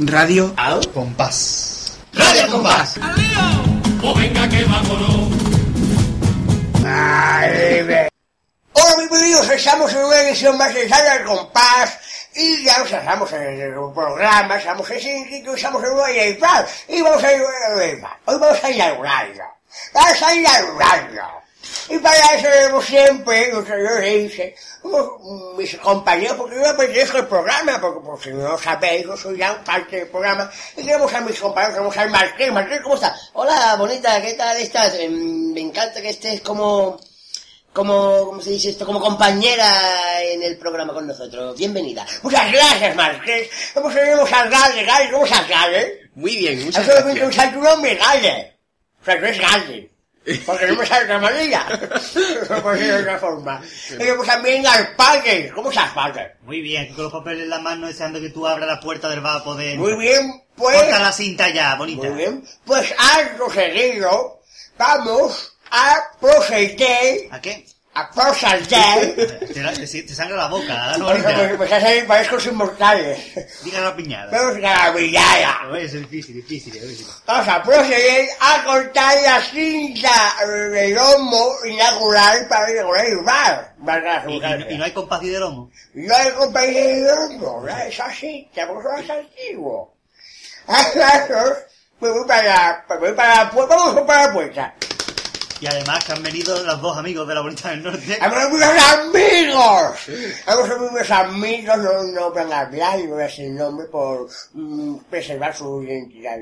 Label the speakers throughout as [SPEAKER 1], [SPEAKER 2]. [SPEAKER 1] Radio
[SPEAKER 2] ¿Ao?
[SPEAKER 1] Compás.
[SPEAKER 2] ¡Radio Compás!
[SPEAKER 3] Hola, mis queridos, estamos en una edición más de Sala al Compás. Y ya nos estamos en el programa, estamos en sitio, estamos en una edición. Y vamos a inaugurar. Hoy vamos a inaugurarla. Vamos a inaugurarla. Y para eso tenemos siempre, lo que yo le hice, como mis compañeros, porque yo pertenezco al programa, porque por si no sabéis, yo soy ya parte del programa, y tenemos a mis compañeros, tenemos al Martín. Martín, ¿cómo estás?
[SPEAKER 2] Hola, bonita, ¿qué tal estás? Em, Me encanta que estés como... Como, ¿cómo se dice esto? Como compañera en el programa con nosotros. Bienvenida.
[SPEAKER 3] Muchas gracias, Martín. Vamos tenemos al Gale, Gale, ¿cómo estás, Gale?
[SPEAKER 4] Muy bien, muchas
[SPEAKER 3] Eso me
[SPEAKER 4] gracias.
[SPEAKER 3] usar tu nombre, Gale. O sea, no es Gale. Porque no me sale otra manera. No puede ser de otra forma. Tenemos también al padre. ¿Cómo estás, padre?
[SPEAKER 5] Muy bien, con los papeles en la mano deseando que tú abras la puerta del bar a poder.
[SPEAKER 3] Muy bien, pues.
[SPEAKER 5] Corta la cinta ya, bonita.
[SPEAKER 3] Muy bien. Pues algo seguido, vamos a proceder,
[SPEAKER 5] ¿A qué?
[SPEAKER 3] a proceder.
[SPEAKER 5] Te, la- te- te sangra la boca, ¿eh,
[SPEAKER 3] Porque
[SPEAKER 5] bonita.
[SPEAKER 3] me está saliendo parezco inmortales.
[SPEAKER 5] Diga la piñada.
[SPEAKER 3] Vamos a la brillada.
[SPEAKER 5] Es difícil, difícil, es difícil.
[SPEAKER 3] Vamos a proceder a cortar la cinta de lomo inaugural para inaugurar el bar. Valga la
[SPEAKER 5] Y, y no-
[SPEAKER 3] redundancia.
[SPEAKER 5] y no hay compás y de lomo.
[SPEAKER 3] No hay compañía de Durango, ¿verdad? Es así, que vos sos antiguo. Ah, claro. Me voy para la, me voy para la puerta, vamos para la puerta.
[SPEAKER 5] Y además que han venido los dos amigos de la bonita del norte.
[SPEAKER 3] ¡Hemos amigos! Hemos mis amigos, no, no van a hablar y no voy a decir nombre por mm, preservar su identidad.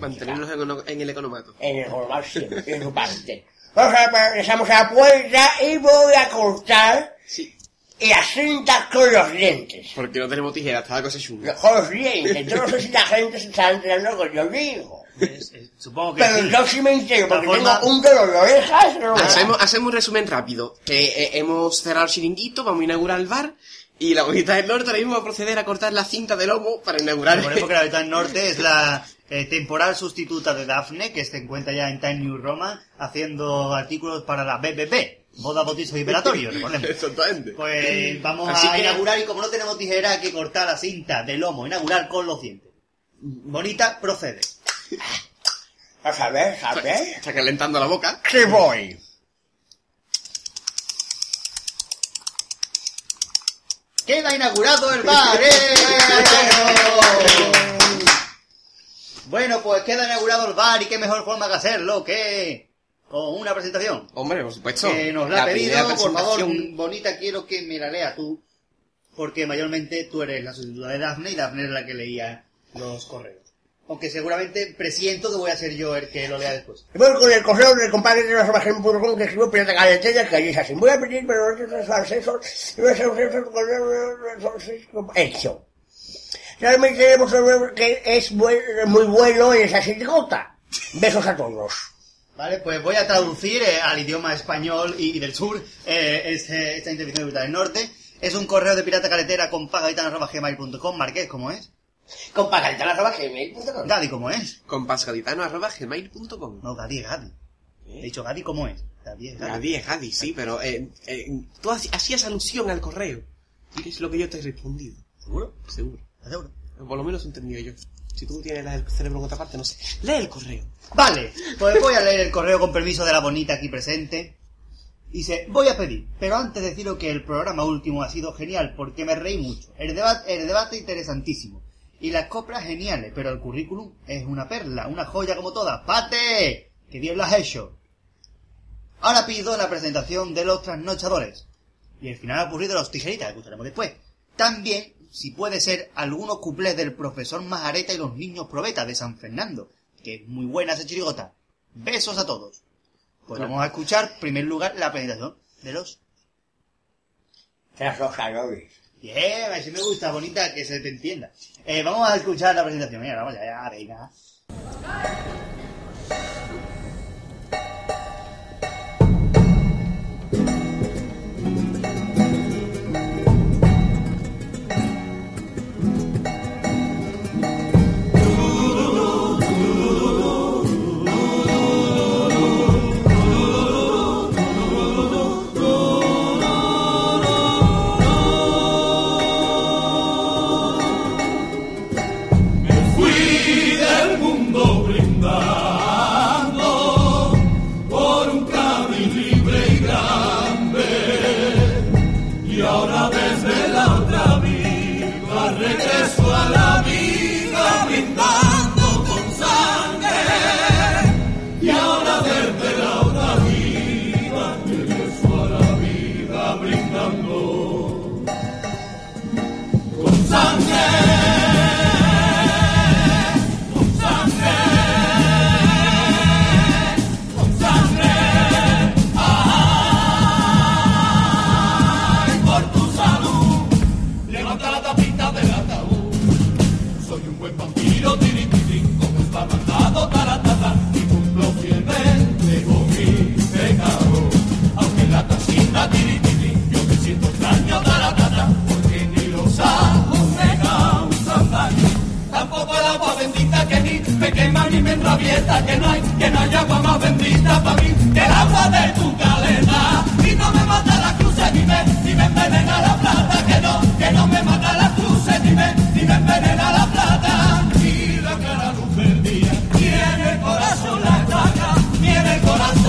[SPEAKER 4] Mantenernos en, ono- en el economato.
[SPEAKER 3] En el formal siempre, en su parte. Vamos a, regresamos a la puerta y voy a cortar
[SPEAKER 4] Sí,
[SPEAKER 3] la cinta con los dientes.
[SPEAKER 4] porque no tenemos tijera, está la cosa chunga.
[SPEAKER 3] Mejor bien, yo no sé si la gente se está enterando con lo que yo digo.
[SPEAKER 5] Es- es- supongo que
[SPEAKER 3] Pero
[SPEAKER 5] sí.
[SPEAKER 3] yo sí me entero, porque
[SPEAKER 5] La forma-
[SPEAKER 3] tengo un dolor de orejas. pero bueno.
[SPEAKER 4] Hacemos, hacemos un resumen rápido. Que eh, hemos cerrado el chiringuito, vamos a inaugurar el bar. Y la bonita del norte ahora mismo va a proceder a cortar la cinta de lomo para inaugurar
[SPEAKER 5] Recordemos que la bonita del norte es la eh, temporal sustituta de Daphne, que se encuentra ya en Time New Roma, haciendo artículos para la BBB, Boda, Bautizo y Velatorio, recordemos.
[SPEAKER 4] Exactamente.
[SPEAKER 5] Pues vamos
[SPEAKER 4] Así
[SPEAKER 5] a
[SPEAKER 4] que-
[SPEAKER 5] inaugurar y como no tenemos tijera hay que cortar la cinta de lomo, inaugurar con los dientes. Bonita, procede.
[SPEAKER 3] A saber, a ver.
[SPEAKER 4] Está calentando la boca.
[SPEAKER 3] Que voy.
[SPEAKER 5] Queda inaugurado el bar. ¡eh! bueno, pues queda inaugurado el bar y qué mejor forma que hacerlo que con una presentación.
[SPEAKER 4] Hombre, por supuesto.
[SPEAKER 5] que nos la ha
[SPEAKER 4] primera
[SPEAKER 5] pedido, por favor,
[SPEAKER 4] presentación-
[SPEAKER 5] bonita, quiero que me la lea tú, porque mayormente tú eres la sustituta de Dafne y Dafne es la que leía los correos. Aunque seguramente presiento que voy a ser yo el que lo lea después.
[SPEAKER 3] Y Voy con el correo del compadre de la salvación.com que escribo pirata caletera que allí es así. Voy a pedir, pero no es acceso. No es acceso con el hecho. Realmente debemos saber que es buen- muy bueno en esa sitcota. Besos a todos.
[SPEAKER 5] Vale, pues voy a traducir eh, al idioma español y, y del sur eh, este- esta intervención de Pirata del Norte. Es un correo de pirata caletera con pagaitana.gmail.com, Marqués, ¿cómo es?
[SPEAKER 2] Con pagaitana.gmail.com
[SPEAKER 5] Gadi, ¿cómo es?
[SPEAKER 4] Con pasgaditano.gmail.com.
[SPEAKER 5] No, Gadi es Gadi. He dicho Gadi, ¿cómo es? Gadi es Gadi.
[SPEAKER 4] Nadie es Gadi, sí, pero eh, eh, tú haci- hacías alusión al correo. Y es lo que yo te he respondido.
[SPEAKER 5] ¿Seguro?
[SPEAKER 4] Seguro.
[SPEAKER 5] ¿Estás seguro?
[SPEAKER 4] Por lo menos he entendido yo. Si tú tienes la- el cerebro en otra parte, no sé. Lee el correo.
[SPEAKER 5] Vale, pues voy a leer el correo con permiso de la bonita aquí presente. Dice, voy a pedir, pero antes deciros que el programa último ha sido genial porque me reí mucho. El, deba- el debate interesantísimo. Y las coplas geniales, pero el currículum es una perla, una joya como todas. ¡Pate! ¡Que bien lo has hecho! Ahora pido la presentación de los trasnochadores. Y el final aburrido de los tijeritas, que escucharemos después. También, si puede ser, algunos cuplés del profesor Majareta y los niños probeta de San Fernando, que es muy buena esa chirigota. Besos a todos. Pues vamos a escuchar, en primer lugar, la presentación de los...
[SPEAKER 3] Tras los calores.
[SPEAKER 5] Bien, así me gusta, bonita, que se te entienda. Eh, vamos a escuchar la presentación. Mira, vamos allá, venga.
[SPEAKER 6] eh,
[SPEAKER 7] Me fui
[SPEAKER 6] eh,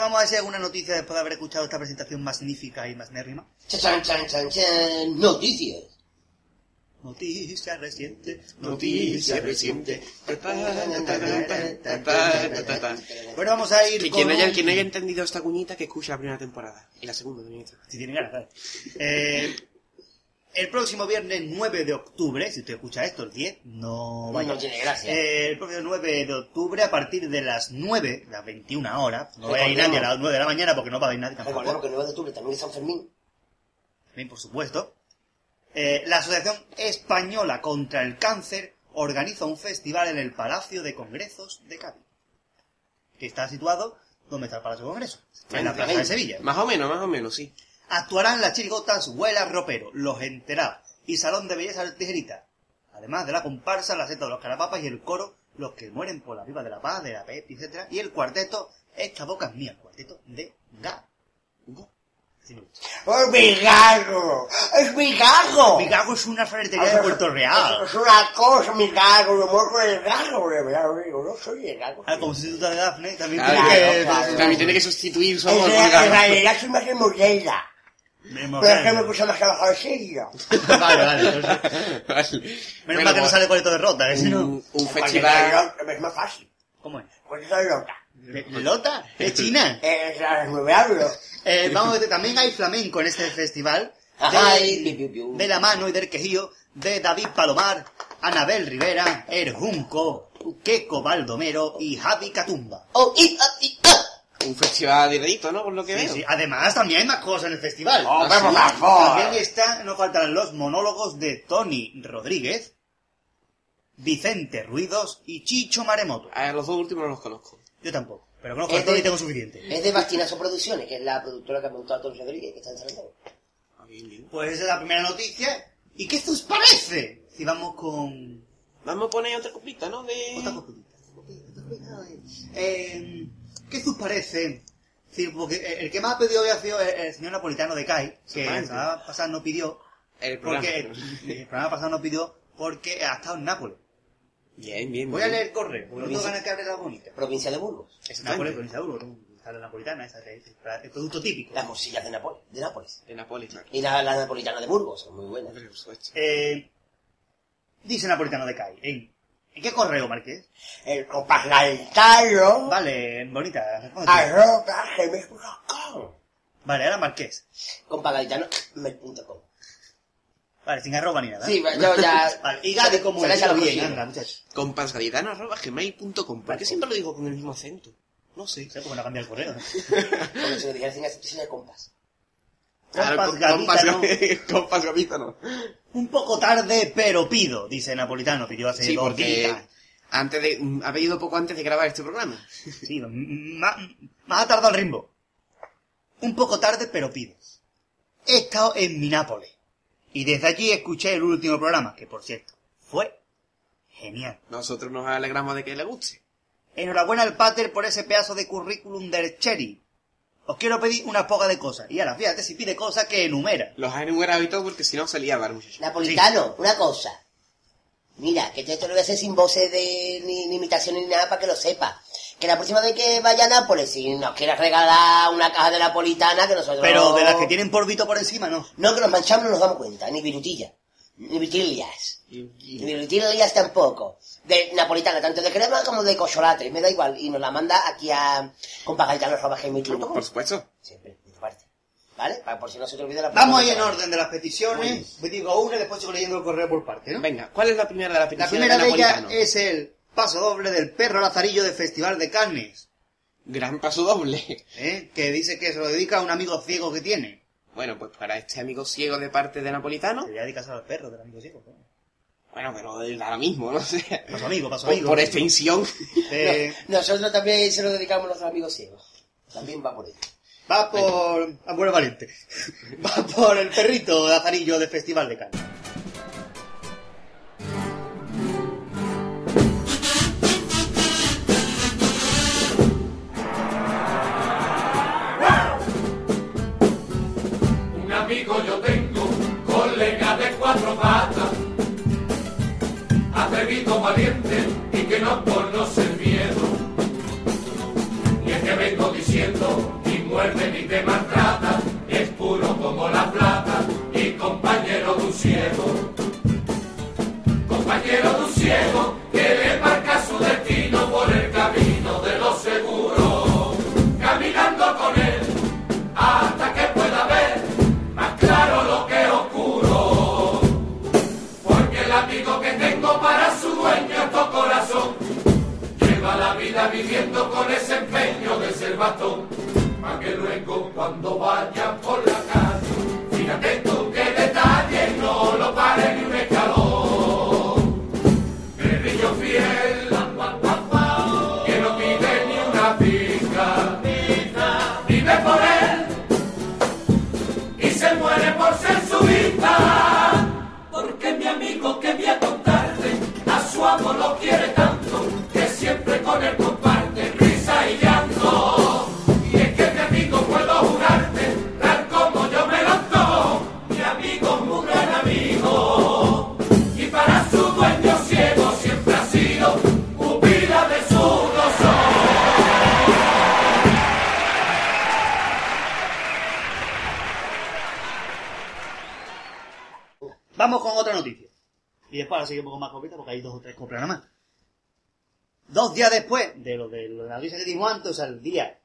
[SPEAKER 5] vamos a decir alguna noticia después de haber escuchado esta presentación magnífica y más nérrima.
[SPEAKER 2] Chan, chan, chan, chan. Noticias.
[SPEAKER 5] Noticia reciente,
[SPEAKER 4] Noticia reciente.
[SPEAKER 5] Bueno, vamos a ir
[SPEAKER 4] Que
[SPEAKER 5] con
[SPEAKER 4] quien haya,
[SPEAKER 5] un-
[SPEAKER 4] quien haya entendido esta cuñita que escuche la primera temporada. Y la segunda también.
[SPEAKER 5] Si tienen ganas, ¿sabes? Eh, el próximo viernes 9 de octubre, si usted escucha esto, el 10, no vaya.
[SPEAKER 2] No tiene gracia.
[SPEAKER 5] Eh, el próximo 9 de octubre, a partir de las 9, las 21 horas, no vaya a ir
[SPEAKER 2] Recordemos.
[SPEAKER 5] nadie a las 9 de la mañana porque no va a ir nadie tampoco.
[SPEAKER 2] Recordemos que el 9 de octubre también es San Fermín.
[SPEAKER 5] Bien, por supuesto. Eh, la Asociación Española contra el Cáncer organiza un festival en el Palacio de Congresos de Cádiz, que está situado donde está el Palacio de Congresos, en la Plaza de Sevilla.
[SPEAKER 4] Más o menos, más o menos, sí.
[SPEAKER 5] Actuarán las chirigotas Huela Ropero, Los Enterados y Salón de Belleza del Tijerita. Además de la comparsa, la seta de los carapapas y el coro Los que mueren por la viva de la paz, de la pep, etc. Y el cuarteto Esta boca es mía, el cuarteto de Ga. Sí, me gusta.
[SPEAKER 3] ¡Es ¡Oh, mi gago! ¡Es mi gago!
[SPEAKER 5] Mi gago es una ferretería
[SPEAKER 3] Ah,
[SPEAKER 5] de Puerto Real.
[SPEAKER 3] Es una cosa, mi gago, lo morro el gago, de verdad, lo digo, no soy el gago.
[SPEAKER 5] Ah, como sustituta de Dafne, también
[SPEAKER 4] Claro,
[SPEAKER 5] tiene que...
[SPEAKER 3] claro, claro.
[SPEAKER 4] También tiene que sustituir su
[SPEAKER 3] Es
[SPEAKER 4] amor.
[SPEAKER 3] la-
[SPEAKER 4] por
[SPEAKER 3] en
[SPEAKER 4] algo.
[SPEAKER 3] realidad soy más de Morella,
[SPEAKER 5] Me
[SPEAKER 3] pero es que me
[SPEAKER 5] morré.
[SPEAKER 3] gusta más trabajar serio.
[SPEAKER 5] Vale, vale. entonces-
[SPEAKER 4] Vale.
[SPEAKER 5] Menos
[SPEAKER 4] Bueno,
[SPEAKER 5] mal que no
[SPEAKER 4] pues,
[SPEAKER 5] sale cuarteto de Rota, ¿eh? Si no...
[SPEAKER 4] Un, un
[SPEAKER 3] Porque soy
[SPEAKER 4] festival.
[SPEAKER 3] loca, Es más fácil,
[SPEAKER 5] ¿Cómo es?
[SPEAKER 3] porque soy loca.
[SPEAKER 5] ¿De- ¿Lota? ¿De China?
[SPEAKER 2] Eh,
[SPEAKER 3] Es a las nueve hablo.
[SPEAKER 5] Eh, vamos a ver, también hay flamenco en este festival.
[SPEAKER 2] Ajá, y piu, piu,
[SPEAKER 5] De,
[SPEAKER 2] piu.
[SPEAKER 5] de la mano y del quejío de David Palomar, Anabel Rivera, El Junco, Keco Baldomero y Javi Catumba.
[SPEAKER 2] Oh, y, ah, y, ah.
[SPEAKER 4] Un festival de deditos, ¿no? Por lo que
[SPEAKER 5] Sí,
[SPEAKER 4] veo.
[SPEAKER 5] sí, Además, también hay más cosas en el festival.
[SPEAKER 3] ¡Hombre,
[SPEAKER 4] sí.
[SPEAKER 3] por
[SPEAKER 5] También
[SPEAKER 3] favor!
[SPEAKER 5] está, no faltarán los monólogos de Tony Rodríguez, Vicente Ruidos y Chicho Maremoto.
[SPEAKER 4] A los dos últimos no los conozco.
[SPEAKER 5] Yo tampoco, pero conozco a
[SPEAKER 2] Este-
[SPEAKER 5] Tony y tengo suficiente.
[SPEAKER 2] Es de Bastinazo Producciones, que es la productora que ha montado a Tony Rodríguez, que está en San Antonio.
[SPEAKER 4] Ah, bien, bien.
[SPEAKER 5] Pues esa es la primera noticia. ¿Y qué os parece? Si vamos con...
[SPEAKER 4] Vamos a poner otra copita, ¿no?
[SPEAKER 5] Otra
[SPEAKER 4] De...
[SPEAKER 5] cosita. Eh, ¿Qué os parece? Sí, porque eh, el que más ha pedido hoy ha sido el, el señor napolitano de CAI, que la
[SPEAKER 4] Exactamente.
[SPEAKER 5] semana pasada no pidió,
[SPEAKER 4] El programa.
[SPEAKER 5] porque el programa pasado no pidió porque ha estado en Nápoles.
[SPEAKER 4] Bien, bien,
[SPEAKER 5] Voy a
[SPEAKER 4] bien.
[SPEAKER 5] leer el correo, porque no tengo ganas que hable la bonita.
[SPEAKER 2] Provincia de Burgos.
[SPEAKER 5] Nápoles con
[SPEAKER 4] Exactamente.
[SPEAKER 5] Isauro, ¿no? Está la napolitana, esa que es el, pra- el producto típico.
[SPEAKER 2] Las morcillas de Nápoles. De Nápoles.
[SPEAKER 4] De Nápoles, claro.
[SPEAKER 2] Y la, la napolitana de Burgos, son muy buenas.
[SPEAKER 4] Por supuesto.
[SPEAKER 5] Eh, dice napolitano de CAI, ¿en, ¿en qué correo, Marqués?
[SPEAKER 3] El compagnantalo,
[SPEAKER 5] Vale, bonita, responde.
[SPEAKER 3] arroba gmail.com.
[SPEAKER 5] Vale, ahora Marqués.
[SPEAKER 2] Con pagaitano.com.
[SPEAKER 5] Vale, sin arroba ni nada. ¿eh?
[SPEAKER 2] Sí, yo ya...
[SPEAKER 5] Vale, y Gadi, como
[SPEAKER 2] Se le echa
[SPEAKER 5] decía
[SPEAKER 2] la
[SPEAKER 5] bien,
[SPEAKER 2] cocina.
[SPEAKER 5] anda, muchachos.
[SPEAKER 4] Compasgaditano.gmail.com ¿Por qué siempre lo digo con el mismo acento? No sé.
[SPEAKER 5] Sé cómo no cambia el correo.
[SPEAKER 2] Como si me dijeras sin aceptación de compas.
[SPEAKER 4] Claro,
[SPEAKER 5] Compas Gaditano.
[SPEAKER 4] Compas Gaditano.
[SPEAKER 5] Un poco tarde, pero pido, dice Napolitano, pidió hace
[SPEAKER 4] Sí,
[SPEAKER 5] dos
[SPEAKER 4] porque
[SPEAKER 5] días.
[SPEAKER 4] antes de, mm, ha pedido poco antes de grabar este programa.
[SPEAKER 5] Sí, m- m- más, más ha tardado el rimbo. Un poco tarde, pero pido. He estado en mi Nápoles. Y desde allí escuché el último programa, que por cierto, fue genial.
[SPEAKER 4] Nosotros nos alegramos de que le guste.
[SPEAKER 5] Enhorabuena al Pater por ese pedazo de currículum del Cherry. Os quiero pedir una poca de cosas. Y ahora, fíjate si pide cosas que enumera.
[SPEAKER 4] Los ha enumerado y todo porque si no se liaba el muchacho.
[SPEAKER 2] Napolitano, una cosa. Mira, que yo esto lo voy a hacer sin voces de, ni, ni imitaciones ni nada para que lo sepa. Que la próxima vez que vaya a Nápoles, si nos quieres regalar una caja de napolitana, que nosotros...
[SPEAKER 5] Pero de las que tienen polvito por encima, no.
[SPEAKER 2] No, que los manchamos no nos damos cuenta, ni virutilla, ni vitilias.
[SPEAKER 4] Y-
[SPEAKER 2] Ni
[SPEAKER 4] y-
[SPEAKER 2] virutilias tampoco. De napolitana, tanto de crema como de cocholate, me da igual. Y nos la manda aquí a
[SPEAKER 4] Por
[SPEAKER 2] compagaitanos.com.
[SPEAKER 4] supuesto.
[SPEAKER 2] Siempre, de tu parte. ¿Vale? Para, por si no se te olvida la
[SPEAKER 5] Vamos ahí en
[SPEAKER 2] pregunta.
[SPEAKER 5] orden de las peticiones. Me digo una y después sigo leyendo el correo por parte, ¿no?
[SPEAKER 4] Venga, ¿cuál es la primera de las
[SPEAKER 5] ¿Eh? La
[SPEAKER 4] peticiones
[SPEAKER 5] primera de ellas
[SPEAKER 4] Napolitano?
[SPEAKER 5] es el paso doble del perro lazarillo de Festival de Carnes,
[SPEAKER 4] Gran paso doble.
[SPEAKER 5] ¿eh? que dice que se lo dedica a un amigo ciego que tiene.
[SPEAKER 4] Bueno, pues para este amigo ciego de parte de Napolitano.
[SPEAKER 5] Debería dedicarse al perro del amigo ciego. ¿no?
[SPEAKER 4] Bueno, pero él da lo mismo, no sé.
[SPEAKER 5] Paso amigo, paso
[SPEAKER 4] Por,
[SPEAKER 5] amigo.
[SPEAKER 4] por extensión.
[SPEAKER 5] Eh,
[SPEAKER 2] Nosotros también se lo dedicamos a nuestros amigos ciegos. También va por ello.
[SPEAKER 5] va por... Ah, bueno, valiente. Va por el perrito lazarillo de Festival de Carnes.
[SPEAKER 1] Un amigo yo tengo, colega de cuatro patas, atrevido, valiente y que no conoce el miedo. Y es que vengo diciendo, y
[SPEAKER 6] muerde ni te maltrata, es puro como la plata y compañero de un ciego. Compañero de un ciego que le marca su destino por el camino de lo seguro. Caminando con él hasta que pueda ver más claro lo que es oscuro. Porque el amigo que tengo para su dueño es tu corazón. Lleva la vida viviendo con ese empeño de ser batón, para que luego cuando vaya por la calle, fíjate tú qué detalle, no lo pare ni un escalón. Perrillo fiel, que no pide ni una pizca, vive por él y se muere por ser su vida. Porque mi amigo que voy a contarte, a su amo lo quiere tanto, que siempre con él comparte risa y llanto. Y es que mi amigo puedo jurarte, tal como yo me lo antojo, mi amigo es un gran amigo. Y para su dueño ciego siempre ha sido pupila de su ojos.
[SPEAKER 5] Vamos con otra noticia. Y después ahora seguimos con más copitas porque hay dos o tres copias nada más. Dos días después de lo de lo de la noticia que dimos antes, o sea, el día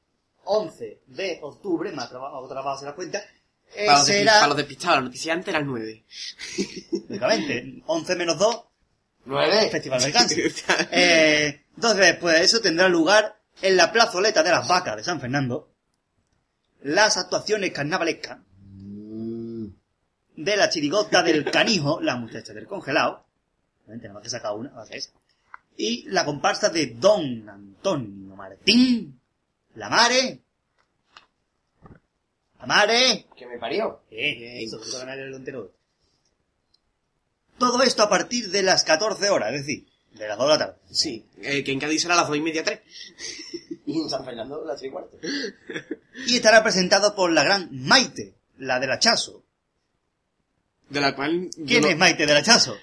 [SPEAKER 5] 11 de octubre, más trabajo, otra vez se la cuenta, eh,
[SPEAKER 4] Para los, de,
[SPEAKER 5] será...
[SPEAKER 4] para los despistados, la noticia antes era el 9.
[SPEAKER 5] Lógicamente, 11 menos 2,
[SPEAKER 2] ¿Nueve?
[SPEAKER 5] Festival del Cáncer. Eh, dos días después de eso tendrá lugar en la plazoleta de las vacas de San Fernando las actuaciones carnavalescas de la chirigota del canijo, la muchacha del congelado, obviamente nada más que saca una, va a ser esa, y la comparsa de Don Antonio Martín, la mare, la mare,
[SPEAKER 2] Que me parió.
[SPEAKER 5] eh, eso, que se va a ganar el entero. Todo esto a partir de las 14 horas, es decir, de las 2 de la tarde.
[SPEAKER 4] Sí, eh, que en Cádiz será a las 2 y media 3.
[SPEAKER 2] Y en San Fernando las tres y cuarto.
[SPEAKER 5] Y estará presentado por la gran Maite, la del hachazo.
[SPEAKER 4] De la cual. yo
[SPEAKER 5] ¿Quién
[SPEAKER 4] no-
[SPEAKER 5] es Maite del hachazo?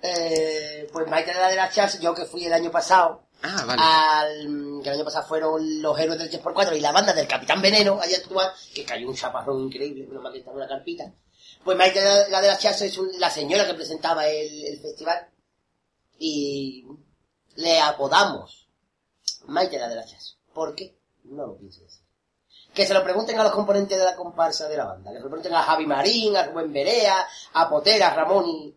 [SPEAKER 2] Eh, pues Maite de la de las Chas, yo que fui el año pasado,
[SPEAKER 4] Ah, vale.
[SPEAKER 2] al, que el año pasado fueron los héroes del 3x4 y la banda del Capitán Veneno allá actuar, que cayó un chaparrón increíble, una maqueta, una carpita. Pues Maite la, la de las Chas es un- la señora que presentaba el, el festival y le apodamos Maite la de las Chas. ¿Por qué? No lo pienso decir. Que se lo pregunten a los componentes de la comparsa de la banda, que se lo pregunten a Javi Marín, a Rubén Berea, a Potera, a Ramón y,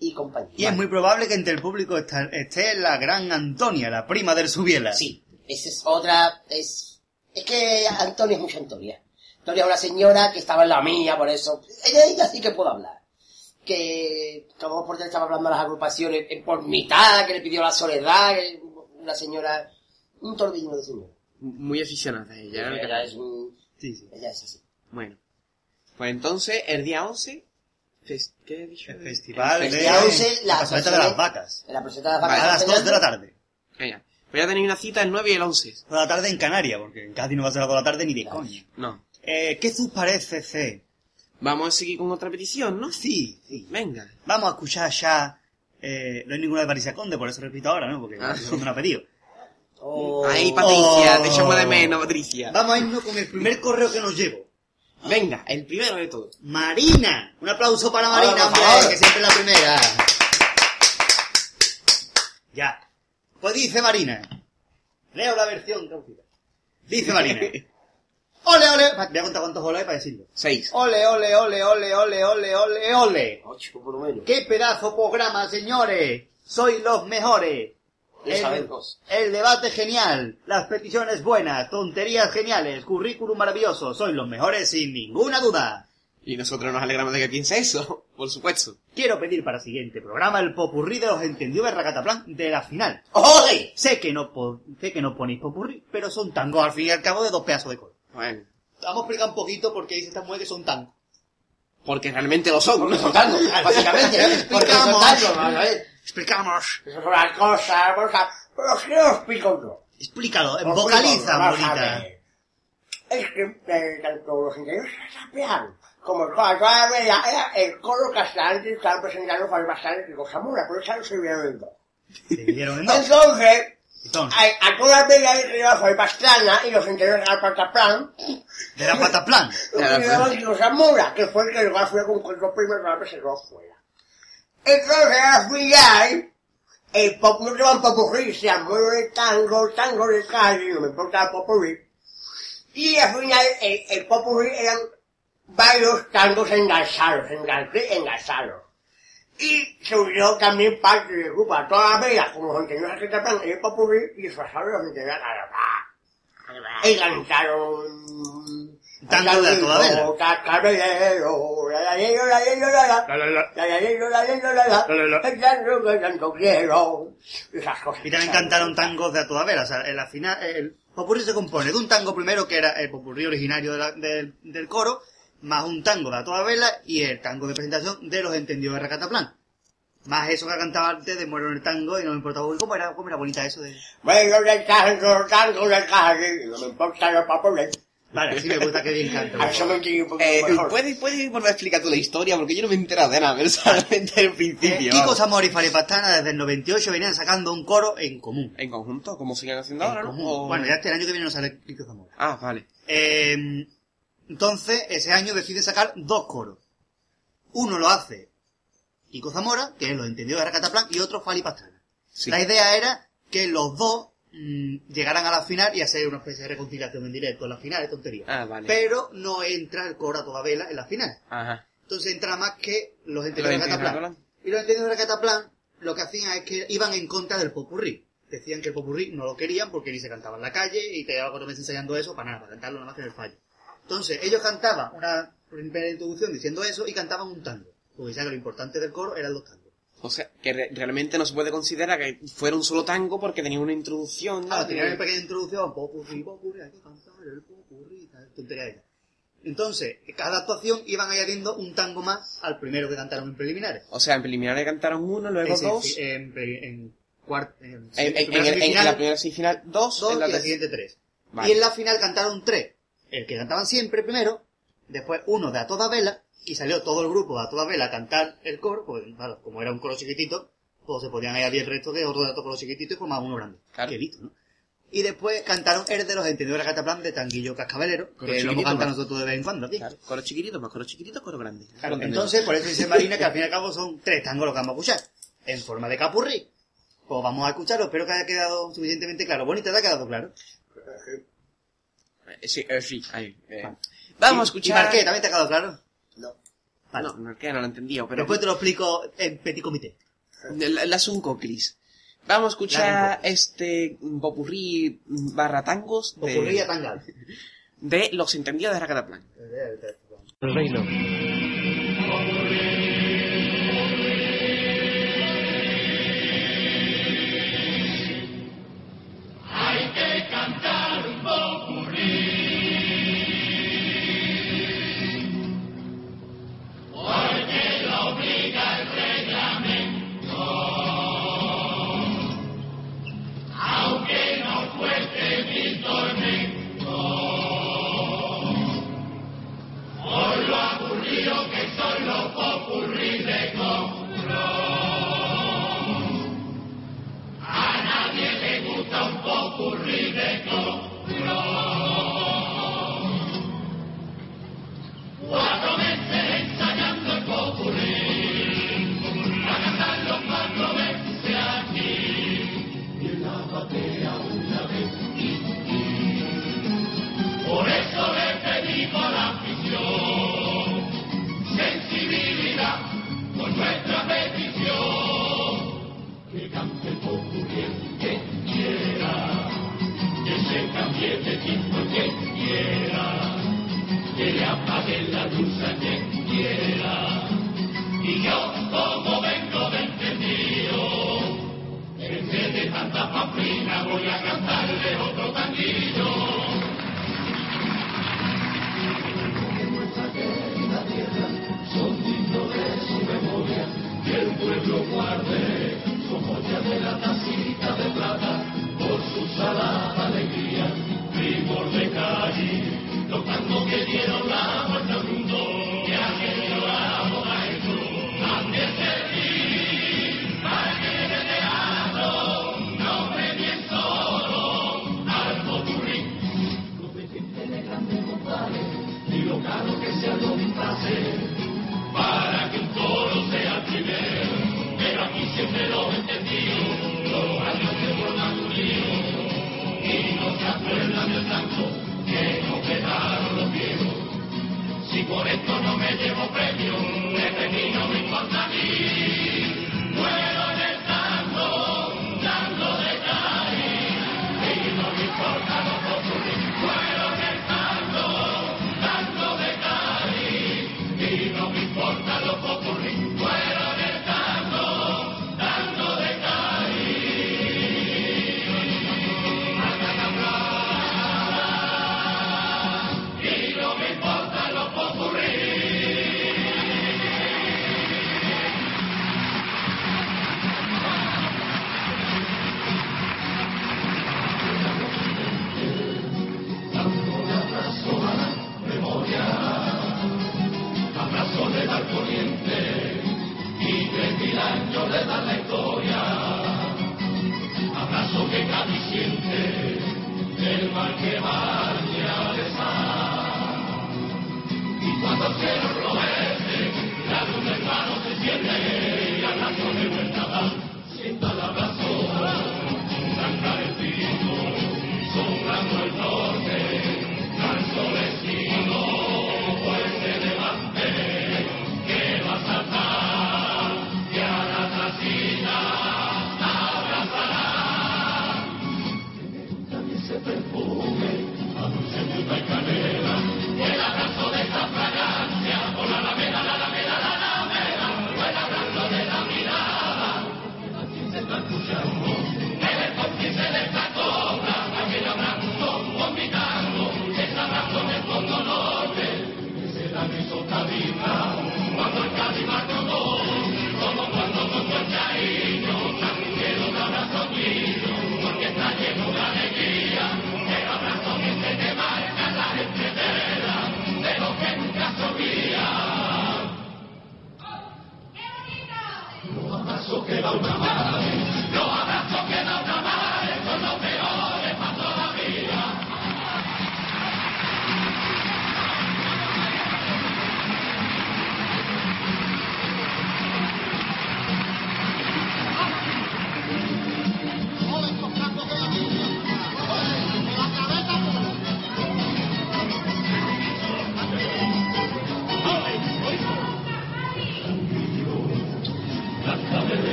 [SPEAKER 2] y compañía.
[SPEAKER 5] Y es muy probable que entre el público esta- esté la gran Antonia, la prima del Subiela.
[SPEAKER 2] Sí, esa es otra, es... Es que Antonia es mucho Antonia. Antonia es una señora que estaba en la mía, por eso... Ella, ella sí que puedo hablar. Que, como por estaba hablando a las agrupaciones, eh, por mitad, que le pidió la soledad, que una señora... Un torbellino de señora.
[SPEAKER 4] Muy eh, aficionada ella. ¿no?
[SPEAKER 2] Ella es un...
[SPEAKER 5] Sí, sí.
[SPEAKER 2] Ella es así.
[SPEAKER 4] Bueno. Pues entonces, el día 11. fes- ¿Qué he dicho?
[SPEAKER 5] El festival eh.
[SPEAKER 2] El
[SPEAKER 5] de
[SPEAKER 2] día 11, la
[SPEAKER 5] la plazoleta de las
[SPEAKER 2] actuación-
[SPEAKER 5] vacas.
[SPEAKER 2] En la presentación de las vacas
[SPEAKER 5] A las
[SPEAKER 2] están
[SPEAKER 5] 2 de la
[SPEAKER 2] cenando.
[SPEAKER 5] tarde.
[SPEAKER 4] Venga. Voy a tener una cita el 9 y el 11.
[SPEAKER 5] Por la tarde en Canarias, porque en Cádiz no va a ser las 2 de la tarde ni de coña.
[SPEAKER 4] No.
[SPEAKER 5] Eh, ¿Qué sus parece, C?
[SPEAKER 4] Vamos a seguir con otra petición, ¿no?
[SPEAKER 5] Sí, sí.
[SPEAKER 4] Venga.
[SPEAKER 5] Vamos a escuchar ya... Eh, no hay ninguna de Patricia Conde, por eso repito ahora, ¿no? Porque
[SPEAKER 4] Ah.
[SPEAKER 5] Patricia Conde no ha pedido.
[SPEAKER 2] Oh,
[SPEAKER 4] Ahí, Patricia,
[SPEAKER 5] Oh.
[SPEAKER 4] te llamo de menos, Patricia.
[SPEAKER 5] Vamos a irnos con el primer correo que nos llevo.
[SPEAKER 4] Venga, el primero de todo.
[SPEAKER 5] Marina. Un aplauso para
[SPEAKER 2] Hola,
[SPEAKER 5] Marina,
[SPEAKER 2] por
[SPEAKER 5] hombre,
[SPEAKER 2] favor.
[SPEAKER 5] que siempre es la primera. Ya. Pues dice Marina. Leo la versión traducida. Dice Marina. Ole, ole. Va, Voy a contar cuántos ole hay para decirlo.
[SPEAKER 4] 6.
[SPEAKER 5] Ole, ole, ole, ole, ole, ole, ole, ole.
[SPEAKER 2] Ocho, Oh, por lo menos.
[SPEAKER 5] ¡Qué pedazo programa, señores! ¡Sois los mejores!
[SPEAKER 2] Lo sabemos.
[SPEAKER 5] el debate genial, las peticiones buenas, tonterías geniales, currículum maravilloso, sois los mejores sin ninguna duda.
[SPEAKER 4] Y nosotros nos alegramos de que piense eso, por supuesto.
[SPEAKER 5] Quiero pedir para el siguiente programa el popurrí de los entendió Berracataplan de la final.
[SPEAKER 2] ¡Ole!
[SPEAKER 5] Sé que no po- sé que no ponéis popurrí, pero son tangos al fin y al cabo de dos pedazos de coro.
[SPEAKER 4] Bueno.
[SPEAKER 5] Vamos a explicar un poquito por qué dice esta mujer que son tangos.
[SPEAKER 4] Porque realmente lo son, ¿no?
[SPEAKER 2] Soltando, básicamente. Porque
[SPEAKER 5] Explicamos.
[SPEAKER 2] soltando, a ver.
[SPEAKER 5] Explicamos.
[SPEAKER 2] Eso es una cosa, cosa... Pero ¿qué os explico yo?
[SPEAKER 5] Explícalo,
[SPEAKER 2] Por
[SPEAKER 5] vocaliza,
[SPEAKER 2] favor,
[SPEAKER 5] bonita.
[SPEAKER 2] bájame. Es que eh, tanto los ingenieros sapean como el coro, toda la media, era el coro castellano que estaba presentando para el bastante que cosa mula, pero eso no se vio en dos.
[SPEAKER 5] Dividieron en dos.
[SPEAKER 2] Entonces,
[SPEAKER 5] Pitón.
[SPEAKER 3] A, a toda vela de trabajo de Pastrana y los interiores al Pataplán,
[SPEAKER 5] De la pata plan.
[SPEAKER 4] Claro,
[SPEAKER 3] cuidaban de los Zamora, que fue el que lo fue con cuatro primeros que se lo fuera. Entonces al final, el popurrí van popurrí, se amó de tango, tango de calle, no me importa popurrí. Y al final el, el popurrí eran varios tangos engarzados, engarzados, engarzados. Y se unió también parte del grupo a todas las velas, como los interiores que tapan el popurrí y disfrazaron los interiores a la paz. Y cantaron...
[SPEAKER 5] Tango de a toda vela.
[SPEAKER 3] Cacarelero, la, la, la, la, la, la, la.
[SPEAKER 5] La, la, la.
[SPEAKER 3] La, la, la, la, la, la, la.
[SPEAKER 5] La, la, la.
[SPEAKER 3] El tango que tanto quiero. Esas cosas.
[SPEAKER 5] Y también cantaron tangos de a toda vela. O sea, en la final, el popurrí se compone de un tango primero, que era el popurrí originario de la- del- del coro, más un tango de a toda vela y el tango de presentación de los entendidos de Recataplan. Más eso que cantaba antes de Muero en el tango y no me importaba. Uy, ¿Cómo era, cómo era bonita eso de...?
[SPEAKER 3] Bueno, del tango, tango del calle, no me importa los papeles.
[SPEAKER 5] Vale, sí me gusta que bien canta.
[SPEAKER 3] A eso me entiendo un
[SPEAKER 4] Eh,
[SPEAKER 3] poquito mejor.
[SPEAKER 4] ¿puedes, puedes volver a explicar tú la historia? Porque yo no me he enterado de nada, pero solamente el principio.
[SPEAKER 5] Kiko
[SPEAKER 4] vamos.
[SPEAKER 5] Zamora y Faripastana desde el 98 venían sacando un coro en común.
[SPEAKER 4] ¿En conjunto? ¿Cómo siguen haciendo
[SPEAKER 5] En
[SPEAKER 4] ahora? no?
[SPEAKER 5] común.
[SPEAKER 4] O-
[SPEAKER 5] Bueno, ya este año que viene no sale Kiko Zamora.
[SPEAKER 4] Ah, vale.
[SPEAKER 5] Eh, entonces, ese año decide sacar dos coros. Uno lo hace Kiko Zamora, que es lo entendido de Racataplan, y otro Fali Pastrana.
[SPEAKER 4] Sí.
[SPEAKER 5] La idea era que los dos mm, llegaran a la final y hacer una especie de reconciliación en directo. En la final es tontería.
[SPEAKER 4] Ah, vale.
[SPEAKER 5] Pero no entra el coro a toda vela en la final.
[SPEAKER 4] Ajá.
[SPEAKER 5] Entonces entra más que los entendidos
[SPEAKER 4] Los
[SPEAKER 5] de
[SPEAKER 4] entendidos de
[SPEAKER 5] Cataplan. Y los entendidos de Cataplan lo que hacían es que iban en contra del popurrí. Decían que el popurrí no lo querían porque ni se cantaba en la calle y te llevaba cuatro meses ensayando eso para nada, para cantarlo nada más que en el fallo. Entonces, ellos cantaban una primera introducción diciendo eso y cantaban un tango. Porque ya que lo importante del coro eran los tangos.
[SPEAKER 4] O sea, que re- realmente no se puede considerar que fuera un solo tango porque tenía una introducción. ¿no?
[SPEAKER 5] Ah, tenía una pequeña introducción, popurrí, popurrí, hay que cantar el popurrí, tal, tontería de esa. Entonces, cada actuación iban añadiendo un tango más al primero que cantaron en preliminares.
[SPEAKER 4] O sea, en preliminares cantaron uno, luego
[SPEAKER 5] Es
[SPEAKER 4] dos.
[SPEAKER 5] decir, En, pre- en, cuart- en,
[SPEAKER 4] eh,
[SPEAKER 5] en
[SPEAKER 4] en, en- en-
[SPEAKER 5] primera
[SPEAKER 4] en- en
[SPEAKER 5] semifinal,
[SPEAKER 4] la primera semifinal dos,
[SPEAKER 5] dos
[SPEAKER 4] en
[SPEAKER 5] y la
[SPEAKER 4] ter-
[SPEAKER 5] siguiente tres.
[SPEAKER 4] Vale. Eh.
[SPEAKER 5] Y en la final cantaron tres. El que cantaban siempre primero, después uno de a toda vela, y salió todo el grupo de a toda vela a cantar el coro, pues claro, como era un coro chiquitito, pues se podían añadir el resto de otro de otro coro chiquitito y formaban uno grande.
[SPEAKER 4] Claro.
[SPEAKER 5] Qué visto, ¿no? Y después cantaron el de los entendedores de Cataplan de Tanguillo Cascabelero,
[SPEAKER 4] Coro
[SPEAKER 5] que lo hemos
[SPEAKER 4] chiquitito,
[SPEAKER 5] cantado
[SPEAKER 4] ¿no?
[SPEAKER 5] nosotros de vez en cuando aquí.
[SPEAKER 4] Claro, coro chiquitito más coro chiquitito, coro grande.
[SPEAKER 5] Claro,
[SPEAKER 4] Coro
[SPEAKER 5] entonces, por eso dice Marina que al fin y al cabo son tres tangos los que vamos a escuchar. En forma de capurrí. Pues vamos a escucharlo. Espero que haya quedado suficientemente claro. Bonita, te ha quedado claro.
[SPEAKER 4] grande. Eh, Sí, eh, sí, ahí. eh. Vamos a escuchar.
[SPEAKER 5] ¿Y Marqué también te ha quedado claro?
[SPEAKER 2] No.
[SPEAKER 5] Vale.
[SPEAKER 4] No, Marqué no lo entendí, pero.
[SPEAKER 5] Después te lo explico en petit comité.
[SPEAKER 4] De La, la Sunco Cris. Vamos a
[SPEAKER 5] La
[SPEAKER 4] escuchar
[SPEAKER 5] Sunco.
[SPEAKER 4] este popurrí barra tangos
[SPEAKER 5] Ocurría
[SPEAKER 4] de,
[SPEAKER 5] tangal.
[SPEAKER 4] de los entendidos de Racataplan.
[SPEAKER 5] El reino.
[SPEAKER 1] este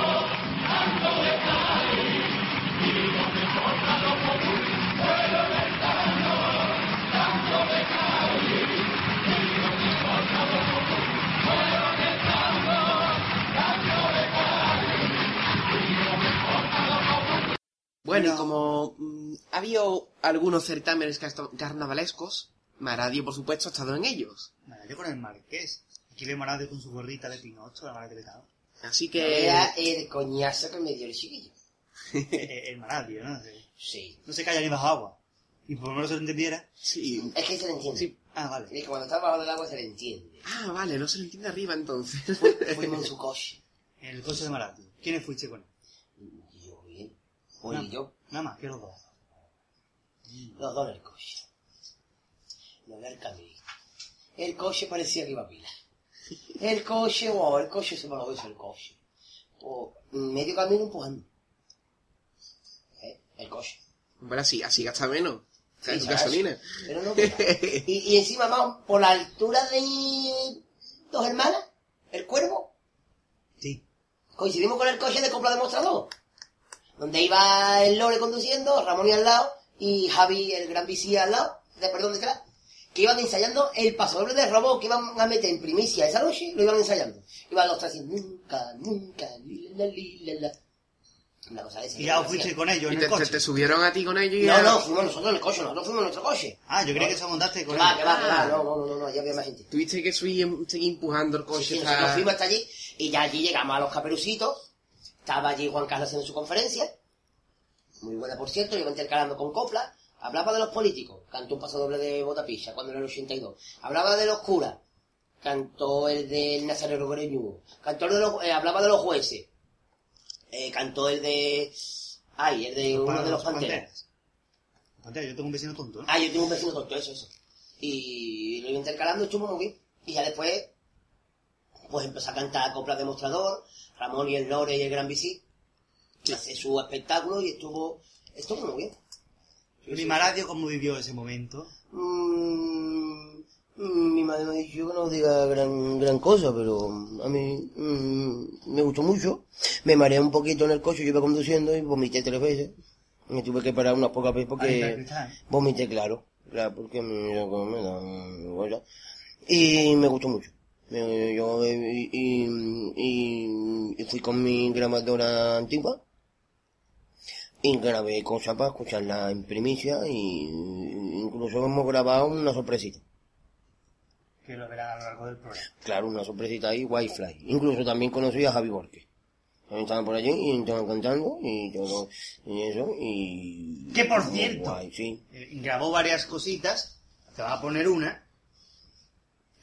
[SPEAKER 4] Bueno, y
[SPEAKER 5] No.
[SPEAKER 4] como mm, ha habido algunos certámenes casto- carnavalescos, Maradio, por supuesto, ha estado en ellos.
[SPEAKER 5] Nada, yo con el marqués. Aquí vemos a nadie con su gorrita de Pinocho, la madre que le cago.
[SPEAKER 4] Así que...
[SPEAKER 2] Era el coñazo que me dio el chiquillo.
[SPEAKER 5] Eh, el maradio, ¿no? Sí.
[SPEAKER 2] Sí.
[SPEAKER 5] No se calla ni bajo agua. Y por lo menos se lo entendiera.
[SPEAKER 4] Sí.
[SPEAKER 2] Es que se le entiende.
[SPEAKER 5] Ah, vale.
[SPEAKER 2] Es que cuando está bajo del agua se le entiende.
[SPEAKER 4] Ah, vale, no se le entiende arriba entonces.
[SPEAKER 2] Fuimos en su coche.
[SPEAKER 5] El coche de maradio. ¿Quiénes fuiste con él?
[SPEAKER 2] Y yo, bien. Voy
[SPEAKER 5] Nada-
[SPEAKER 2] y yo.
[SPEAKER 5] Nada más, que los dos.
[SPEAKER 2] Los dos en el coche. No era el camino. El coche parecía que iba a pila. El coche, wow, el coche se me lo hizo el coche. O medio camino empujando. ¿Eh? El coche.
[SPEAKER 4] bueno, así, así gasta menos.
[SPEAKER 2] Sí,
[SPEAKER 4] ¿Sabes? tu
[SPEAKER 2] ¿sabes?
[SPEAKER 4] gasolina.
[SPEAKER 2] Pero no pila. y, y encima, vamos, por la altura de dos hermanas, el cuervo,
[SPEAKER 5] Sí.
[SPEAKER 2] coincidimos con el coche de compra demostrador. Donde iba el Lore conduciendo, Ramón y al lado, y Javi, el gran bici al lado, de, perdón, detrás, que iban ensayando el pasodoble de robot que iban a meter en primicia esa noche, lo iban ensayando. Iban los tres así, nunca, nunca, li, la, li, la, la. Una cosa de esa.
[SPEAKER 5] Y ya os fuiste con ellos
[SPEAKER 4] Y
[SPEAKER 5] en
[SPEAKER 4] te,
[SPEAKER 5] el
[SPEAKER 4] te-
[SPEAKER 5] coche.
[SPEAKER 4] te subieron a ti con ellos y
[SPEAKER 2] No,
[SPEAKER 4] a-
[SPEAKER 2] no, fuimos nosotros en el coche, nosotros fuimos en nuestro coche.
[SPEAKER 5] Ah, yo creía que eso montaste
[SPEAKER 2] Que
[SPEAKER 5] con
[SPEAKER 2] va,
[SPEAKER 5] él.
[SPEAKER 2] que va, que va, no, no, no, no, ya había más gente.
[SPEAKER 4] Tuviste que subir, seguir empujando el
[SPEAKER 2] Sí,
[SPEAKER 4] coche
[SPEAKER 2] sí,
[SPEAKER 4] hasta-
[SPEAKER 2] nosotros fuimos hasta allí y ya allí llegamos a los caperucitos. Estaba allí Juan Carlos haciendo su conferencia. Muy buena, por cierto, yo iba intercalando con copla. Hablaba de los políticos, cantó un paso doble de Botapilla cuando era el 82. Hablaba de los curas, cantó el del Nazareno Greñudo. Cantó el de los, eh, hablaba de los jueces, Eh, cantó el de... Ay, el de uno de los panteras.
[SPEAKER 5] Los Panteras, Ah, yo tengo un vecino tonto, ¿no?
[SPEAKER 2] Ah, yo tengo un vecino todo eso, eso. Y lo iba intercalando, estuvo muy bien. Y ya después, pues empezó a cantar coplas de mostrador, Ramón y el Lore y el Gran Bici. Hace su espectáculo y estuvo, estuvo muy bien.
[SPEAKER 5] Mi maradio, ¿cómo vivió ese momento?
[SPEAKER 2] Mm, mm, mi madre me ha dicho que no diga gran, gran cosa, pero a mí mm, me gustó mucho. Me mareé un poquito en el coche, yo iba conduciendo y vomité tres veces. Me tuve que parar unas pocas veces
[SPEAKER 5] Ahí está el
[SPEAKER 2] porque
[SPEAKER 5] cristal.
[SPEAKER 2] vomité, claro. Claro, porque me, yo- me da vergüenza. Y me gustó mucho. Me- yo- y, y- y- y fui con mi grabadora antigua y grabé cosas para escucharla en primicia y incluso hemos grabado una sorpresita.
[SPEAKER 5] Que lo verán a lo largo del programa.
[SPEAKER 2] Claro, una sorpresita ahí, Wi-Fi. Incluso también conocí a Javi Borges. También Estaban por allí y estaban cantando y todo y eso y...
[SPEAKER 5] Que, por
[SPEAKER 2] muy
[SPEAKER 5] cierto.
[SPEAKER 2] guay, sí.
[SPEAKER 5] Eh, grabó varias cositas, te va a poner una,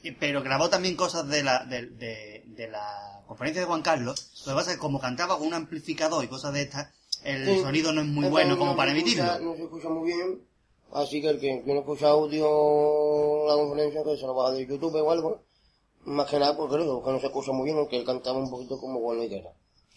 [SPEAKER 5] eh, pero grabó también cosas de la, de, de- de la conferencia de Juan Carlos. Lo que pasa es que como cantaba con un amplificador y cosas de estas, el
[SPEAKER 2] Sí.
[SPEAKER 5] sonido no es muy
[SPEAKER 2] Entonces,
[SPEAKER 5] bueno como
[SPEAKER 2] Este no
[SPEAKER 5] para
[SPEAKER 2] se escucha-
[SPEAKER 5] emitirlo.
[SPEAKER 2] No se escucha muy bien. Así que el que quiera escuchar audio la conferencia, que se lo baja de YouTube o algo. Más que nada porque creo que no se escucha muy bien, aunque él cantaba un poquito como bueno y guerra.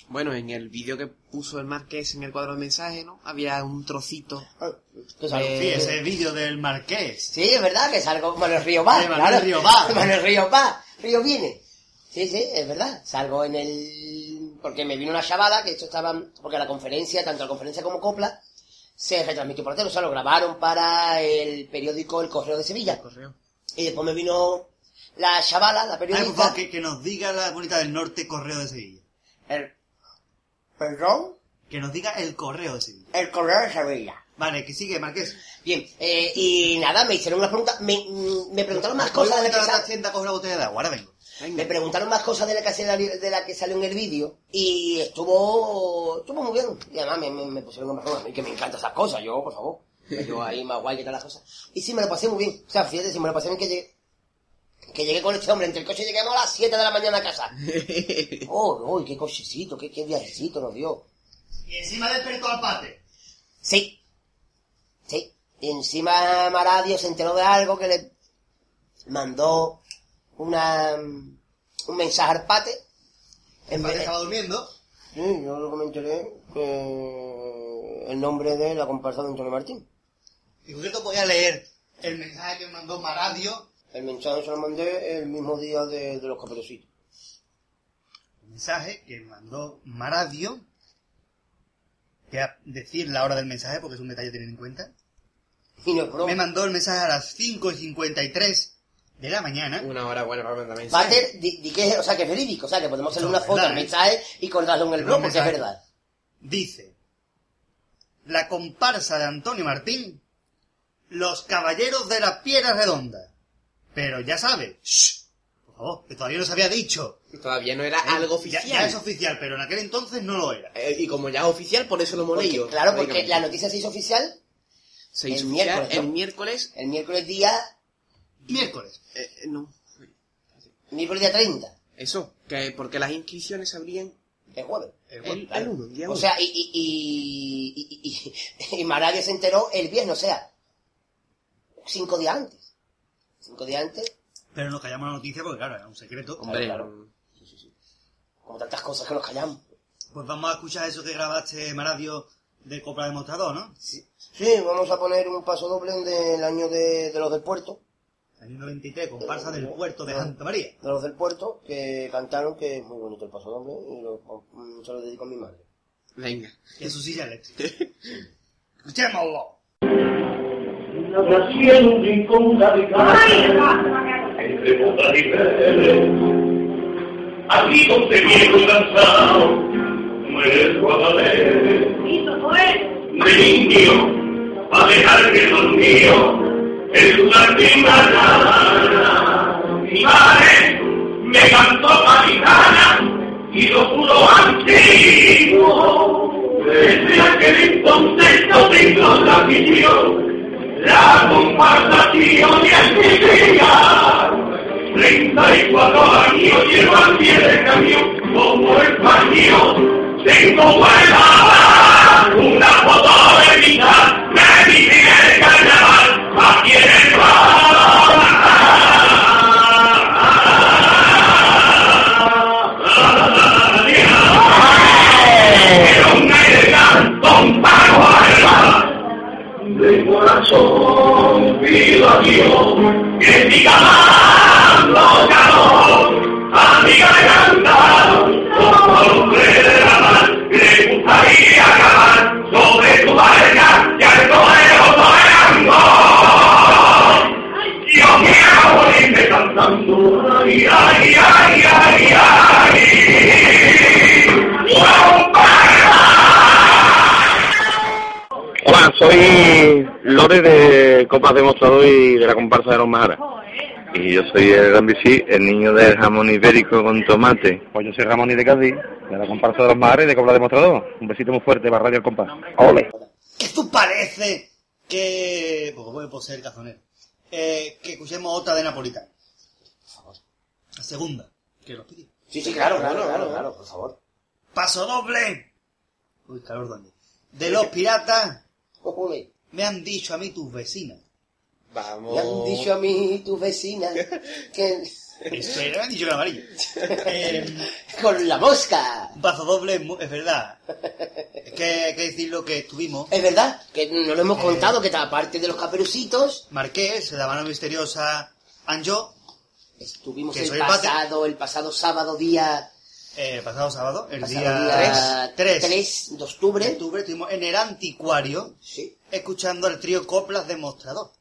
[SPEAKER 4] Bueno, en el vídeo que puso el Marqués en el cuadro de mensaje, ¿no? Había un trocito.
[SPEAKER 2] Ah, que
[SPEAKER 4] Eh,
[SPEAKER 2] sale.
[SPEAKER 5] Sí, ese vídeo del Marqués.
[SPEAKER 2] Sí, es verdad que salgo Manuel Río va.
[SPEAKER 5] De Manuel
[SPEAKER 2] claro.
[SPEAKER 5] Río va.
[SPEAKER 2] Manuel Río va. Río viene. Sí, sí, es verdad. Salgo en el... Porque me vino una llamada, que esto estaba... Porque la conferencia, tanto la conferencia como Copla, se retransmitió por tele. O sea, lo grabaron para el periódico El Correo de Sevilla.
[SPEAKER 4] Correo.
[SPEAKER 2] Y después me vino la chavala, la
[SPEAKER 5] Ay, por
[SPEAKER 2] periodista.
[SPEAKER 5] favor, que, que nos diga la bonita del norte correo de Sevilla.
[SPEAKER 3] El, perdón,
[SPEAKER 5] Que nos diga el correo de Sevilla.
[SPEAKER 3] el correo de Sevilla.
[SPEAKER 5] Vale, que sigue, Marqués.
[SPEAKER 2] Bien, eh, y nada, me hicieron unas preguntas. Me, mm, me preguntaron más
[SPEAKER 5] Voy a
[SPEAKER 2] cosas de
[SPEAKER 5] entrar
[SPEAKER 2] la
[SPEAKER 5] a
[SPEAKER 2] que
[SPEAKER 5] la
[SPEAKER 2] sa-
[SPEAKER 5] tienda a coger la botella de agua, ahora vengo.
[SPEAKER 2] Me preguntaron más cosas de la que, salió- de la que salió en el vídeo y estuvo estuvo muy bien. Y además me, me, me pusieron una a mí que me encantan esas cosas, yo, por favor. Yo ahí más guay que todas las cosas. Y sí, me lo pasé muy bien. O sea, fíjate, si me lo pasé bien que llegué. Que llegué con este hombre entre el coche y llegamos a las 7 de la mañana a casa. ¡Oh, uy, qué cochecito, qué, qué viajecito nos dio!
[SPEAKER 5] Y encima despertó al pate.
[SPEAKER 2] Sí. Sí. Y encima Maradio se enteró de algo que le mandó una un mensaje al pate.
[SPEAKER 5] El
[SPEAKER 2] En
[SPEAKER 5] pate
[SPEAKER 2] vez-
[SPEAKER 5] estaba durmiendo.
[SPEAKER 2] Sí, yo lo que me enteré que el nombre de la comparsa de Antonio Martín.
[SPEAKER 5] Y por cierto, voy a leer el mensaje que me mandó Maradio.
[SPEAKER 2] El mensaje se lo mandé el mismo día de, de los caperucitos.
[SPEAKER 5] El mensaje que me mandó Maradio. Voy a decir la hora del mensaje porque es un detalle a tener en cuenta.
[SPEAKER 2] Y no es broma.
[SPEAKER 5] Me mandó el mensaje a las 5 y 53 de la mañana.
[SPEAKER 4] Una hora buena para mandar mensajes.
[SPEAKER 2] Pater, di, di que, es- o sea, que es verídico, o sea, que podemos hacerle
[SPEAKER 5] No,
[SPEAKER 2] una
[SPEAKER 5] es
[SPEAKER 2] foto
[SPEAKER 5] verdad,
[SPEAKER 2] al
[SPEAKER 5] ¿eh?
[SPEAKER 2] mensaje y colgarlo en el
[SPEAKER 5] No,
[SPEAKER 2] blog, porque es
[SPEAKER 5] mensaje.
[SPEAKER 2] verdad.
[SPEAKER 5] Dice, la comparsa de Antonio Martín, los caballeros de la piedra redonda. Pero ya sabe, shh, por favor, que todavía no se había dicho.
[SPEAKER 4] Todavía no era
[SPEAKER 5] Ya,
[SPEAKER 4] algo oficial.
[SPEAKER 5] ya es oficial, pero en aquel entonces no lo era.
[SPEAKER 4] Eh, y como ya es oficial, por eso lo hemos
[SPEAKER 2] Porque,
[SPEAKER 4] leído.
[SPEAKER 2] claro, porque
[SPEAKER 4] prácticamente.
[SPEAKER 2] la noticia se hizo oficial
[SPEAKER 4] Se hizo
[SPEAKER 2] el
[SPEAKER 4] oficial
[SPEAKER 2] miércoles, ¿no?
[SPEAKER 4] el miércoles.
[SPEAKER 2] el miércoles día,
[SPEAKER 5] Miércoles.
[SPEAKER 4] eh, eh, no.
[SPEAKER 2] miércoles día 30,
[SPEAKER 4] Eso, que porque las inscripciones se abrían
[SPEAKER 2] el jueves.
[SPEAKER 5] El
[SPEAKER 4] el,
[SPEAKER 5] jueves.
[SPEAKER 4] el uno, el día
[SPEAKER 2] Eh, O
[SPEAKER 4] uno.
[SPEAKER 2] sea, y, y, y, y, y, y Maradio se enteró el viernes, o sea, cinco días antes. Cinco días antes,
[SPEAKER 5] Pero nos callamos la noticia porque, claro, era un secreto.
[SPEAKER 4] Hombre,
[SPEAKER 2] claro, como tantas cosas que nos callamos.
[SPEAKER 5] Pues vamos a escuchar eso que grabaste, Maradio, de Copla de Mostrador, ¿no?
[SPEAKER 2] Sí, vamos a poner un paso doble del año de, de los del puerto.
[SPEAKER 5] Año 93, comparsa del puerto de Santa María.
[SPEAKER 2] de los del puerto que cantaron que es muy bonito el paso doble y lo, mm, se lo dedico a mi madre.
[SPEAKER 4] venga.
[SPEAKER 5] Y a su silla eléctrica. Escuchémoslo.
[SPEAKER 7] Nací en un rincón de entre botas y verdes. Amigos de este viejo y cansado, me guardé de indio, pa' dejar que los míos en una timbalada. Mi madre me cantó paritana y lo juro antiguo. Desde aquel entonces no tengo la afición, la comparsa tío de alegría. Treinta y cuatro años llevo al pie del camión como el paño, tengo guardada una foto de mi hija, de mi vida de carnaval, aquí en el Era una idea con pago al de corazón pido a Dios que siga dando calor a mi garganta como hombre de la mar le gustaría acabar sobre tu barca y al torero toreando yo me hago morirme cantando ay, ay, ay, ay, ay
[SPEAKER 8] Hola, soy Lore de Copas Demostrador y de la comparsa de los Majaras.
[SPEAKER 9] Y yo soy el Gambici, el niño del jamón ibérico con tomate.
[SPEAKER 8] Pues yo soy Ramón y de Cádiz, de la comparsa de los Majaras y de Copas Demostrador. Un besito muy fuerte para Radio El Compás.
[SPEAKER 9] Ole.
[SPEAKER 5] ¿Qué tú parece que... Porque voy por ser cazonero. Eh, que escuchemos otra de Napolitano. La segunda. Que los pidió.
[SPEAKER 2] Sí, sí, claro, claro, claro, claro, por favor.
[SPEAKER 5] ¡Paso doble! Uy, calor donde. De los piratas
[SPEAKER 2] Uy,
[SPEAKER 5] me han dicho a mí tus vecinas.
[SPEAKER 4] Vamos.
[SPEAKER 2] Me han dicho a mí tus vecinas que
[SPEAKER 5] Eso era, me han dicho que era amarillo. Eh,
[SPEAKER 2] con la mosca.
[SPEAKER 5] un paso doble es mu- es verdad. Es que hay que decir lo que estuvimos.
[SPEAKER 2] Es verdad, que no lo hemos contado, que aparte de los caperucitos,
[SPEAKER 5] Marqués, la mano misteriosa Anjo,
[SPEAKER 2] estuvimos
[SPEAKER 5] Que
[SPEAKER 2] el
[SPEAKER 5] soy el pate.
[SPEAKER 2] pasado, el pasado sábado día,
[SPEAKER 5] eh, pasado sábado, el
[SPEAKER 2] pasado
[SPEAKER 5] día 3,
[SPEAKER 2] 3 de
[SPEAKER 5] de
[SPEAKER 2] octubre.
[SPEAKER 5] octubre, estuvimos en el anticuario
[SPEAKER 2] Sí,
[SPEAKER 5] escuchando al trío Coplas Demostrador.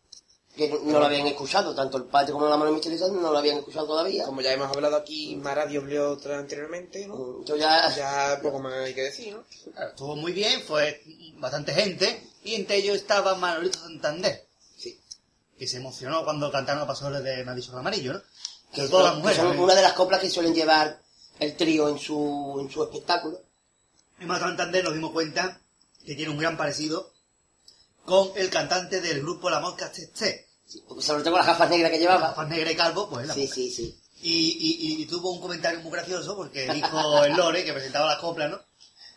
[SPEAKER 2] que no, no lo habían escuchado, tanto el pate como la mano misteriosa no lo habían escuchado todavía.
[SPEAKER 4] Como ya hemos hablado aquí, Maradio habló otra anteriormente, ¿no?
[SPEAKER 2] Yo ya...
[SPEAKER 4] Ya poco más hay que decir, ¿no?
[SPEAKER 5] Claro, estuvo muy bien, fue bastante gente, y entre ellos estaba Manolito Santander,
[SPEAKER 2] sí.
[SPEAKER 5] que se emocionó cuando cantaron los pasadores de Me ha dicho que era amarillo, ¿no?
[SPEAKER 2] que
[SPEAKER 5] Sobre
[SPEAKER 2] son,
[SPEAKER 5] todo las
[SPEAKER 2] que
[SPEAKER 5] mujeres.
[SPEAKER 2] son
[SPEAKER 5] ¿eh?
[SPEAKER 2] una de las coplas que suelen llevar el trío en su, en su espectáculo.
[SPEAKER 5] Y Manolito Santander nos dimos cuenta que tiene un gran parecido con el cantante del grupo La Mosca Teste,
[SPEAKER 2] Sobre todo con las gafas negras que llevaba.
[SPEAKER 5] Juan Negre Calvo, pues la
[SPEAKER 2] Sí, sí, sí.
[SPEAKER 5] Y, y- y tuvo un comentario muy gracioso porque dijo el Lore, que presentaba la copla, ¿no?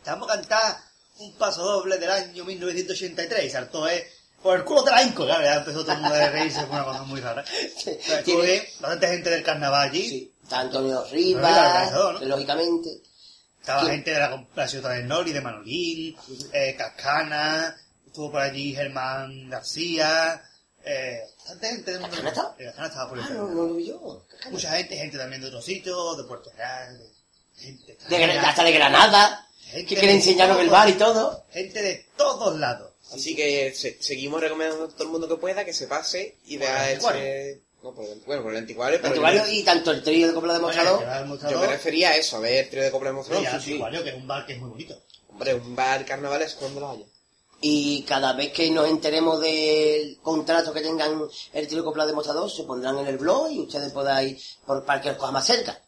[SPEAKER 5] Te vamos a cantar un paso doble del año 1983 y saltó, ¿eh? Por el culo de la Inco, claro, ya empezó todo el mundo a reírse, fue una cosa muy rara. Entonces,
[SPEAKER 2] Tiene-
[SPEAKER 5] fue bastante gente del carnaval allí,
[SPEAKER 2] Sí. Está Antonio
[SPEAKER 5] Pero era
[SPEAKER 2] Rivas,
[SPEAKER 5] organizador, ¿no?
[SPEAKER 2] lógicamente.
[SPEAKER 5] estaba
[SPEAKER 2] Sí.
[SPEAKER 5] gente de la, com- la ciudad del Nori, de Manolín, eh, Cascana, estuvo por allí Germán García, eh, bastante gente del mundo.
[SPEAKER 2] ¿Cascana estaba?
[SPEAKER 5] Eh, Cascana estaba por el
[SPEAKER 2] Ah, no, no lo vi yo.
[SPEAKER 5] Mucha gente, gente también de otros sitios, de Puerto Real, de- gente
[SPEAKER 2] De Gra- hasta de Granada, que
[SPEAKER 5] Gente
[SPEAKER 2] quiere
[SPEAKER 5] de-
[SPEAKER 2] enseñarnos el bar y todo.
[SPEAKER 5] gente de todos lados.
[SPEAKER 4] Así que se- seguimos recomendando a todo el mundo que pueda que se pase y
[SPEAKER 5] Por
[SPEAKER 4] vea
[SPEAKER 5] el 24.
[SPEAKER 4] ese... No, por el, bueno, por el 24, pero
[SPEAKER 2] Antuario
[SPEAKER 4] yo,
[SPEAKER 2] y tanto el trío de Copla de
[SPEAKER 5] Oye,
[SPEAKER 2] Mostrador.
[SPEAKER 5] lleva el
[SPEAKER 4] yo
[SPEAKER 5] mostrador,
[SPEAKER 4] me refería a eso, a ver el trío de copla de
[SPEAKER 5] oye,
[SPEAKER 4] Mostrador.
[SPEAKER 5] lleva
[SPEAKER 4] Sí,
[SPEAKER 5] el
[SPEAKER 4] sí.
[SPEAKER 5] Sicuario, que es un bar que es muy bonito.
[SPEAKER 4] Hombre, un bar carnaval es cuando lo haya.
[SPEAKER 2] Y cada vez que nos enteremos del contrato que tengan el trío de Copla de Mostrador, se pondrán en el blog y ustedes podáis, por para que os coja más cerca.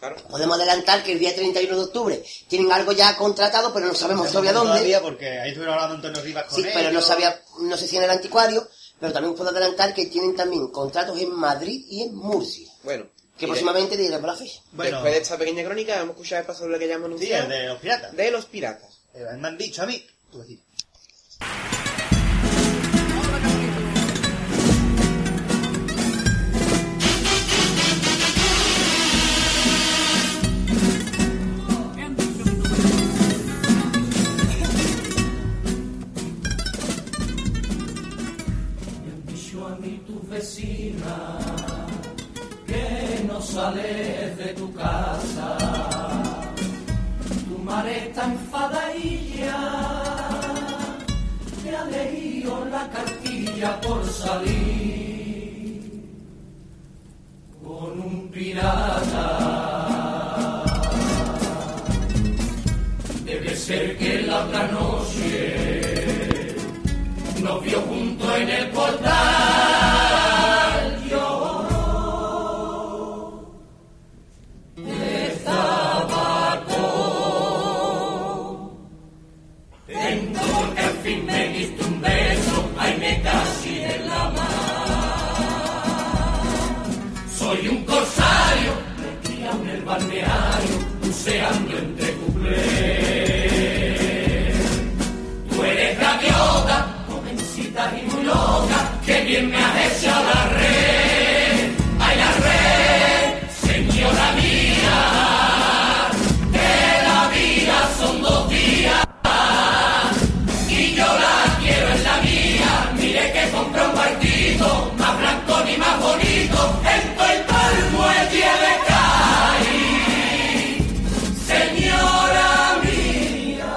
[SPEAKER 4] Claro.
[SPEAKER 2] Podemos adelantar que el día 31 de octubre tienen algo ya contratado, pero no sabemos todavía dónde.
[SPEAKER 5] Todavía porque ahí estuvieron hablando Antonio Rivas con
[SPEAKER 2] Sí,
[SPEAKER 5] ellos.
[SPEAKER 2] pero no sabía, no sé si en el anticuario, pero también puedo adelantar que tienen también contratos en Madrid y en Murcia.
[SPEAKER 4] Bueno.
[SPEAKER 2] Que
[SPEAKER 4] y de-
[SPEAKER 2] próximamente diremos la fecha.
[SPEAKER 5] Bueno,
[SPEAKER 4] Después de esta pequeña crónica, hemos escuchado el paso doble que ya hemos
[SPEAKER 5] sí, el
[SPEAKER 4] anunciado.
[SPEAKER 5] de los piratas.
[SPEAKER 4] de los piratas.
[SPEAKER 5] Eh, me han dicho a mí, tú decís.
[SPEAKER 1] dicho a mí tu vecina que no sales de tu casa. Tu madre está enfadadilla, te ha leído la cartilla por salir con un pirata. Debe ser que la otra noche nos vio junto en el portal. Yo estaba contento porque al fin me diste un beso, ay me casi en la mar. Soy un corsario, retirado en el balneario, buceando entre cuplés. Tú eres gaviota, jovencita y muy loca, que bien me has hecho la red. ¡Ay, la red! Señora mía, que la vida son dos días. Y yo la quiero en la mía, mire que compré un barquito, más blanco ni más bonito, en todo el muelle de Cádiz. Señora mía.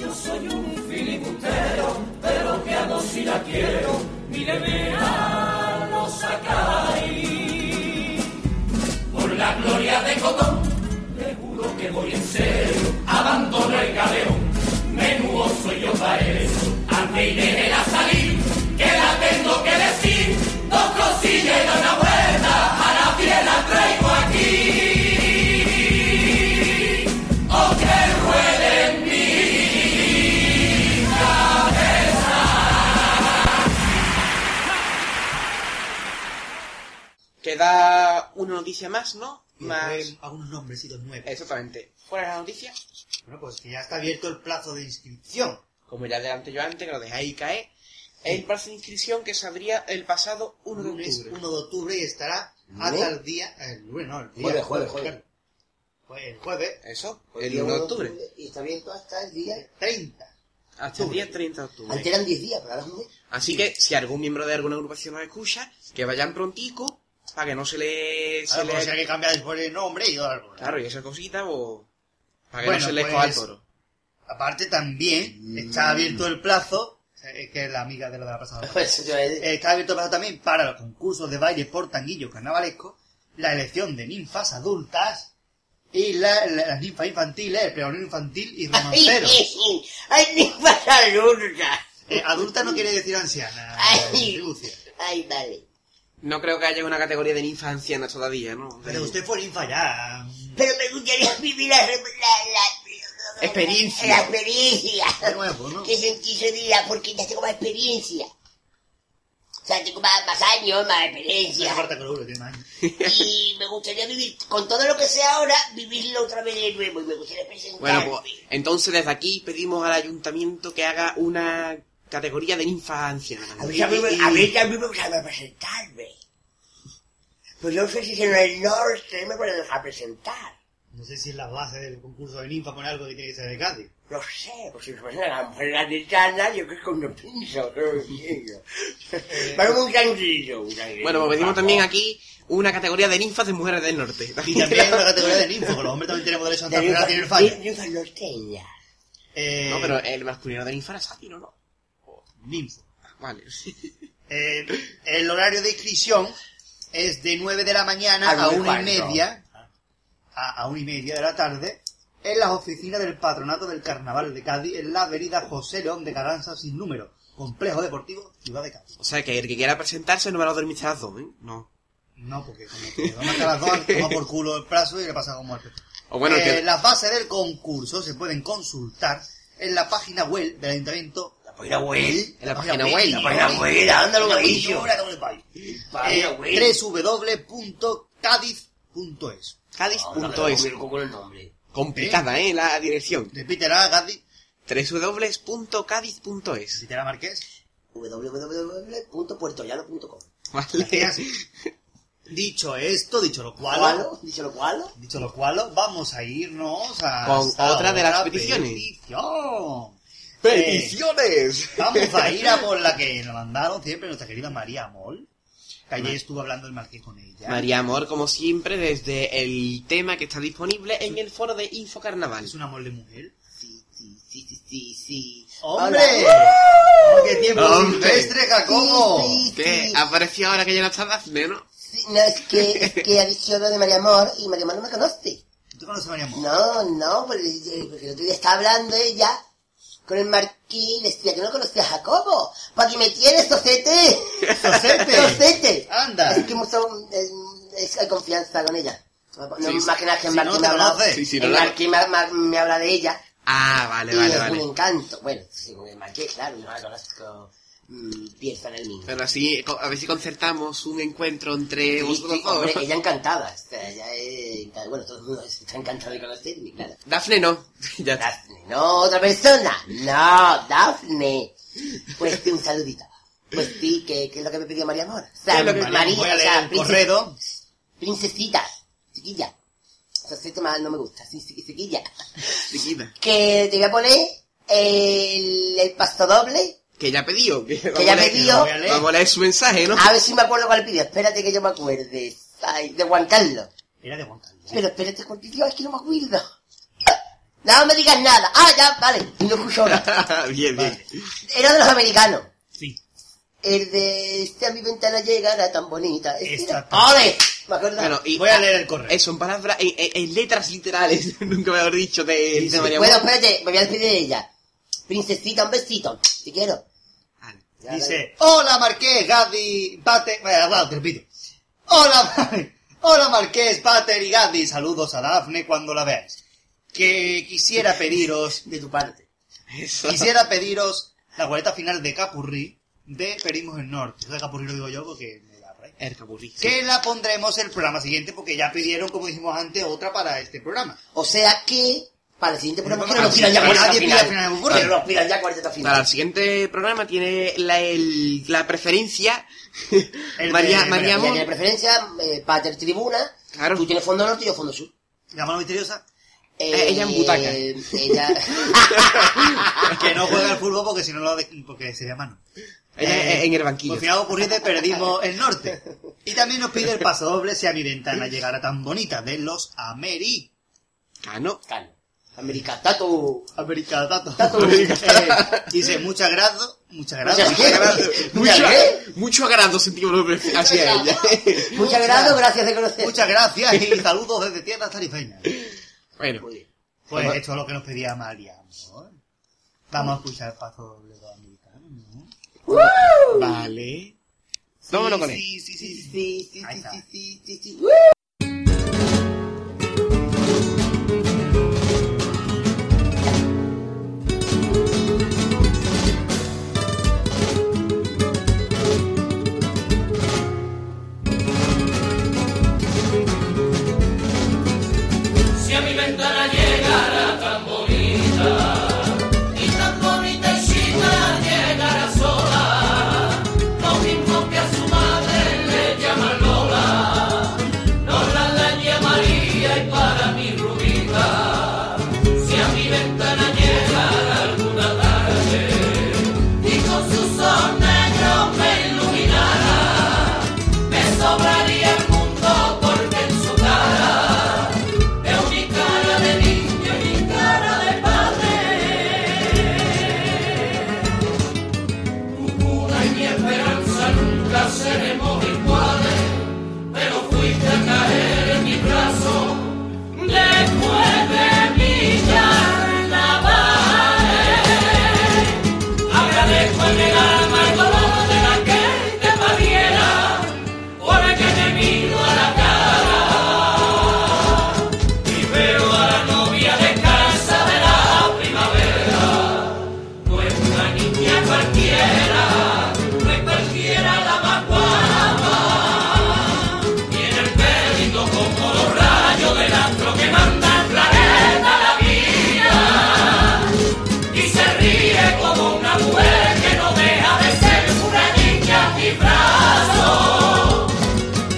[SPEAKER 1] Yo soy un filibustero, pero que hago si la quiero? Míreme a los sacáis. Por la gloria de Cotón, le juro que voy en serio, abandono el galeón. Menudo soy yo para eso, hazme y déjela salir, que la tengo que decir. Dos cosillas y da una vuelta, a la piel la traigo aquí. O que ruede en mí.
[SPEAKER 4] Queda una noticia más, ¿no? Más...
[SPEAKER 5] algunos nombrecitos nuevos.
[SPEAKER 4] Exactamente. ¿Cuál es la noticia?
[SPEAKER 5] Bueno, pues que ya está abierto el plazo de inscripción.
[SPEAKER 4] Como ya adelanté yo antes, que lo dejáis caer. Es el plazo de inscripción que se abría el pasado 1 de
[SPEAKER 5] Lunes
[SPEAKER 4] octubre.
[SPEAKER 5] 1 de octubre y estará hasta el día. El lunes, no, el día.
[SPEAKER 2] Jueves, jueves, jueves.
[SPEAKER 5] claro. Pues el jueves
[SPEAKER 4] Eso, el 1 de octubre.
[SPEAKER 2] Y está abierto hasta el día.
[SPEAKER 5] 30.
[SPEAKER 4] Hasta el día 30 de
[SPEAKER 2] Antes
[SPEAKER 4] octubre.
[SPEAKER 2] eran 10 días, pero ahora es un mes.
[SPEAKER 4] Así que si algún miembro de alguna agrupación nos escucha, que vayan prontico para que no se le... Se
[SPEAKER 5] Ahora, como si hay
[SPEAKER 4] le...
[SPEAKER 5] que cambiar después el nombre y todo algo.
[SPEAKER 4] Claro, y esa cosita, o... Para que
[SPEAKER 5] Bueno,
[SPEAKER 4] no se le
[SPEAKER 5] pues,
[SPEAKER 4] coja el toro.
[SPEAKER 5] Aparte también está abierto el plazo, es que es la amiga de lo de la pasada. vez.
[SPEAKER 2] Pues yo he-
[SPEAKER 5] Está abierto el plazo también para los concursos de baile por tanguillo carnavalesco, la elección de ninfas adultas y la- la- las ninfas infantiles, el peonero infantil y romancero.
[SPEAKER 2] ¡Ay, ay, ni para luna!
[SPEAKER 5] Eh, adulta no quiere decir anciana. eh,
[SPEAKER 2] Ay.
[SPEAKER 5] Lucia.
[SPEAKER 2] ¡Ay, vale!
[SPEAKER 4] No creo que haya una categoría de ninfas ancianas todavía, ¿no?
[SPEAKER 5] Pero usted fue ninfa ya.
[SPEAKER 2] Pero me gustaría vivir la... la, la- la-
[SPEAKER 4] Experiencia.
[SPEAKER 2] La experiencia.
[SPEAKER 5] De nuevo, ¿no?
[SPEAKER 2] Que sentí su vida porque ya tengo más experiencia. O sea, tengo más, más años, más
[SPEAKER 5] Se
[SPEAKER 2] experiencia.
[SPEAKER 5] aparta con uno, tiene más años.
[SPEAKER 2] Y me gustaría vivir, con todo lo que sea ahora, vivirlo otra vez de nuevo. Y me gustaría
[SPEAKER 4] Bueno,
[SPEAKER 2] presentarme.
[SPEAKER 4] pues entonces desde aquí pedimos al ayuntamiento que haga una categoría de ninfa anciana.
[SPEAKER 3] A mí también me- a mí también me gusta presentarme. Pues yo no sé si en el norte me pueden dejar presentar.
[SPEAKER 5] No sé si es la base del concurso de ninfa con algo que tiene que ser de Cádiz.
[SPEAKER 3] No sé, pues si me ponen a la mujer gaditana, yo creo que uno pinzo, creo que quiero.
[SPEAKER 2] Eh,
[SPEAKER 3] Pero un tranquillo, un tranquillo.
[SPEAKER 4] Bueno, pues pedimos también aquí una categoría de ninfas de mujeres del norte.
[SPEAKER 5] Y también una categoría de ninfa, porque los hombres también tenemos derecho a entrar a tener falla.
[SPEAKER 3] Ninfa norteña.
[SPEAKER 5] Eh,
[SPEAKER 4] No, pero el masculino de ninfa era sátiro, ¿no?
[SPEAKER 5] ninfa.
[SPEAKER 4] Vale.
[SPEAKER 5] Eh, el horario de inscripción es de 9 de la mañana
[SPEAKER 3] A
[SPEAKER 5] a
[SPEAKER 3] nueve
[SPEAKER 5] 1 y
[SPEAKER 3] cuarto.
[SPEAKER 5] media a, a 1 y media de la tarde en las oficinas del Patronato del Carnaval de Cádiz en la avenida José León de Carranza sin número, Complejo Deportivo Ciudad de Cádiz.
[SPEAKER 4] O sea que el que quiera presentarse no me lo dormís a las dos, ¿eh? No.
[SPEAKER 5] No, porque como que vamos a las dos, toma por culo el plazo y le pasa como muerte.
[SPEAKER 4] O bueno, el
[SPEAKER 5] Eh,
[SPEAKER 4] que-
[SPEAKER 5] Las bases del concurso se pueden consultar en la página web del Ayuntamiento.
[SPEAKER 3] La polla huel.
[SPEAKER 4] En la página web.
[SPEAKER 3] La polla huel, ándalo,
[SPEAKER 5] amarillo.
[SPEAKER 3] gavillo.
[SPEAKER 5] Eh, www.cadiz.es
[SPEAKER 4] Cádiz.es.
[SPEAKER 3] con el nombre.
[SPEAKER 4] Complicada, ¿eh? La dirección.
[SPEAKER 5] Repítela, Cádiz.
[SPEAKER 4] www.cádiz.es.
[SPEAKER 5] Repítela, Marqués.
[SPEAKER 2] www.puertollano.com.
[SPEAKER 4] Vale.
[SPEAKER 5] Dicho esto, dicho lo cual,
[SPEAKER 2] ¿Cualo? Dicho lo cualo.
[SPEAKER 5] dicho lo cual, vamos a irnos a...
[SPEAKER 4] Con
[SPEAKER 5] a
[SPEAKER 4] otra de las peticiones.
[SPEAKER 5] petición. Eh,
[SPEAKER 4] ¡Peticiones!
[SPEAKER 5] Vamos a ir a por la que nos mandaron siempre nuestra querida María Mol. Que ayer estuvo hablando el Marqués con ella.
[SPEAKER 4] María Amor, como siempre, desde el tema que está disponible en el foro de Infocarnaval.
[SPEAKER 5] Es una mol de mujer.
[SPEAKER 2] Sí, sí, sí, sí, sí, sí.
[SPEAKER 5] ¡Hombre!
[SPEAKER 2] Hola.
[SPEAKER 3] ¡Ah,
[SPEAKER 5] ¡Oh, ¡Qué tiempo
[SPEAKER 4] ¡Hombre!
[SPEAKER 5] silvestre, Jacobo!
[SPEAKER 2] Sí, sí.
[SPEAKER 4] ¿Qué? Apareció ahora que ya no está Dafne, ¿no?
[SPEAKER 2] Sí, No, es que, es que ha dicho lo de María Amor y María Amor no me conoce.
[SPEAKER 5] ¿Tú conoces a María Mol?
[SPEAKER 2] No, no, porque, eh, porque el otro día estaba hablando ella con el marqués y le decía que no conocía a Jacobo. ¿Para qué me tienes, Socete?
[SPEAKER 5] ¡Sosete!
[SPEAKER 2] ¡Socete!
[SPEAKER 5] Anda.
[SPEAKER 2] Es que mucho, eh, es, hay confianza con ella. No,
[SPEAKER 4] Sí,
[SPEAKER 2] más que nada que el
[SPEAKER 5] si no
[SPEAKER 2] marqués
[SPEAKER 5] te
[SPEAKER 2] me, habla-
[SPEAKER 5] conoce.
[SPEAKER 4] Sí, sí, no
[SPEAKER 2] el
[SPEAKER 4] la-
[SPEAKER 2] marqués me, me- me habla de ella
[SPEAKER 4] Ah, vale,
[SPEAKER 2] y
[SPEAKER 4] vale,
[SPEAKER 2] es
[SPEAKER 4] vale.
[SPEAKER 2] un encanto. Bueno, según el marqués, claro, no la conozco. mm, piensa en el mismo.
[SPEAKER 4] Pero así, co- a ver si concertamos un encuentro entre
[SPEAKER 2] Sí,
[SPEAKER 4] vosotros
[SPEAKER 2] sí,
[SPEAKER 4] dos.
[SPEAKER 2] hombre, ella encantada. o sea, ella es enca- bueno, todo el mundo está encantado de conocerme, claro.
[SPEAKER 4] Dafne no. ya está.
[SPEAKER 2] Dafne, no otra persona. No, Dafne. Pues sí, un saludito. Pues sí, que, que es lo que me pidió María Mora. O sea,
[SPEAKER 4] ¿Qué es lo que-
[SPEAKER 2] María,
[SPEAKER 5] voy a
[SPEAKER 2] o
[SPEAKER 5] leer
[SPEAKER 2] sea,
[SPEAKER 5] el
[SPEAKER 2] princes-
[SPEAKER 5] corredo.
[SPEAKER 2] princesita, chiquilla. O sea, este más no me gusta, sí, sí, chiquilla.
[SPEAKER 4] Chiquita.
[SPEAKER 2] Que te voy a poner el, el pasto doble.
[SPEAKER 4] Que ya Ah, pedió. Que,
[SPEAKER 2] Que ya
[SPEAKER 4] vamos a leer-
[SPEAKER 2] pedió.
[SPEAKER 5] voy a leer.
[SPEAKER 4] Vamos a leer su mensaje, ¿no?
[SPEAKER 2] A ver si me acuerdo cuál pidió. Espérate que yo me acuerde. Ay, de Juan Carlos.
[SPEAKER 5] Era de Juan Carlos.
[SPEAKER 2] Pero espérate, porque yo es que no me acuerdo. No me digas nada. Ah, ya, vale. Y no escucho ahora.
[SPEAKER 4] bien, bien.
[SPEAKER 5] Vale.
[SPEAKER 2] Era de los americanos.
[SPEAKER 5] Sí.
[SPEAKER 2] El de este a mi ventana llega era tan bonita. Este era-
[SPEAKER 5] Exacto.
[SPEAKER 2] ¡Ole! Me acuerdo.
[SPEAKER 4] Bueno, y
[SPEAKER 5] Voy a leer el correo.
[SPEAKER 4] eso en palabras, en, en- en letras literales, nunca me haber dicho de, de María
[SPEAKER 2] bueno,
[SPEAKER 4] Amor.
[SPEAKER 2] espérate, me voy a despedir de ella. Princesita, un besito. Te quiero.
[SPEAKER 4] Vale.
[SPEAKER 2] Ya,
[SPEAKER 5] Dice, hola Marqués, Gaddi, Pater... Bueno, bueno, te repito. Hola, hola Marqués, Pater y Gaddi, saludos a Dafne cuando la veáis. Que quisiera pediros,
[SPEAKER 2] De tu parte.
[SPEAKER 4] Eso.
[SPEAKER 5] quisiera pediros la boleta final de Capurri de Pedimos el Norte. Eso de Capurri lo digo yo porque me da rey.
[SPEAKER 4] El capurri.
[SPEAKER 5] Que la pondremos el programa siguiente porque ya pidieron, como dijimos antes, otra para este programa.
[SPEAKER 2] O sea que, para el siguiente programa, que no
[SPEAKER 5] Ah,
[SPEAKER 2] nos pidan
[SPEAKER 5] sí,
[SPEAKER 2] ya
[SPEAKER 5] para
[SPEAKER 2] cuarteto
[SPEAKER 5] nadie pida
[SPEAKER 2] final.
[SPEAKER 5] final de Burro.
[SPEAKER 2] Que no nos pidan ya cuarteto
[SPEAKER 4] Para el
[SPEAKER 2] final.
[SPEAKER 4] siguiente programa tiene la, el- la preferencia
[SPEAKER 5] El
[SPEAKER 4] María,
[SPEAKER 5] de-
[SPEAKER 4] María
[SPEAKER 2] Ella
[SPEAKER 4] Amor.
[SPEAKER 2] tiene preferencia, eh, Pater Tribuna.
[SPEAKER 4] Claro.
[SPEAKER 2] Tú tienes fondo norte y yo fondo sur.
[SPEAKER 5] La mano misteriosa
[SPEAKER 4] Eh, ella en butaca.
[SPEAKER 2] eh, ella...
[SPEAKER 5] que no juega al fútbol porque si no lo de- porque sería mano.
[SPEAKER 4] Ella en- en el banquillo.
[SPEAKER 5] Eh, Por final ocurriente perdimos el norte. Y también nos pide el paso doble si a mi ventana llegara tan bonita de los Ameri.
[SPEAKER 4] Cano.
[SPEAKER 2] Cano. América, tato.
[SPEAKER 5] América Tato.
[SPEAKER 4] América.
[SPEAKER 5] Eh, dice muchas gracias, muchas
[SPEAKER 2] Muchas
[SPEAKER 5] gracias.
[SPEAKER 2] gracias.
[SPEAKER 4] Mucho,
[SPEAKER 5] ¿eh?
[SPEAKER 2] ¿Qué?
[SPEAKER 4] mucho agrado sentimos los pre- hacia ella.
[SPEAKER 2] Muchas gracias, gracias de conocer.
[SPEAKER 5] Muchas gracias y saludos desde tierras tarifeñas.
[SPEAKER 4] Bueno,
[SPEAKER 2] Muy bien.
[SPEAKER 5] Pues esto es lo que nos pedía María. Amor. Vamos a escuchar el paso doble de los americanos. ¿no?
[SPEAKER 4] vale. Vámonos con él.
[SPEAKER 5] Sí, sí, sí,
[SPEAKER 2] Sí,
[SPEAKER 5] sí.
[SPEAKER 2] sí, sí,
[SPEAKER 5] Ahí
[SPEAKER 2] sí,
[SPEAKER 5] está.
[SPEAKER 2] sí, sí, sí, sí.
[SPEAKER 6] mi ventana llegara tan bonita, y tan bonita y china llegara sola, lo mismo que a su madre le llaman Lola, Lola la llamaría y para mi rubita, si a mi ventana llegara alguna tarde, y con sus ojos negros me iluminara, me sobraría el mundo porque en su cara veo mi cara de niño y mi cara de padre. Tu cuna y mi esperanza nunca seremos iguales, pero fuiste a caer en mi brazo después de mi carnaval. Agradezco en el alma el dolor de la que te pariera, porque te miro a la cara y veo a la novia descalza de la primavera. No es una niña cualquiera, no es cualquiera la más guapa. Tiene el pelito como los rayos del astro que manda al planeta la vida y se ríe como una mujer que no deja de ser una niña mi brazo.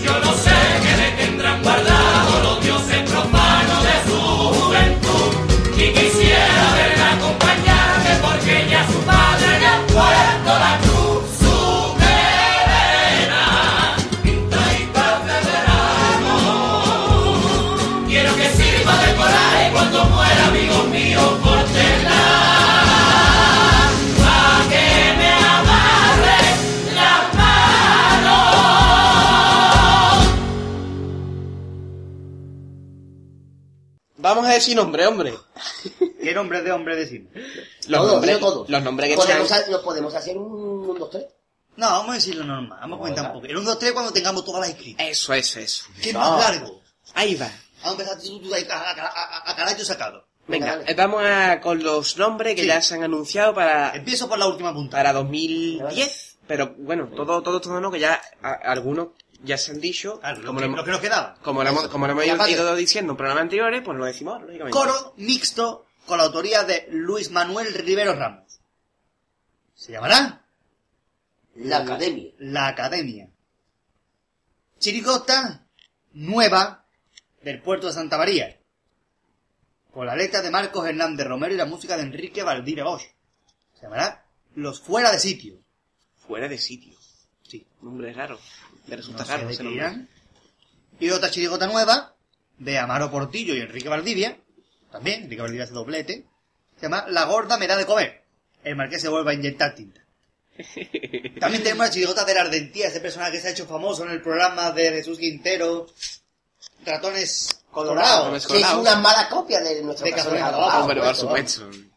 [SPEAKER 6] Yo no sé qué le tendrán guardado los dioses profanos de su juventud y quisiera verla acompañarme porque ya su padre le ha puesto la cruz. Su melena, pintadita de verano. Quiero que sirva de coraje cuando muera, amigos míos, cortenla. Pa' que me amarre las manos.
[SPEAKER 4] Vamos a decir nombre, hombre.
[SPEAKER 5] ¿Qué nombre de hombre decimos?
[SPEAKER 4] Los
[SPEAKER 2] Todos,
[SPEAKER 4] nombres,
[SPEAKER 2] ¿eh? Todos.
[SPEAKER 4] los nombres que
[SPEAKER 2] podemos,
[SPEAKER 4] sean.
[SPEAKER 2] ha- ¿Lo podemos hacer un, un dos, tres?
[SPEAKER 5] No, vamos a decirlo normal. Vamos a comentar un poco. El 1, 2, 3 cuando tengamos todas las escritas.
[SPEAKER 4] Eso, eso, eso.
[SPEAKER 5] ¿Qué es más largo?
[SPEAKER 4] Ahí va.
[SPEAKER 5] Vamos a empezar tú, tú, tú, a, a, a- a- a carajo sacado.
[SPEAKER 4] Venga,
[SPEAKER 2] Dale.
[SPEAKER 4] eh, vamos a con los nombres que
[SPEAKER 5] Sí. Eh,
[SPEAKER 4] ya se han anunciado para,
[SPEAKER 5] Empiezo por la última punta.
[SPEAKER 4] para 2010. Pero bueno, todo, todo, todo no, que ya a- algunos ya se han dicho.
[SPEAKER 5] Claro, Ah, lo,
[SPEAKER 4] como
[SPEAKER 5] que,
[SPEAKER 4] lo hemos-
[SPEAKER 5] lo que nos quedaba.
[SPEAKER 4] como lo hemos, como lo hemos
[SPEAKER 5] Y
[SPEAKER 4] ido,
[SPEAKER 5] aparte-
[SPEAKER 4] ido diciendo en programas anteriores, pues lo decimos ahora, lógicamente.
[SPEAKER 5] Coro mixto con la autoría de Luis Manuel Rivero Ramos. Se llamará
[SPEAKER 2] La academia.
[SPEAKER 5] La Academia. Chiricota nueva del puerto de Santa María. Con la letra de Marcos Hernández Romero y la música de Enrique Valdivia Bosch. Se llamará Los Fuera de Sitio.
[SPEAKER 4] Fuera de sitio.
[SPEAKER 5] Sí.
[SPEAKER 4] Nombre raro. Me resulta
[SPEAKER 5] No sé
[SPEAKER 4] raro
[SPEAKER 5] de
[SPEAKER 4] ese
[SPEAKER 5] qué
[SPEAKER 4] nombre.
[SPEAKER 5] irán. Y otra chirigota nueva de Amaro Portillo y Enrique Valdivia. También, Enrique Valdivia hace doblete. Se llama La gorda me da de comer. El marqués se vuelve a inyectar tinta. También tenemos la chirigota de la ardentía, ese personaje que se ha hecho famoso en el programa de Jesús Quintero. Ratones colorados.
[SPEAKER 4] Ratones
[SPEAKER 2] Que es
[SPEAKER 4] Colado.
[SPEAKER 2] una mala copia de nuestro
[SPEAKER 5] De
[SPEAKER 2] Cazones
[SPEAKER 5] Cazones
[SPEAKER 2] Adobados,
[SPEAKER 5] Adobados,
[SPEAKER 4] Hombre, por
[SPEAKER 2] correcto,
[SPEAKER 4] supuesto.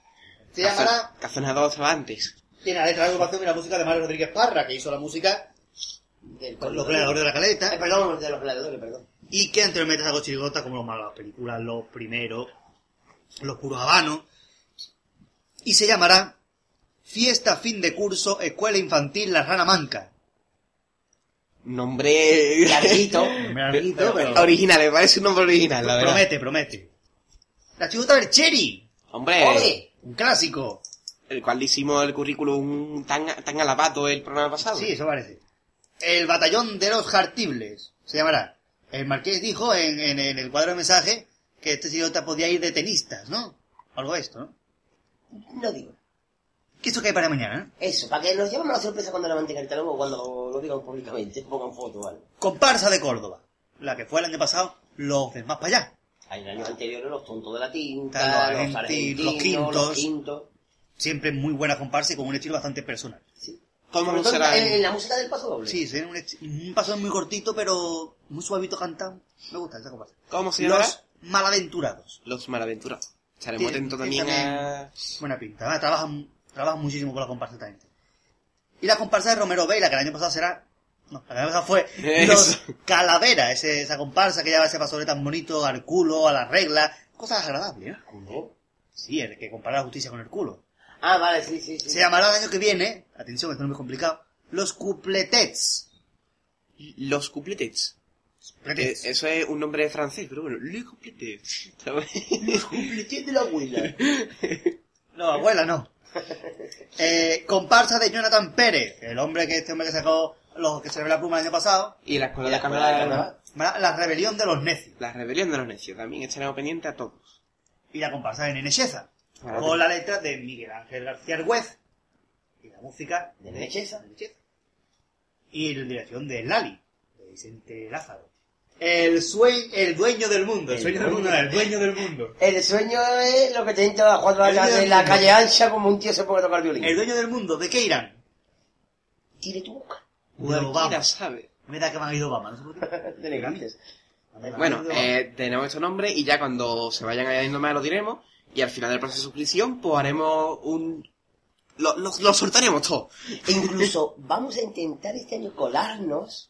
[SPEAKER 5] Se llamará...
[SPEAKER 4] Cazones Adobados Cervantes.
[SPEAKER 5] Tiene la letra de la agrupación y la música de Mario Rodríguez Parra, que hizo la música
[SPEAKER 2] vamos, del-
[SPEAKER 5] con los creadores de la caleta.
[SPEAKER 2] Eh, perdón, de los gladiadores, perdón.
[SPEAKER 5] y que anteriormente sacó chirigotas como los malos, las películas, los primeros, los puros habanos, y se llamará Fiesta Fin de Curso Escuela Infantil La Rana Manca.
[SPEAKER 4] Nombre.
[SPEAKER 2] Larguito.
[SPEAKER 5] Larguito, pero-
[SPEAKER 4] Original, me parece un nombre original, la verdad.
[SPEAKER 5] promete, promete. La chirigota del Cherry,
[SPEAKER 4] Hombre.
[SPEAKER 2] Oye.
[SPEAKER 5] un clásico.
[SPEAKER 4] el cual le hicimos el currículum tan, tan alabado el programa pasado.
[SPEAKER 5] Sí, eso parece. El Batallón de los Jartibles se llamará. El marqués dijo en, en- en el cuadro de mensaje que este chirigota podía ir de tenistas, ¿no? Algo de esto, ¿no?
[SPEAKER 2] No digo.
[SPEAKER 5] ¿Qué eso que hay para mañana? eh?
[SPEAKER 2] Eso, para que nos llevemos la sorpresa cuando la mantenga el talón o cuando lo digan públicamente, pongan foto o algo.
[SPEAKER 5] Comparsa de Córdoba, la que fue el año pasado, los del más para allá.
[SPEAKER 2] Hay en años anteriores los tontos de la tinta,
[SPEAKER 5] Claro,
[SPEAKER 2] los
[SPEAKER 5] argentinos,
[SPEAKER 2] argentinos,
[SPEAKER 5] los
[SPEAKER 2] los quintos.
[SPEAKER 5] quintos. Siempre muy buena comparsa y con un estilo bastante personal.
[SPEAKER 2] sí.
[SPEAKER 4] ¿Cómo
[SPEAKER 2] Sobre
[SPEAKER 4] no
[SPEAKER 2] todo
[SPEAKER 4] será?
[SPEAKER 2] en, en la música del paso doble.
[SPEAKER 5] Sí, tiene un, esti- un paso muy cortito, pero muy suavito cantado. Me gusta esa comparsa.
[SPEAKER 4] ¿Cómo se llamará?
[SPEAKER 5] Los malaventurados.
[SPEAKER 4] Los Malaventurados. Estaremos
[SPEAKER 5] Tiene-
[SPEAKER 4] atentos
[SPEAKER 5] tiene
[SPEAKER 4] también a...
[SPEAKER 5] Buena pinta. Además, trabajan, trabajan muchísimo con la comparsa esta gente. Y la comparsa de Romero Vela, que el año pasado será... No, la que el año pasado fue
[SPEAKER 4] Eso.
[SPEAKER 5] Los Calavera, ese- esa comparsa que lleva ese paso tan bonito al culo, a las reglas, cosas agradables. ¿eh?
[SPEAKER 2] ¿No?
[SPEAKER 5] Sí, el que compara la justicia con el culo.
[SPEAKER 2] Ah, vale, sí, sí, sí.
[SPEAKER 5] Se llamará el año que viene, atención, esto no es muy complicado, los cupletets.
[SPEAKER 4] Los Cupletets. Eh, eso es un nombre francés, pero bueno, Le Complété. ¿sabes?
[SPEAKER 2] de la abuela.
[SPEAKER 5] No, abuela, no. Eh, comparsa de Jonathan Pérez, el hombre que este hombre que sacó los que se ve la pluma el año pasado.
[SPEAKER 4] y la escuela
[SPEAKER 2] Y la
[SPEAKER 4] de
[SPEAKER 2] escuela de
[SPEAKER 4] cámara.
[SPEAKER 2] Carnaval.
[SPEAKER 5] La la rebelión de los necios.
[SPEAKER 4] La rebelión de los necios. También estaremos pendientes a todos.
[SPEAKER 5] Y la comparsa de Nene Sheza,
[SPEAKER 4] Claro.
[SPEAKER 5] Con la letra de Miguel Ángel García Argüez. Y la música
[SPEAKER 2] ¿De Necheza?
[SPEAKER 5] Nene Sheza. Y la dirección de Lali, de Vicente Lázaro. El, sue- el dueño del mundo, el sueño del mundo, no, el dueño del mundo.
[SPEAKER 2] El sueño es lo que te entra a las cuatro de la
[SPEAKER 5] El
[SPEAKER 2] tarde
[SPEAKER 5] día
[SPEAKER 2] en la
[SPEAKER 5] del mundo.
[SPEAKER 2] calle ancha como un tío se pone a tocar violín.
[SPEAKER 5] El dueño del mundo, ¿de qué irán?
[SPEAKER 2] Tire tu boca.
[SPEAKER 5] De Obama.
[SPEAKER 4] Cualquiera sabe.
[SPEAKER 5] Me da que me ha ido Obama, no sé por qué.
[SPEAKER 2] De elegantes.
[SPEAKER 5] Me da
[SPEAKER 4] Bueno,
[SPEAKER 5] que me ha ido Obama.
[SPEAKER 4] eh, tenemos estos nombres y ya cuando se vayan añadiendo más lo diremos. Y al final del proceso de suscripción, pues haremos un. Lo, lo- lo sortearemos todo.
[SPEAKER 2] E incluso vamos a intentar este año colarnos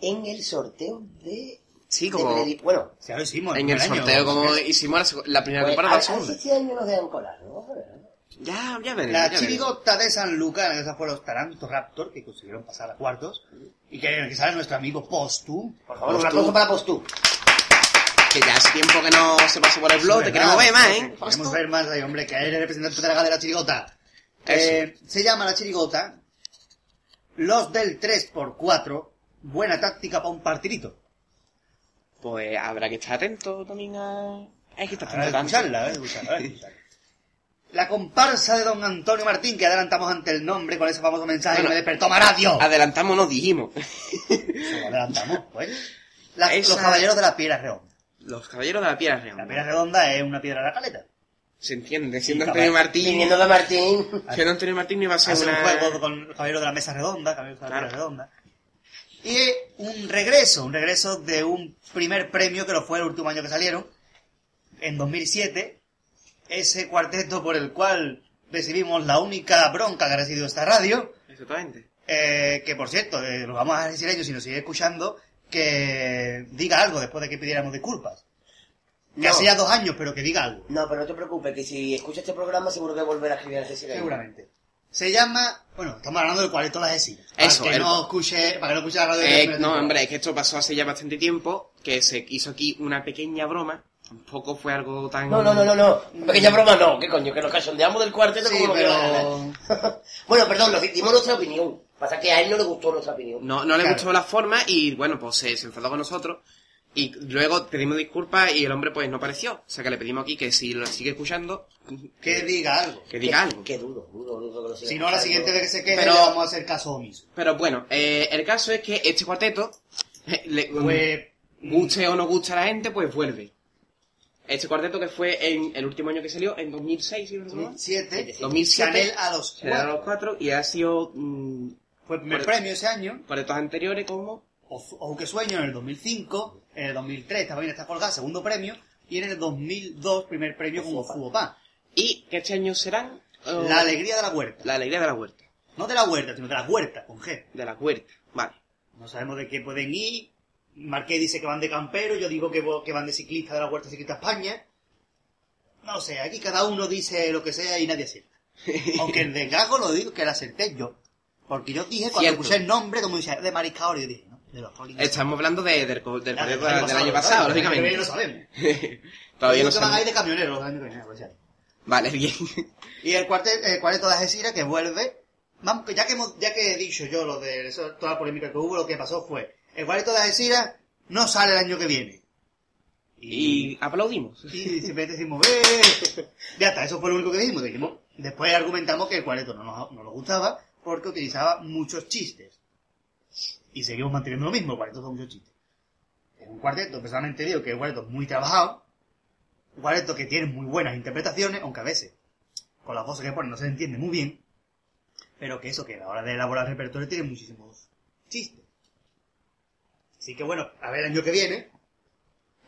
[SPEAKER 2] en el sorteo de...
[SPEAKER 4] Sí,
[SPEAKER 2] de
[SPEAKER 4] como.
[SPEAKER 2] predi- bueno,
[SPEAKER 5] Ya lo hicimos.
[SPEAKER 4] En el
[SPEAKER 5] primer año.
[SPEAKER 4] sorteo, como hicimos la seg- la primera
[SPEAKER 2] pues, a,
[SPEAKER 4] temporada, la
[SPEAKER 2] a ver si
[SPEAKER 4] segunda.
[SPEAKER 2] este año nos dejan colar, ¿no? Vamos a ver, ¿no?
[SPEAKER 4] Ya, ya veremos.
[SPEAKER 5] La
[SPEAKER 4] ya veremos.
[SPEAKER 5] chirigota de San Lucas, esos fueron los Taranto Raptor que consiguieron pasar a cuartos. Y que en el que sale nuestro amigo Postum.
[SPEAKER 2] Por favor, un
[SPEAKER 4] Postú.
[SPEAKER 2] aplauso para Postú.
[SPEAKER 4] Que ya hace tiempo que no se pasó por el blog, te
[SPEAKER 5] Es
[SPEAKER 4] queremos
[SPEAKER 5] verdad,
[SPEAKER 4] ver más,
[SPEAKER 5] que
[SPEAKER 4] ¿eh?
[SPEAKER 5] Queremos
[SPEAKER 4] Hostia.
[SPEAKER 5] ver más, ay, hombre, que eres el representante de la de la chirigota. Eh, se llama la chirigota Los del 3x4, buena táctica para un partidito.
[SPEAKER 4] Pues habrá que estar atento también a. Hay que estar
[SPEAKER 5] Habrá que
[SPEAKER 4] atento tanto.
[SPEAKER 5] escucharla, habrá que escucharla, habrá que escucharla. La comparsa de don Antonio Martín, que adelantamos ante el nombre con ese famoso mensaje
[SPEAKER 4] Bueno,
[SPEAKER 5] que me despertó Maradio.
[SPEAKER 4] Adelantamos, nos dijimos.
[SPEAKER 5] Eso, adelantamos, pues. La-
[SPEAKER 4] Esa-
[SPEAKER 5] Los caballeros de la piedra redonda.
[SPEAKER 4] Los caballeros de la piedra
[SPEAKER 5] La
[SPEAKER 4] redonda.
[SPEAKER 5] piedra redonda es una piedra de la caleta.
[SPEAKER 4] Ah, Se entiende, siendo
[SPEAKER 5] Sí,
[SPEAKER 4] Antonio
[SPEAKER 5] cabal-
[SPEAKER 4] Martín.
[SPEAKER 2] Viniendo de Martín.
[SPEAKER 4] Siendo Antonio Martín no iba a ser
[SPEAKER 5] Hace un
[SPEAKER 4] una.
[SPEAKER 5] juego con los caballeros de la mesa redonda, caballeros de la
[SPEAKER 4] Claro.
[SPEAKER 5] piedra redonda. Y eh, un regreso, un regreso de un primer premio que lo fue el último año que salieron, en 2007. Ese cuarteto por el cual recibimos la única bronca que ha recibido esta radio.
[SPEAKER 4] Exactamente.
[SPEAKER 5] Eh, que por cierto, eh, lo vamos a decir a ellos si nos sigue escuchando, que diga algo después de que pidiéramos disculpas. Que
[SPEAKER 2] No.
[SPEAKER 5] hace ya dos años, pero que diga algo.
[SPEAKER 2] No, pero no te preocupes, que si escuchas este programa seguro que volverá a escribir al Cecilia.
[SPEAKER 5] Seguramente. Se llama, bueno, estamos hablando del cuarteto las Esina.
[SPEAKER 4] Eso,
[SPEAKER 5] para que
[SPEAKER 4] el-
[SPEAKER 5] no escuche, para que no escuche la radio. de la
[SPEAKER 4] Eh,
[SPEAKER 5] primera
[SPEAKER 4] no,
[SPEAKER 5] temporada.
[SPEAKER 4] hombre, es que esto pasó hace ya bastante tiempo, que se hizo aquí una pequeña broma. Tampoco fue algo tan...
[SPEAKER 2] No, no, no, no, no. Pequeña broma, no. ¿Qué coño? Que nos cachondeamos del cuarteto
[SPEAKER 5] Sí,
[SPEAKER 2] como nos dio la
[SPEAKER 5] pero-
[SPEAKER 2] gana. bueno, perdón, nos dimos nuestra opinión. Pasa que a él no le gustó nuestra opinión.
[SPEAKER 4] No, no le
[SPEAKER 5] Claro.
[SPEAKER 4] gustó la forma y, bueno, pues se, se enfadó con nosotros. Y luego pedimos disculpas y el hombre, pues, no apareció. O sea, que le pedimos aquí que si lo sigue escuchando,
[SPEAKER 5] Que diga algo.
[SPEAKER 4] que diga algo.
[SPEAKER 2] Qué duro, duro, duro que lo siga
[SPEAKER 5] Si no, la
[SPEAKER 2] escuchando.
[SPEAKER 5] siguiente vez que se queje,
[SPEAKER 4] Pero-
[SPEAKER 5] le vamos a hacer caso omiso.
[SPEAKER 4] Pero bueno, eh, el caso es que este cuarteto, le,
[SPEAKER 5] Pues,
[SPEAKER 4] guste o no guste a la gente, pues vuelve. Este cuarteto que fue en el último año que salió, en 2006, si no me equivoco.
[SPEAKER 5] 2007,
[SPEAKER 4] 2007,
[SPEAKER 5] Chanel a los
[SPEAKER 4] Se le da a los
[SPEAKER 5] cuatro.
[SPEAKER 4] cuatro y ha sido mm,
[SPEAKER 5] Fue el primer
[SPEAKER 4] Por-
[SPEAKER 5] premio ese año.
[SPEAKER 4] cuartetos anteriores como...
[SPEAKER 5] Oz- Aunque Sueño en el 2005, en el 2003 esta vaina está colgada, segundo premio, y en el 2002 primer premio con Ozuopa.
[SPEAKER 4] Y que este año serán... eh,
[SPEAKER 5] La alegría de la huerta.
[SPEAKER 4] la alegría de la huerta.
[SPEAKER 5] No de la huerta, sino de la huerta, con G.
[SPEAKER 4] De la huerta, vale.
[SPEAKER 5] No sabemos de qué pueden ir. Marqués dice que van de campero, yo digo que, vo- que van de ciclista de la Huerta Ciclista España. No sé, aquí cada uno dice lo que sea y nadie acierta. Aunque el desgajo lo digo que la acerté yo. Porque yo dije cuando
[SPEAKER 4] Cierto.
[SPEAKER 5] escuché el nombre, como dice, "Ah, de mariscador, yo dije, ¿no? De los polines.
[SPEAKER 4] Estamos hablando de, del, co- del
[SPEAKER 5] Ya,
[SPEAKER 4] cuarteto
[SPEAKER 5] del
[SPEAKER 4] del, año pasado,
[SPEAKER 5] ¿no?
[SPEAKER 4] lógicamente.
[SPEAKER 5] Que No sabemos.
[SPEAKER 4] Todavía
[SPEAKER 5] Yo creo que van a ir
[SPEAKER 4] no sabemos.
[SPEAKER 5] de camioneros los años que vienen, pues ya.
[SPEAKER 4] Vale, bien.
[SPEAKER 5] Y el cuartel, el cuarteto de Algeciras que vuelve. Vamos, que Ya que, hemos- ya que he dicho yo lo de eso, toda la polémica que hubo, lo que pasó fue, el cuarteto de Algeciras no sale el año que viene.
[SPEAKER 4] Y aplaudimos.
[SPEAKER 5] Y simplemente decimos, ¡eh! Ya está, eso fue lo único que dijimos. dijimos. Después argumentamos que el cuarteto no nos, no nos gustaba porque utilizaba muchos chistes. Y seguimos manteniendo lo mismo, el cuarteto son muchos chistes. Es un cuarteto, personalmente digo que el cuarteto es muy trabajado, un cuarteto que tiene muy buenas interpretaciones, aunque a veces con las voces que ponen no se entiende muy bien, pero que eso que a la hora de elaborar el repertorio tiene muchísimos chistes. Así que bueno, a ver el año que viene,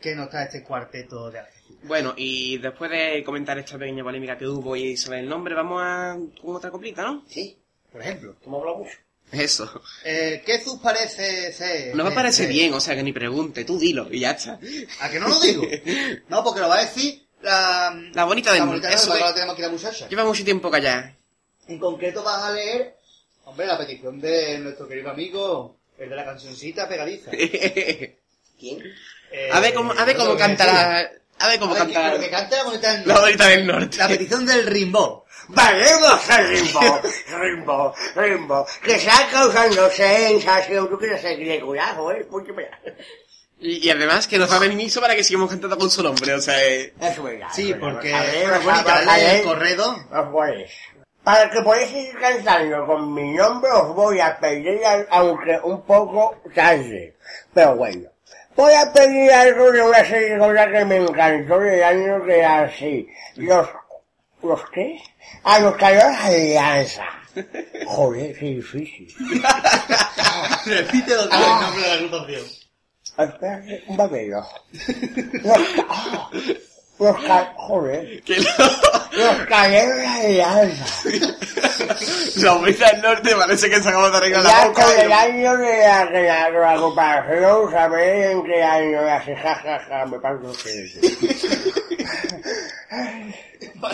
[SPEAKER 5] que nos trae este cuarteto de Algeciras.
[SPEAKER 4] Bueno, y después de comentar esta pequeña polémica que hubo y saber el nombre, vamos a con otra coplita, ¿no?
[SPEAKER 2] Sí,
[SPEAKER 5] por ejemplo.
[SPEAKER 2] como hablamos mucho.
[SPEAKER 4] Eso.
[SPEAKER 5] Eh, ¿Qué sus parece ser?
[SPEAKER 4] No me
[SPEAKER 5] Eh,
[SPEAKER 4] parece
[SPEAKER 5] eh,
[SPEAKER 4] bien, o sea que ni pregunte, tú dilo y ya está.
[SPEAKER 5] ¿A que no lo digo? No, porque lo va a decir la...
[SPEAKER 4] La bonita del
[SPEAKER 5] la
[SPEAKER 4] mundo.
[SPEAKER 5] bonita del
[SPEAKER 4] Eso
[SPEAKER 5] mundo, que
[SPEAKER 4] es.
[SPEAKER 5] la tenemos aquí la muchacha.
[SPEAKER 4] Lleva mucho tiempo callada.
[SPEAKER 5] En concreto vas a leer, hombre, la petición de nuestro querido amigo El de la cancioncita pegadiza.
[SPEAKER 2] ¿Quién?
[SPEAKER 5] Eh,
[SPEAKER 4] a ver cómo, a ver cómo
[SPEAKER 5] lo que decía.
[SPEAKER 4] cantará. A ver cómo
[SPEAKER 5] A ver, que-
[SPEAKER 4] cantará
[SPEAKER 5] pero que cante la bonita del
[SPEAKER 4] la bolita del norte.
[SPEAKER 5] La petición del Rimbo.
[SPEAKER 3] Valemos el rimbo, rimbo, rimbo, que está causando sensación. Tú quieres ser griego, ya, joder, escúchame.
[SPEAKER 4] Y, y además que nos da permiso para que sigamos cantando con su nombre, o sea, eh,
[SPEAKER 3] Es verdad.
[SPEAKER 5] Sí,
[SPEAKER 3] es verdad.
[SPEAKER 5] porque
[SPEAKER 3] A ver,
[SPEAKER 5] es bonita.
[SPEAKER 3] a
[SPEAKER 5] La ley
[SPEAKER 3] ver,
[SPEAKER 5] del corredo.
[SPEAKER 3] os podéis. Pues, Para que podáis ir cantando con mi nombre os voy a pedir, al- aunque un poco tarde, pero bueno. Voy a pedir algo de una serie de cosas que me encantó del año que era así. Los, ¿los qué? A los calores alianza. Joder, qué difícil.
[SPEAKER 5] Repite dos veces el nombre de la agrupación.
[SPEAKER 3] Espera, un papello. Los, ah, los ca- joder.
[SPEAKER 4] que lo-
[SPEAKER 3] Los calores alianza.
[SPEAKER 4] la bolita del norte parece que se acaba de arreglar la
[SPEAKER 3] Ya
[SPEAKER 4] boca.
[SPEAKER 3] con el
[SPEAKER 4] pero-
[SPEAKER 3] año de la, de la, de la comparación, sabéis en qué año hace jajaja, me parto los dientes. Por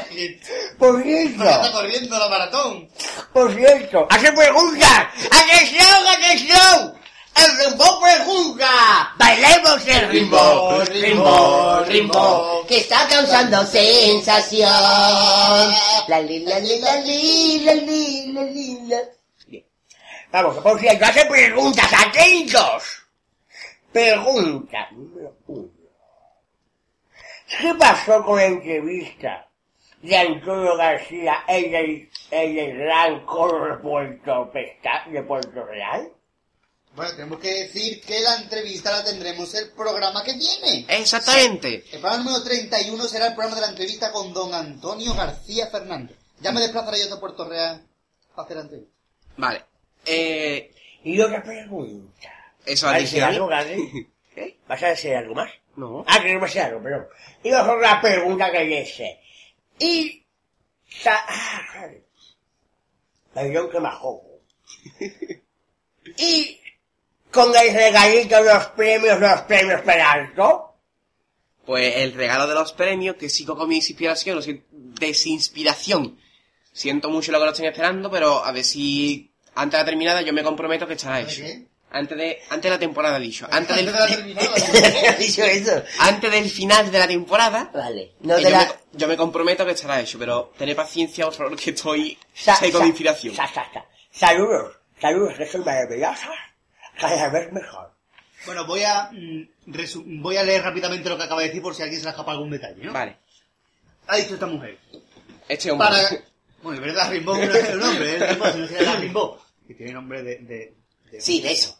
[SPEAKER 5] Está
[SPEAKER 3] cierto,
[SPEAKER 5] corriendo la maratón.
[SPEAKER 3] por cierto, hace preguntas, atención, atención, el rimbo pregunta, bailemos el rimbo, rimbo, rimbo.
[SPEAKER 2] Que está causando sensación. La li, la li, la li, la li, la li, la.
[SPEAKER 3] Vamos, por cierto, hace preguntas, atentos. Pregunta número uno. ¿Qué pasó con la entrevista de Antonio García en el, en el gran coro de Puerto, Pesta- de Puerto Real?
[SPEAKER 5] Bueno, tenemos que decir que la entrevista la tendremos el programa que viene.
[SPEAKER 4] Exactamente.
[SPEAKER 5] El programa número 31 será el programa de la entrevista con don Antonio García Fernández. Ya me desplazaré yo hasta Puerto Real para hacer la entrevista.
[SPEAKER 4] Vale. Eh,
[SPEAKER 3] Y otra pregunta.
[SPEAKER 4] eso
[SPEAKER 3] ¿Vas a
[SPEAKER 4] ha
[SPEAKER 3] decir
[SPEAKER 4] dicho.
[SPEAKER 3] algo, Gabriel?
[SPEAKER 4] ¿Qué?
[SPEAKER 3] ¿Vas a decir algo más?
[SPEAKER 4] No.
[SPEAKER 3] Ah, que no me sé algo, perdón. Iba a hacer una pregunta que le hice. Y... sa- ah, joder. Perdón que me ahogo. Y... Con el regalito, los premios, los premios Peralto.
[SPEAKER 4] Pues el regalo de los premios, que sigo con mi inspiración, o si- desinspiración. Siento mucho lo que lo estoy esperando, pero a ver si antes de la terminada yo me comprometo que estará hecho.
[SPEAKER 5] qué?
[SPEAKER 4] Antes de, antes de la temporada, he dicho. Antes
[SPEAKER 5] Antes de la
[SPEAKER 4] del,
[SPEAKER 5] terminada.
[SPEAKER 2] ¿Ha dicho eso?
[SPEAKER 4] antes del final de la temporada,
[SPEAKER 2] Vale. No
[SPEAKER 4] que
[SPEAKER 2] te
[SPEAKER 4] yo,
[SPEAKER 2] la...
[SPEAKER 4] me, yo me comprometo que estará hecho, pero tened paciencia, por favor, que estoy
[SPEAKER 3] Sa-
[SPEAKER 4] seco
[SPEAKER 3] sa-
[SPEAKER 4] de inspiración.
[SPEAKER 3] sa- sa- sa. Saludos, saludos, que soy maravillosa. Cada vez mejor.
[SPEAKER 5] Bueno, voy a, mm, resu- voy a leer rápidamente lo que acaba de decir por si a alguien se le escapa algún detalle, ¿no?
[SPEAKER 4] Vale.
[SPEAKER 5] Ha dicho esta mujer.
[SPEAKER 4] Este hombre.
[SPEAKER 5] Para... Bueno, es verdad, Rimbo no es el nombre, es Rimbo, sino que era Rimbo. Que tiene nombre de... de, de...
[SPEAKER 2] Sí, de eso.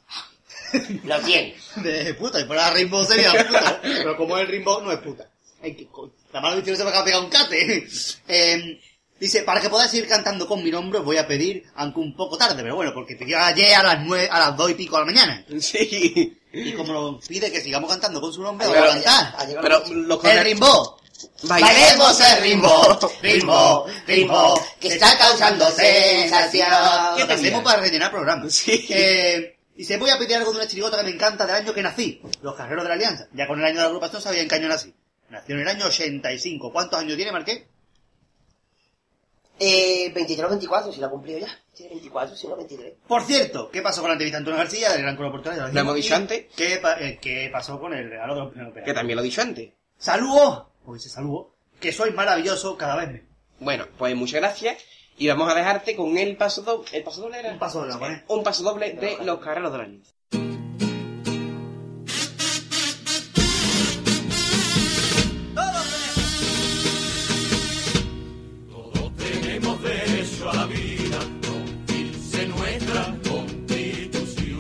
[SPEAKER 2] Lo tiene.
[SPEAKER 5] De puta, y fuera Rainbow sería puta. Pero como es Rainbow, no es puta. Ay, que co- la mala bicha no se me acaba de pegar un cate. Eh, dice, para que puedas ir cantando con mi nombre, os voy a pedir, aunque un poco tarde, pero bueno, porque te llega ayer a las nueve, a las dos y pico de la mañana.
[SPEAKER 4] Sí.
[SPEAKER 5] Y como nos pide que sigamos cantando con su nombre,
[SPEAKER 4] Pero-
[SPEAKER 5] vamos a cantar.
[SPEAKER 4] Pero los
[SPEAKER 5] El Rainbow. Bailemos el Rainbow, Rainbow, Rainbow,
[SPEAKER 2] Que está causando sensación.
[SPEAKER 5] que hacemos para rellenar programas.
[SPEAKER 4] Sí.
[SPEAKER 5] Eh, y se voy a pedir algo de una chirigota que me encanta del año que nací. Los carreros de la Alianza. Ya con el año de la agrupación sabía en qué año nací. Nació en el año 85. ¿Cuántos años tiene, Marqués?
[SPEAKER 2] Eh, 23 o 24, si lo ha cumplido ya. Tiene 24, si no 23.
[SPEAKER 5] Por cierto, ¿qué pasó con la entrevista de Antonio García del Gran Colo Portugal? Ya
[SPEAKER 4] Lo
[SPEAKER 5] dijimos.
[SPEAKER 4] hemos dicho antes.
[SPEAKER 5] ¿Qué, pa- eh, qué pasó con el regalo de los primeros
[SPEAKER 4] Que también lo he dicho antes.
[SPEAKER 5] ¡Saludos! Pues se saludo. Que sois maravilloso cada vez menos.
[SPEAKER 4] Bueno, pues muchas gracias. Y vamos a dejarte con el paso doble. ¿El paso doble era?
[SPEAKER 5] Un paso de la mano.
[SPEAKER 4] Un paso doble de los carreros de la línea.
[SPEAKER 1] Todos tenemos derecho a la vida, no dice nuestra constitución.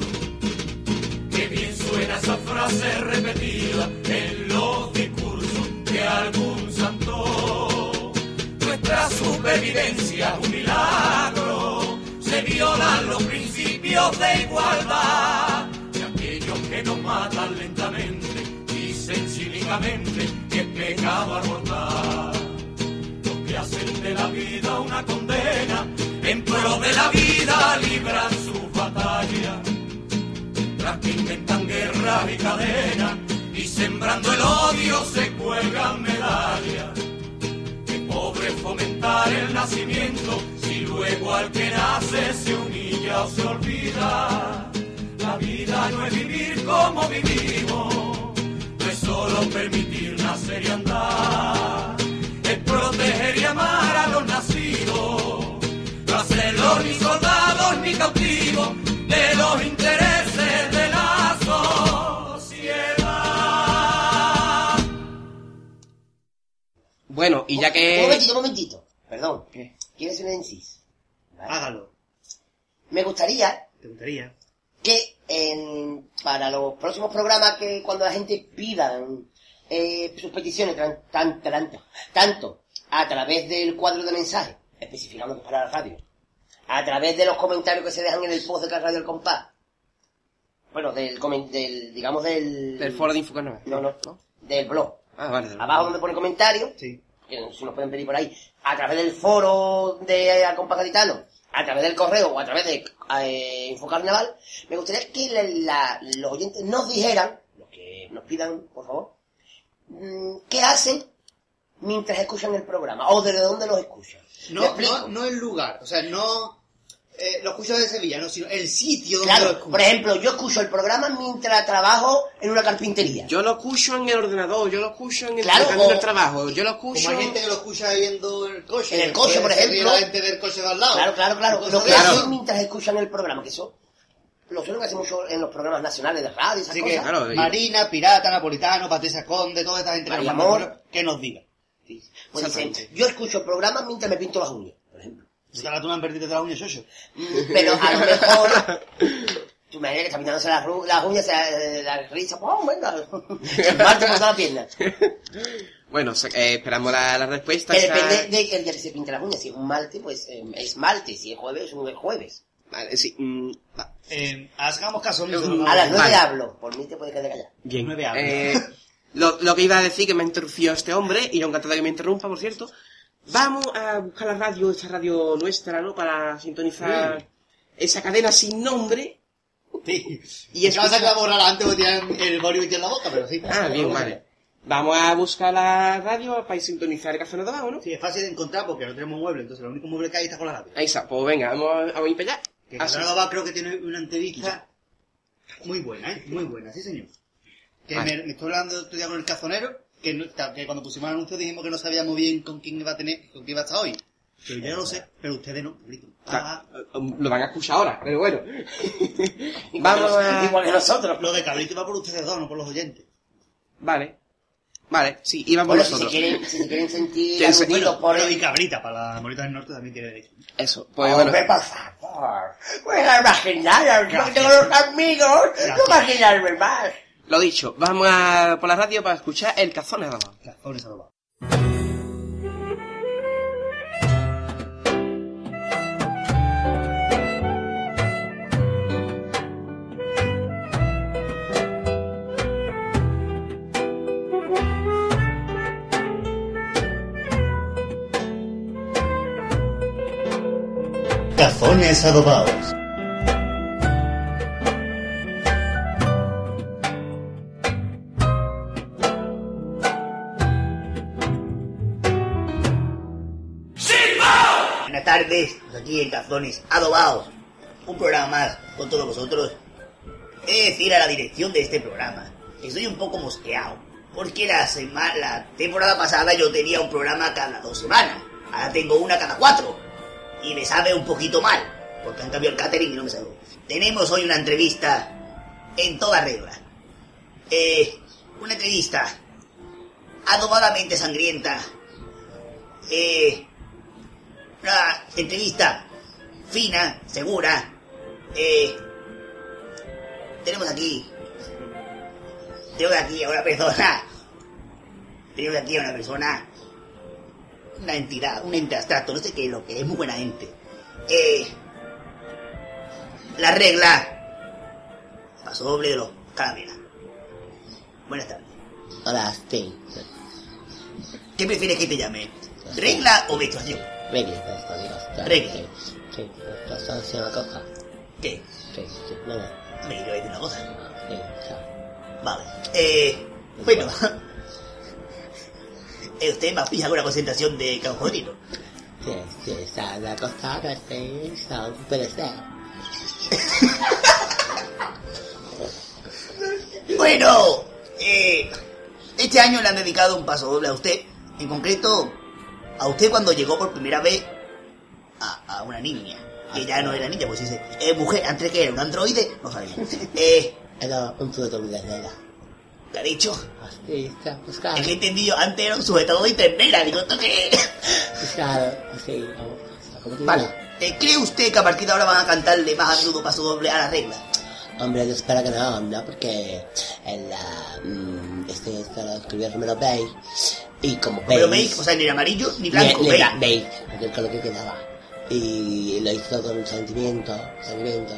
[SPEAKER 1] Qué bien suena esa frase repetida en los discursos de algún santo. Nuestra supervivencia es un milagro, se violan los principios de igualdad. Y aquellos que nos matan lentamente dicen cínicamente que es pecado abortar los que hacen de la vida una condena, en pro de la vida libran sus batallas, tras que inventan guerras y cadenas, y sembrando el odio se cuelgan medallas. Qué pobre es fomentar el nacimiento, si luego al que nace se humilla o se olvida. La vida no es vivir como vivimos, no es solo permitir nacer y andar, es proteger y amar a los nacidos, no hacerlos ni soldados ni cautivos de los intereses de la sociedad.
[SPEAKER 4] Bueno, y ya
[SPEAKER 2] Un
[SPEAKER 4] que...
[SPEAKER 2] momentito, un momentito. Perdón.
[SPEAKER 4] ¿Qué?
[SPEAKER 2] ¿Quieres un inciso? ¿Vale?
[SPEAKER 5] Hágalo.
[SPEAKER 2] Me gustaría
[SPEAKER 5] Te gustaría.
[SPEAKER 2] que en- para los próximos programas que cuando la gente pida eh, sus peticiones tan, tan, tanto, tanto a través del cuadro de mensajes, especificando que es para la radio, a través de los comentarios que se dejan en el post de la radio del compás, bueno, del, comen- del digamos del...
[SPEAKER 4] Del foro de Infocanal.
[SPEAKER 2] oh. No, no,
[SPEAKER 4] ¿No?
[SPEAKER 2] del blog.
[SPEAKER 4] Ah, vale. del-
[SPEAKER 2] Abajo donde pone comentarios,
[SPEAKER 5] Sí.
[SPEAKER 2] que no- Eh, si nos pueden pedir por ahí, a través del foro de eh, Compás Gaditano, a través del correo o a través de eh, Infocarnaval, me gustaría que la- la- los oyentes nos dijeran, los que nos pidan, por favor, mm, qué hacen mientras escuchan el programa o desde dónde los escuchan. ¿Me
[SPEAKER 5] No,
[SPEAKER 2] explico?
[SPEAKER 5] no, no el lugar. O sea, no... eh, lo escucho de Sevilla, no, sino el sitio donde lo
[SPEAKER 2] Claro,
[SPEAKER 5] escucho.
[SPEAKER 2] por ejemplo, yo escucho el programa mientras trabajo en una carpintería.
[SPEAKER 4] Yo lo escucho en el ordenador, yo lo escucho en el
[SPEAKER 2] Claro,
[SPEAKER 4] camino
[SPEAKER 2] o-
[SPEAKER 4] del trabajo, yo lo escucho...
[SPEAKER 5] Como hay gente que lo escucha viendo el coche.
[SPEAKER 2] En el coche,
[SPEAKER 5] que
[SPEAKER 2] por
[SPEAKER 5] se ríe
[SPEAKER 2] ejemplo.
[SPEAKER 5] La gente del coche de al lado.
[SPEAKER 2] Claro, claro, claro.
[SPEAKER 5] Cosas
[SPEAKER 2] Lo que
[SPEAKER 5] de
[SPEAKER 4] Claro.
[SPEAKER 5] esas.
[SPEAKER 2] hacen mientras escuchan el programa, que eso lo suelen hacer mucho en los programas nacionales de radio, y esas
[SPEAKER 5] Así
[SPEAKER 2] cosas.
[SPEAKER 5] que,
[SPEAKER 4] Claro, y-
[SPEAKER 5] Marina, Pirata, Napolitano, Patricia Conde, toda esta gente que nos
[SPEAKER 2] María
[SPEAKER 5] manda
[SPEAKER 2] Amor.
[SPEAKER 5] correo, que nos diga.
[SPEAKER 2] Pues dicen,
[SPEAKER 5] Exactamente.
[SPEAKER 2] yo escucho programas mientras me pinto las uñas, por ejemplo.
[SPEAKER 5] ¿Se la tuman perdida de la uña, Xoxo?
[SPEAKER 2] Mm, Pero a lo mejor, tu madre que está pintándose las, ru- las uñas, se eh, la, la risa, ¡pum! Venga, se parte por toda la pierna.
[SPEAKER 4] Bueno, se- eh, esperamos la, la respuesta.
[SPEAKER 2] Que
[SPEAKER 4] esa-
[SPEAKER 2] Eh, depende de que el día que se pinte las uñas. Si es un martes, pues eh, es martes. Si es jueves, es un jueves.
[SPEAKER 4] Vale, sí, mm, va.
[SPEAKER 5] Eh, hagamos caso.
[SPEAKER 4] Eh,
[SPEAKER 2] A las nueve
[SPEAKER 4] Vale.
[SPEAKER 2] hablo. Por mí te puedes quedar callado.
[SPEAKER 4] Bien.
[SPEAKER 5] Nueve habla.
[SPEAKER 4] Eh, lo, lo que iba a decir, que me ha interrumpido este hombre, y yo encantado de que me interrumpa, por cierto. Vamos a buscar la radio, esta radio nuestra, ¿no? Para
[SPEAKER 2] Mm.
[SPEAKER 4] sintonizar esa cadena sin nombre.
[SPEAKER 5] Sí.
[SPEAKER 4] Y
[SPEAKER 5] Y
[SPEAKER 4] es
[SPEAKER 5] es
[SPEAKER 4] que-
[SPEAKER 5] que a borrar antes porque tienen el bolio metido en la boca, pero sí.
[SPEAKER 4] Ah, bien, vale. Vamos a buscar la radio para sintonizar el café no Dabao, ¿no?
[SPEAKER 5] Sí, es fácil de encontrar porque no tenemos mueble, entonces el único mueble que hay está con la radio.
[SPEAKER 4] Ahí está, pues venga, vamos a, vamos a ir para allá.
[SPEAKER 5] Que
[SPEAKER 2] Ah,
[SPEAKER 4] Así.
[SPEAKER 5] Casanova Abad creo que tiene una entrevista muy buena, ¿eh? Muy buena, sí señor. Que
[SPEAKER 4] Vale.
[SPEAKER 5] me, me estoy hablando el otro día con el cazonero, que, no- que cuando pusimos el anuncio dijimos que no sabíamos bien con quién iba a tener, con quién iba a estar hoy. Pero yo lo sé, pero ustedes no, público.
[SPEAKER 4] Ah,
[SPEAKER 5] Ah,
[SPEAKER 4] eh, Lo van a escuchar ahora, pero bueno. vamos a...
[SPEAKER 2] Igual que nosotros.
[SPEAKER 5] lo de cabrito va por ustedes dos, no por los oyentes.
[SPEAKER 4] Vale. Vale, sí, iba por
[SPEAKER 2] Bueno, si se
[SPEAKER 4] nosotros.
[SPEAKER 2] quieren, si se quieren sentir
[SPEAKER 4] Que se-
[SPEAKER 2] aludidos por
[SPEAKER 5] Pero
[SPEAKER 2] el...
[SPEAKER 5] y cabrita, para la morita del norte también tiene derecho.
[SPEAKER 4] Eso, pues bueno.
[SPEAKER 2] Hombre, por favor. Voy a imaginar, yo tengo los amigos, no
[SPEAKER 5] Gracias.
[SPEAKER 2] imaginarme más.
[SPEAKER 4] Lo dicho, vamos a por la radio para escuchar el cazón de Dabao.
[SPEAKER 5] Cazones Abad. Cazones adobados.
[SPEAKER 10] Buenas tardes, aquí en Cazones Adobados, un programa más con todos vosotros. He de decir a la dirección de este programa que estoy un poco mosqueado, porque la, sema- la temporada pasada yo tenía un programa cada dos semanas, ahora tengo una cada cuatro, y me sabe un poquito mal, porque han cambiado el catering y no me sabe. Tenemos hoy una entrevista en toda regla. Eh, una entrevista adobadamente sangrienta. Eh, una Ah, entrevista fina, segura. Eh, tenemos aquí. Tenemos aquí a una persona. Tenemos aquí a una persona. Una entidad, un ente abstracto, no sé qué es lo que es, muy buena ente. Eh, la regla. Paso doble de los caramelas. Buenas tardes.
[SPEAKER 2] Hola, sí.
[SPEAKER 10] ¿Qué prefieres que te llame? ¿Regla o menstruación?
[SPEAKER 2] Reggae, esto, digo. está-
[SPEAKER 10] Reggae.
[SPEAKER 2] Sí, sí, esto está haciendo una cosa.
[SPEAKER 10] ¿Qué?
[SPEAKER 2] Sí, sí, venga.
[SPEAKER 10] Me iba a decir una cosa.
[SPEAKER 2] Sí, chao.
[SPEAKER 10] Vale. Eh, bueno. Eh, Usted me ha pillado una concentración de caujonino.
[SPEAKER 2] Sí, sí, está en la costa, no sé, está un PDC.
[SPEAKER 5] Bueno, eh, este año le han dedicado un paso doble a usted. En concreto, a usted cuando llegó por primera vez a, a una niña. Que ya no era niña, pues dice, eh, mujer, antes que era un androide, no sabía. Eh,
[SPEAKER 2] Era un fruto de nena.
[SPEAKER 5] ¿qué ha dicho?
[SPEAKER 2] Así está, pues claro.
[SPEAKER 5] Es que he entendido, antes era un sujetador de ternera. Digo, ¿esto qué es?
[SPEAKER 2] Pues claro, así. vamos, como tú
[SPEAKER 5] Vale.
[SPEAKER 2] digas.
[SPEAKER 5] Eh, ¿Cree usted que a partir de ahora van a cantarle más a menudo paso doble a la regla?
[SPEAKER 2] Hombre, yo espero que no, ¿no? Porque en la... mm, este, esto lo escribió Romero Bay. Y como
[SPEAKER 5] Pero
[SPEAKER 2] Bay-
[SPEAKER 5] veis, o sea, ni en amarillo ni
[SPEAKER 2] Le,
[SPEAKER 5] blanco,
[SPEAKER 2] le
[SPEAKER 5] veis.
[SPEAKER 2] da Bale, aquel color que quedaba. Y lo hizo con un sentimiento, sentimiento.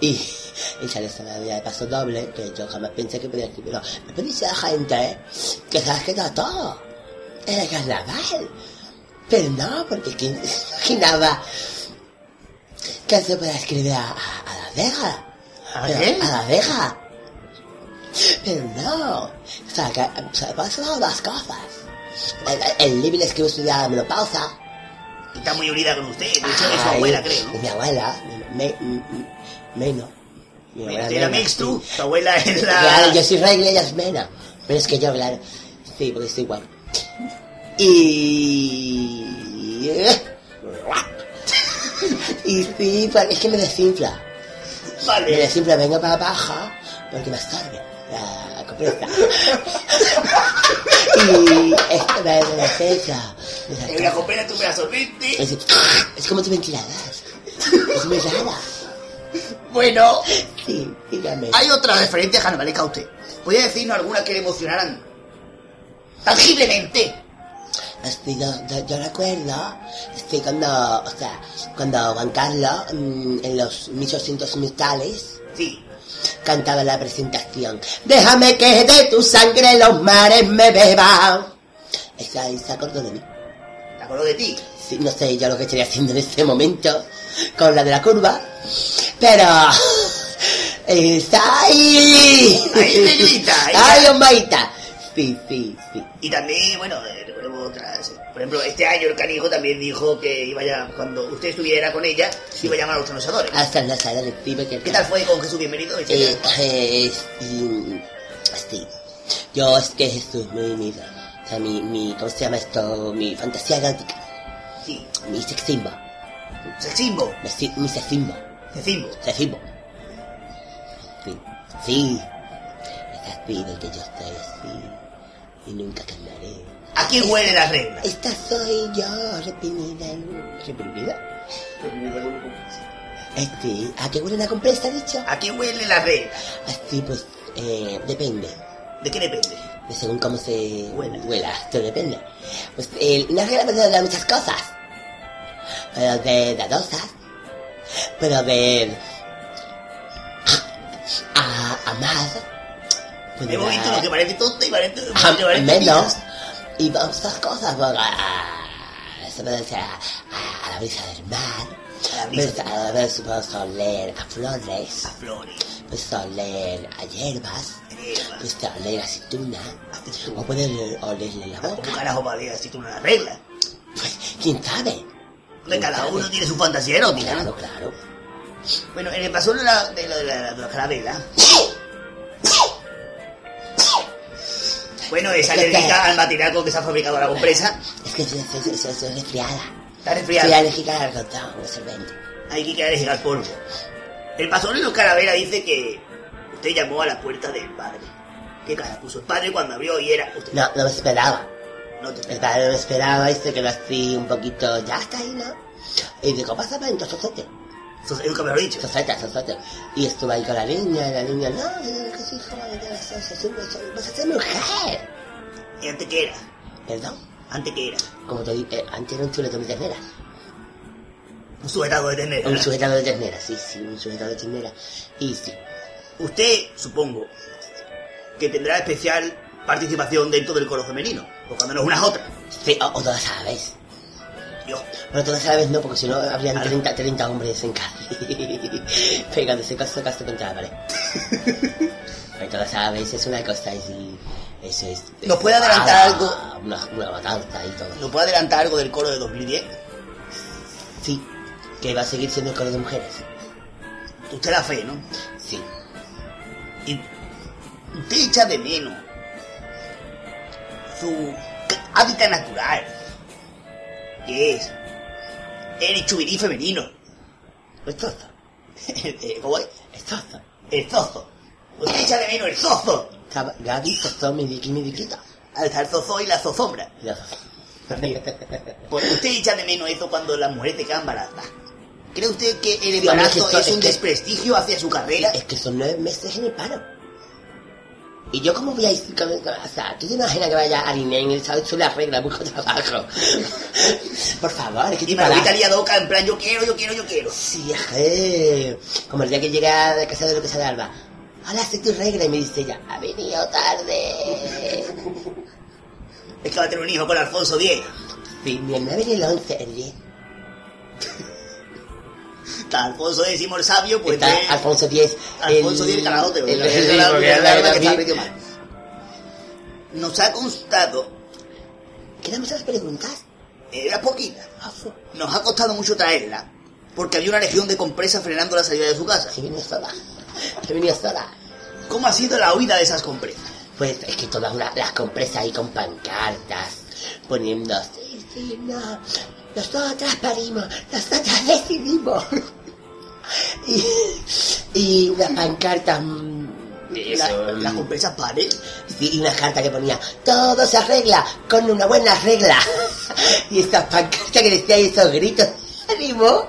[SPEAKER 2] Y, y salió esta melodía de paso doble, que yo jamás pensé que podía escribirlo. Después dice la gente, ¿eh? que sabes que no todo. Era carnaval. Pero no, porque ¿quién se imaginaba que se podía escribir a, a- a la abeja?
[SPEAKER 5] ¿A
[SPEAKER 2] Pero-
[SPEAKER 5] qué?
[SPEAKER 2] A la abeja. Pero no. O sea, que, o sea, por eso son las cosas. El, el Libby le escribe su día de la menopausa.
[SPEAKER 5] Está muy unida con usted, de hecho es su
[SPEAKER 2] Ay,
[SPEAKER 5] Ah, pues abuela, creo,
[SPEAKER 2] y
[SPEAKER 5] ¿no?
[SPEAKER 2] Mi abuela, me, me- Meno. Mi abuela
[SPEAKER 5] Era
[SPEAKER 2] Mena,
[SPEAKER 5] Mex, tú.
[SPEAKER 2] sí.
[SPEAKER 5] Tu abuela es la...
[SPEAKER 2] Claro, yo soy rey y ella es Mena. Pero es que yo, claro, sí, porque estoy igual. Y... Y sí, pa- es que me desinfla. Me
[SPEAKER 5] Vale.
[SPEAKER 2] desinfla, vengo para baja porque me estorbe la copresa. y esto me desinfla. me
[SPEAKER 5] En una
[SPEAKER 2] desinfla.
[SPEAKER 5] copera tú me la sorbiste.
[SPEAKER 2] Es, es como tu ventiladas. Es muy rara.
[SPEAKER 5] Bueno,
[SPEAKER 2] Sí, dígame.
[SPEAKER 5] hay otras referencias carnavalescas a usted. ¿Podría decirnos alguna que le emocionaran? Tangiblemente.
[SPEAKER 2] Este, yo, yo, yo recuerdo este, cuando, o sea, cuando Juan Carlos, mm, en los 1800 mitales,
[SPEAKER 5] Sí.
[SPEAKER 2] cantaba la presentación. Déjame que de tu sangre los mares me beban. Esa, esa acordó de mí.
[SPEAKER 5] ¿Te acuerdo de ti?
[SPEAKER 2] Sí, no sé yo lo que estaría haciendo en este momento con la de la curva, pero... ¡Está ahí!
[SPEAKER 5] Ahí, negrita, ahí.
[SPEAKER 2] ¡Ay, omaita! Sí, sí, sí.
[SPEAKER 5] Y también, bueno, eh, recuerdo otras. eh. Por ejemplo, este año el canijo también dijo que iba ya, cuando usted estuviera con ella, iba a llamar a los transadores.
[SPEAKER 2] Hasta la sala de pibe que...
[SPEAKER 5] ¿Qué tal fue con Jesús Bienvenido?
[SPEAKER 2] Ah. Eh,
[SPEAKER 5] etcétera?
[SPEAKER 2] eh, sí, sí. Yo es que Jesús, mi, mi, o sea, mi, mi, ¿cómo se llama esto? Mi fantasía erótica,
[SPEAKER 5] Sí.
[SPEAKER 2] mi sexismo,
[SPEAKER 5] Seximbo.
[SPEAKER 2] mi, si- mi sexismo,
[SPEAKER 5] Seximbo.
[SPEAKER 2] sexismo. Sí, sí, es así de que yo estoy así y nunca cambiaré.
[SPEAKER 5] ¿A quién huele las reglas?
[SPEAKER 2] Esta soy yo, reprimida, en- reprimida. Este, ¿a qué huele la compresa, dicho?
[SPEAKER 5] ¿A quién huele las reglas?
[SPEAKER 2] Así pues, eh, depende.
[SPEAKER 5] ¿De qué depende?
[SPEAKER 2] de según cómo se
[SPEAKER 5] Huela.
[SPEAKER 2] huela, esto depende. Pues eh, una regla puede dar muchas cosas. Puedo ver dadosas, puedo ver a, a amar, puedo
[SPEAKER 5] Hemos visto lo que
[SPEAKER 2] ver
[SPEAKER 5] parece tonto y parece...
[SPEAKER 2] a,
[SPEAKER 5] que parece
[SPEAKER 2] Ah, menos,
[SPEAKER 5] pilas.
[SPEAKER 2] y muchas cosas, porque a, se puede decir a, a- a la brisa del mar,
[SPEAKER 5] A la brisa
[SPEAKER 2] pues, a veces puedo oler a flores,
[SPEAKER 5] A flores,
[SPEAKER 2] puedo oler a hierbas,
[SPEAKER 5] hierbas,
[SPEAKER 2] puedo oler a aceitunas. O
[SPEAKER 5] aceitunas.
[SPEAKER 2] puedes olerle la
[SPEAKER 5] ¿Cómo
[SPEAKER 2] boca.
[SPEAKER 5] carajo va a decir tú una regla?
[SPEAKER 2] Pues, ¿quién sabe?
[SPEAKER 5] Hombre, cada
[SPEAKER 2] Claro.
[SPEAKER 5] uno tiene su fantasía erótica,
[SPEAKER 2] Claro,
[SPEAKER 5] ¿no?
[SPEAKER 2] claro.
[SPEAKER 5] Bueno, en el paso de la, de la, de la, de la carabela... Bueno, esa alérgica al matinaco que se ha fabricado la compresa.
[SPEAKER 2] Es que soy, soy, soy, soy- soy resfriada.
[SPEAKER 5] Está
[SPEAKER 2] Soy
[SPEAKER 5] resfriada.
[SPEAKER 2] alérgica al algodón, al sorbente.
[SPEAKER 5] Hay que quedar alérgica al polvo. El pastor en los carabelas dice que usted llamó a la puerta del padre. ¿Qué cara puso el padre cuando abrió y era usted?
[SPEAKER 2] No, no me esperaba.
[SPEAKER 5] No te
[SPEAKER 2] El
[SPEAKER 5] esperaba.
[SPEAKER 2] padre no me esperaba este y se quedó así un poquito... Ya está ahí, ¿no? Y digo, pásame en tu sosete.
[SPEAKER 5] Eso es lo que me lo he dicho.
[SPEAKER 2] Sosete, sosete. Y estuve ahí con la niña, y la niña... No, yo que soy joven, yo soy, soy, soy, soy, vas a ser mujer.
[SPEAKER 5] ¿Y antes qué era?
[SPEAKER 2] Perdón.
[SPEAKER 5] ¿Antes qué era?
[SPEAKER 2] Como te dije, antes era un chuletón de ternera.
[SPEAKER 5] Un sujetado de tener.
[SPEAKER 2] Un sujetado de ternera, sí, sí, un sujetado de ternera. Y sí,
[SPEAKER 5] Usted, supongo, que tendrá especial participación dentro del coro femenino, tocándonos unas otras.
[SPEAKER 2] sí o, o todas a la vez.
[SPEAKER 5] Yo,
[SPEAKER 2] Bueno, todas a la vez no, porque si no habrían
[SPEAKER 5] Claro.
[SPEAKER 2] 30, 30 hombres en casa. Pegándose caso caso contra la pared. Pero todas a la vez es una cosa así. Eso es.
[SPEAKER 5] ¿Nos
[SPEAKER 2] es-
[SPEAKER 5] puede adelantar
[SPEAKER 2] ah,
[SPEAKER 5] algo?
[SPEAKER 2] Una, una matanza y todo.
[SPEAKER 5] ¿nos puede adelantar algo del coro de 2010?
[SPEAKER 2] Sí, que va a seguir siendo el coro de mujeres.
[SPEAKER 5] Usted la fe, ¿no?
[SPEAKER 2] Sí.
[SPEAKER 5] Y Usted echa de menos su ca- hábitat natural, que es el chubirí femenino. El zozo. Eh, ¿Cómo es? El zozo. El zozo. Usted echa de menos el zozo.
[SPEAKER 2] Cab- Gaby,
[SPEAKER 5] pues,
[SPEAKER 2] Tostón, Midiqui, Midiquita.
[SPEAKER 5] Al al zozo y la zozombra.
[SPEAKER 2] Ya.
[SPEAKER 5] Pues usted echa de menos eso cuando las mujeres se quedan embarazadas. ¿Cree usted que el
[SPEAKER 2] Dios,
[SPEAKER 5] embarazo
[SPEAKER 2] es que esto-
[SPEAKER 5] es un
[SPEAKER 2] es que-
[SPEAKER 5] desprestigio hacia su carrera?
[SPEAKER 2] Es que son nueve meses en el paro. Y yo como voy a ir... con- O sea, tú te imaginas que vaya a Inés en el sábado y tú le arreglas, busco trabajo. Por favor, es que
[SPEAKER 5] Y
[SPEAKER 2] te
[SPEAKER 5] me
[SPEAKER 2] paras.
[SPEAKER 5] estaría loca, en plan, yo quiero, yo quiero, yo quiero.
[SPEAKER 2] Sí, ajé. Como el día que llega de casa de lo que de Alba. Hola, soy tu regla. Y me dice ella, ha venido tarde.
[SPEAKER 5] Es que va a tener un hijo con Alfonso X.
[SPEAKER 2] Sí, ni el 9 ni el 11, el 10.
[SPEAKER 5] Está Alfonso X el sabio, pues
[SPEAKER 2] Está
[SPEAKER 5] tiene-
[SPEAKER 2] Alfonso 10.
[SPEAKER 5] Alfonso X el carajote.
[SPEAKER 2] El,
[SPEAKER 5] porque
[SPEAKER 2] el,
[SPEAKER 5] es
[SPEAKER 2] el-
[SPEAKER 5] la-
[SPEAKER 2] porque
[SPEAKER 5] la- la-
[SPEAKER 2] la-
[SPEAKER 5] la- que
[SPEAKER 2] la-
[SPEAKER 5] sabe que mal. Nos ha constado,
[SPEAKER 2] ¿Quedan muchas preguntas? Ah,
[SPEAKER 5] era poquita, nos ha costado mucho traerla, porque había una legión de compresas frenando la salida de su casa.
[SPEAKER 2] Que he venido sola. Que he venido sola.
[SPEAKER 5] ¿Cómo ha sido la huida de esas compresas?
[SPEAKER 2] Pues es que todas una- las compresas ahí con pancartas, poniendo, sí, sí, no, nosotras parimos, nosotras decidimos. y, y unas pancartas, mm,
[SPEAKER 5] La-
[SPEAKER 2] la-
[SPEAKER 5] las
[SPEAKER 2] las compre-
[SPEAKER 5] compresas pared.
[SPEAKER 2] sí, y una carta que ponía, todo se arregla con una buena regla. y estas pancartas que decían y esos gritos, ánimo.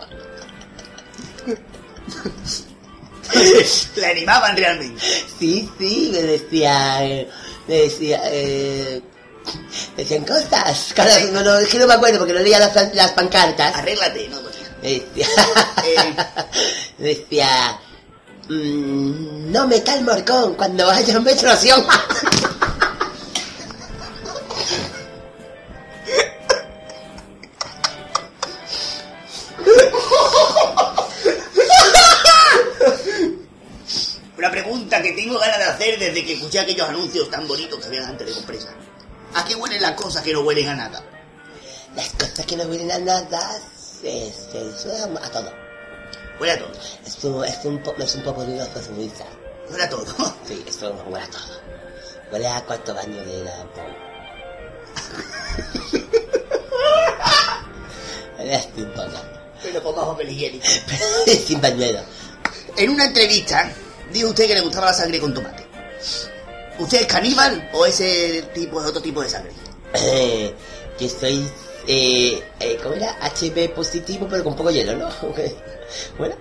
[SPEAKER 5] La animaban realmente.
[SPEAKER 2] Sí, sí, me decía, eh, me decía, eh, me decían cosas. Cada- no, no, es que no me acuerdo porque no leía las, pan- las pancartas.
[SPEAKER 5] Arréglate, no, coño.
[SPEAKER 2] Me decía,
[SPEAKER 5] Eh.
[SPEAKER 2] me decía, mm, no me el morcón cuando haya un menstruación.
[SPEAKER 5] Una pregunta que tengo ganas de hacer desde que escuché aquellos anuncios tan bonitos que habían antes de compresas. ¿A qué huelen las cosas que no huelen a nada?
[SPEAKER 2] Las cosas que no huelen a nada, es, es a todo.
[SPEAKER 5] Huele a todo.
[SPEAKER 2] Es un, es un, po- es un poco de una cosmovista.
[SPEAKER 5] Huele a todo.
[SPEAKER 2] Sí, esto huele a todo. Huele a cuarto baño de la Huele a sin poca.
[SPEAKER 5] Pero con bajo papel higiénico.
[SPEAKER 2] sin pañuelo.
[SPEAKER 5] En una entrevista, dijo usted que le gustaba la sangre con tomate. ¿Usted es caníbal o ese tipo es otro tipo de sangre?
[SPEAKER 2] que soy. Eh, eh, ¿Cómo era? HB positivo, pero con poco hielo, ¿no? bueno.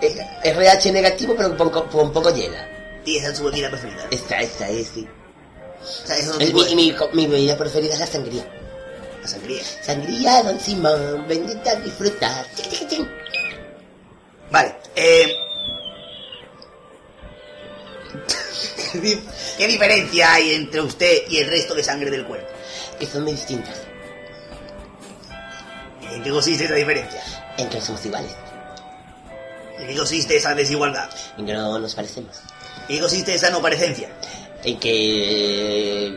[SPEAKER 2] Eh, RH negativo, pero con poco, con poco hielo.
[SPEAKER 5] Y esa es su bebida preferida.
[SPEAKER 2] Esta, esta es, sí.
[SPEAKER 5] O sea, es otro
[SPEAKER 2] El-
[SPEAKER 5] tipo
[SPEAKER 2] mi,
[SPEAKER 5] de
[SPEAKER 2] mi, mi bebida preferida es la sangría.
[SPEAKER 5] la sangría.
[SPEAKER 2] Sangría, don Simón, bendita disfrutar. Tic, tic, tic.
[SPEAKER 5] Vale, eh... ¿Qué di- ¿Qué diferencia hay entre usted y el resto de sangre del cuerpo?
[SPEAKER 2] Que son muy distintas.
[SPEAKER 5] ¿Y ¿En qué consiste esa diferencia?
[SPEAKER 2] en que no somos iguales,
[SPEAKER 5] ¿En qué consiste esa desigualdad?
[SPEAKER 2] en que no nos parecemos,
[SPEAKER 5] ¿En qué consiste esa no parecencia?
[SPEAKER 2] en que eh,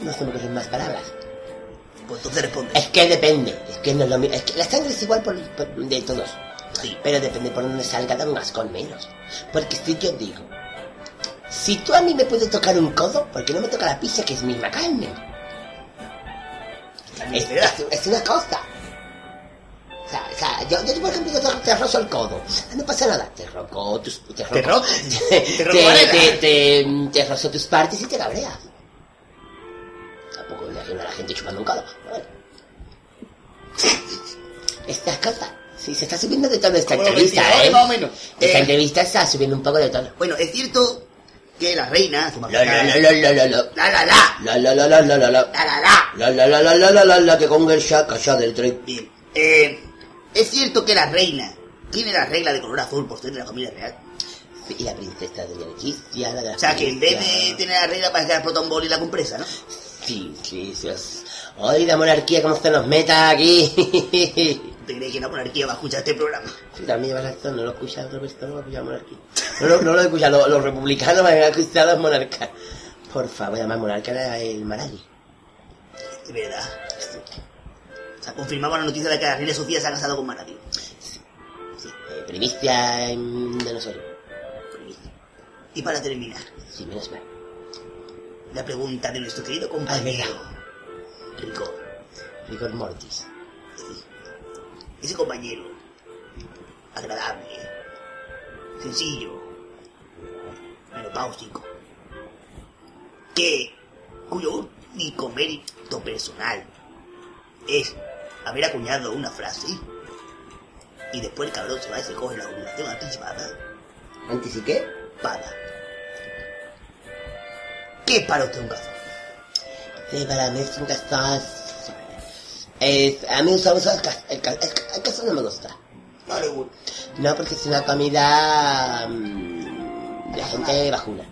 [SPEAKER 2] no se me ocurren más palabras.
[SPEAKER 5] Pues entonces responde.
[SPEAKER 2] Es que depende, es que no es lo mi- es que la sangre es igual por, por- de todos,
[SPEAKER 5] Sí.
[SPEAKER 2] pero depende por dónde salga da un ascón menos. Porque si yo digo, si tú a mí me puedes tocar un codo, ¿por qué no me toca la pizza que es misma carne?
[SPEAKER 5] También
[SPEAKER 2] Es,
[SPEAKER 5] es verdad.
[SPEAKER 2] es- es una cosa. O sea, o sea, yo, yo, por ejemplo, yo te, te rozo el codo. Ah, No pasa nada. Te roco tus... Te roco,
[SPEAKER 5] ¿Te roco?
[SPEAKER 2] Te,
[SPEAKER 5] ¿Te
[SPEAKER 2] te,
[SPEAKER 5] roco arena?
[SPEAKER 2] te, te- te rozo tus partes y te cabreas. Tampoco me imagino a la gente chupando un codo. pero bueno. Estas cosas. Sí, se está subiendo de tono esta
[SPEAKER 5] Como los
[SPEAKER 2] entrevista,
[SPEAKER 5] ventiladores,
[SPEAKER 2] ¿eh?
[SPEAKER 5] más o menos.
[SPEAKER 2] Esta
[SPEAKER 5] Eh.
[SPEAKER 2] entrevista está subiendo un poco de tono.
[SPEAKER 5] Bueno, es cierto que la reina... que me
[SPEAKER 2] Lo, lo,
[SPEAKER 5] aplica-
[SPEAKER 2] lo, lo, lo, lo.
[SPEAKER 5] La la la,
[SPEAKER 2] Lo, lo, lo, lo, lo, lo, lo.
[SPEAKER 5] la la la.
[SPEAKER 2] La la la la la la la la que con el ya calla del tren.
[SPEAKER 5] Bien. Eh, ¿Es cierto que la reina tiene la regla de color azul por ser de la familia real?
[SPEAKER 2] Y la princesa de Yelquicia, la de la
[SPEAKER 5] O sea, que el
[SPEAKER 2] Justicia.
[SPEAKER 5] debe tiene la regla para sacar Proton Ball y la compresa, ¿no?
[SPEAKER 2] Sí, sí, sí. es- Hoy la monarquía, ¿cómo se nos meta aquí?
[SPEAKER 5] ¿Te crees que la monarquía va a escuchar este programa?
[SPEAKER 2] También lleva razón, no lo escucha el resto, no lo escucha la monarquía. No, lo- no lo escucha, lo- los republicanos van a escuchar a los monarcas. Por favor, además monarca era el Marali.
[SPEAKER 5] De verdad. O sea, confirmaba la noticia de que la reina Sofía se ha casado con Maravillo.
[SPEAKER 2] Sí, eh, primicia en- em, de nosotros.
[SPEAKER 5] Y para terminar,
[SPEAKER 2] Sí, menos mal.
[SPEAKER 5] La pregunta de nuestro querido
[SPEAKER 2] Ay,
[SPEAKER 5] compañero. Rico,
[SPEAKER 2] Rigor mortis.
[SPEAKER 5] ese compañero. Agradable. Sencillo. Menopáusico. Que, cuyo único mérito personal es haber acuñado una frase y después el cabrón se va y se coge la ovulación anticipada.
[SPEAKER 2] ¿Antes y qué?
[SPEAKER 5] Para. ¿Qué para usted un café?
[SPEAKER 2] Sí, para mí es un castón. Es, a mí usamos el castón. El, cas- el ca- el castón no me gusta.
[SPEAKER 5] No le gusta.
[SPEAKER 2] No, porque es una comida. mm, la gente bajula.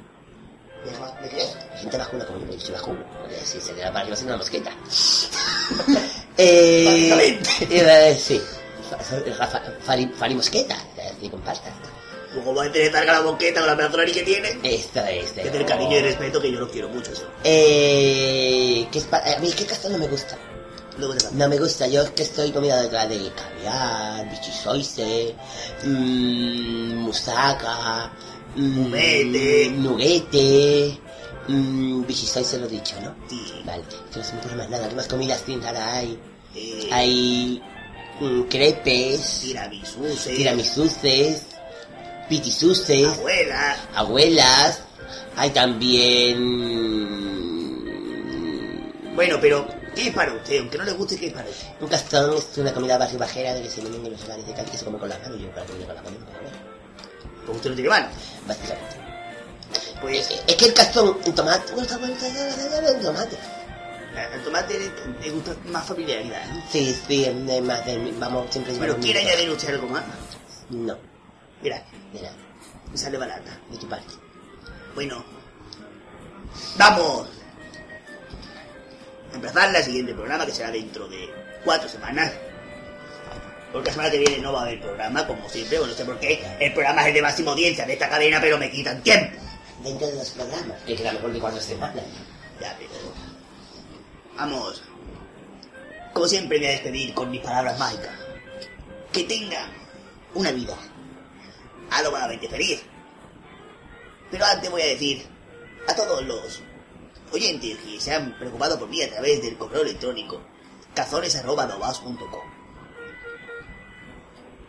[SPEAKER 5] ¿De qué?
[SPEAKER 2] La gente bajula, como yo me he dicho, bajula. Porque si se queda para arriba, es una mosqueta. eh,
[SPEAKER 5] Básicamente.
[SPEAKER 2] eh, sí. Fa- fa- fa- Fari, fari mosqueta, eh, sí, con pasta.
[SPEAKER 5] Luego va a tener que larga la boqueta con la peatonal que tiene.
[SPEAKER 2] Esto es de-
[SPEAKER 5] Que tener cariño y respeto que yo lo quiero mucho eso.
[SPEAKER 2] Eh, ¿qué es pa- a mí qué castón no me gusta.
[SPEAKER 5] Luego te
[SPEAKER 2] No me gusta, yo es que estoy comida detrás de caviar, bichisoise, mmm, musaca, mm,
[SPEAKER 5] Nuguete.
[SPEAKER 2] nuguete, mmm, bichisoise lo he dicho, ¿no?
[SPEAKER 5] Sí.
[SPEAKER 2] Vale, que no se me ocurre más nada, ¿qué más comidas tienen ahora? Hay,
[SPEAKER 5] Eh,
[SPEAKER 2] hay mm, crepes,
[SPEAKER 5] Tiramisús, eh.
[SPEAKER 2] tiramisuces, pitisuces,
[SPEAKER 5] Abuela.
[SPEAKER 2] abuelas, hay también...
[SPEAKER 5] Bueno, pero, ¿qué es para usted? Aunque no le guste, ¿qué es para usted?
[SPEAKER 2] Un castón es una comida barrio bajera de que se venden en los hogares de Cádiz que se come con las manos. Yo para comer con las manos, no como nada,
[SPEAKER 5] Porque usted no tiene mano.
[SPEAKER 2] básicamente.
[SPEAKER 5] Pues,
[SPEAKER 2] Es, es que el castón, en tomate, bueno, está bueno, está bueno, está bueno, en tomate.
[SPEAKER 5] al Eh, tomate le, le gusta más familiaridad, ¿no?
[SPEAKER 2] Sí, sí, es de más de, vamos, siempre
[SPEAKER 5] Pero
[SPEAKER 2] llevamos
[SPEAKER 5] quiere
[SPEAKER 2] un-
[SPEAKER 5] añadir usted algo más.
[SPEAKER 2] No,
[SPEAKER 5] Mira,
[SPEAKER 2] de nada,
[SPEAKER 5] me sale barata.
[SPEAKER 2] de tu parte.
[SPEAKER 5] Bueno, vamos a empezar el siguiente programa que será dentro de cuatro semanas. Porque la semana que viene no va a haber programa, como siempre, bueno, no sé por qué. El programa es el de máxima audiencia de esta cadena, pero me quitan tiempo.
[SPEAKER 2] Dentro de los programas, que queda mejor que cuando se mandan.
[SPEAKER 5] Ya, pero. Vamos. Como siempre, me voy a despedir con mis palabras mágicas. Que tenga una vida malamente feliz. Pero antes voy a decir a todos los oyentes que se han preocupado por mí a través del correo electrónico cazones.com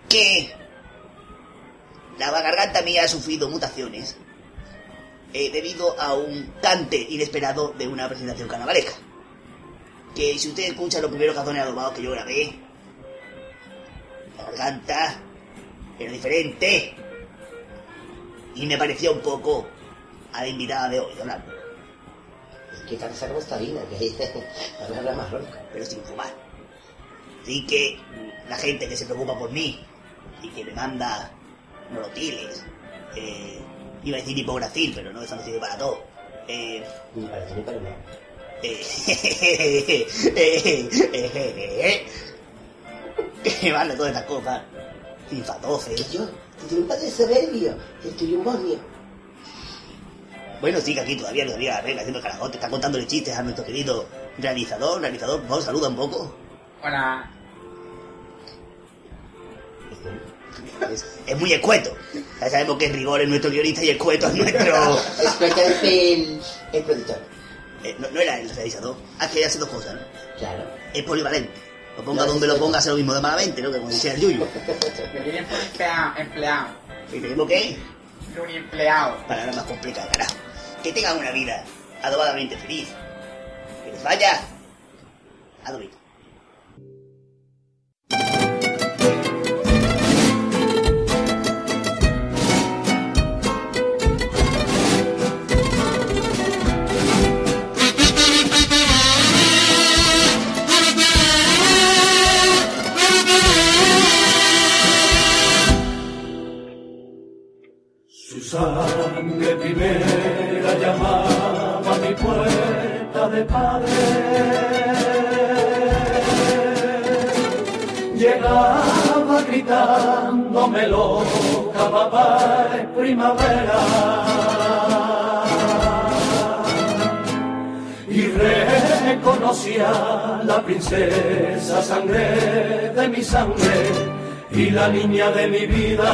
[SPEAKER 5] que la garganta mía ha sufrido mutaciones eh, debido a un cante inesperado de una presentación carnavalesca. Que si usted escucha los primeros cazones adobados que yo grabé, la garganta era diferente. Y me pareció un poco a la invitada de hoy, hablando,
[SPEAKER 2] Es que tal esa costarina, que habla más ronca.
[SPEAKER 5] pero sin fumar. Así que la gente que se preocupa por mí y que me manda morotiles, eh, iba a decir hipografil, pero no, eso no sirve para todo. Eh,
[SPEAKER 2] Ni para ti ni para nada.
[SPEAKER 5] que vale todas estas cosas. FIFA 12.
[SPEAKER 2] Y yo, si tuve un padre soberbio, el tuyo un bosnio.
[SPEAKER 5] Bueno, sí, que aquí todavía no había la regla, haciendo el carajote, está contándole chistes a nuestro querido realizador. Realizador, por favor, saluda un poco.
[SPEAKER 11] Hola.
[SPEAKER 5] Es, es muy escueto. Ya sabemos que rigor es nuestro guionista y escueto es nuestro.
[SPEAKER 2] Especialmente el, el productor.
[SPEAKER 5] Eh, no, no era el realizador. Ah, que hace dos cosas, ¿no?
[SPEAKER 2] Claro.
[SPEAKER 5] Es polivalente. Lo ponga
[SPEAKER 2] No,
[SPEAKER 5] donde
[SPEAKER 2] es
[SPEAKER 5] lo
[SPEAKER 2] escueto.
[SPEAKER 5] ponga, hace lo mismo de malamente, ¿no? Que como decía el Yuyu.
[SPEAKER 11] Me vienen por empleado, empleado,
[SPEAKER 5] Y tenemos que
[SPEAKER 11] pluriempleado.
[SPEAKER 5] palabra más complicada, carajo. Que tengan una vida adobadamente feliz. Que les vaya adobito.
[SPEAKER 1] Su sangre primera llamaba a mi puerta de padre. Llegaba gritándome loca, papá, es primavera. Y reconocía la princesa sangre de mi sangre y la niña de mi vida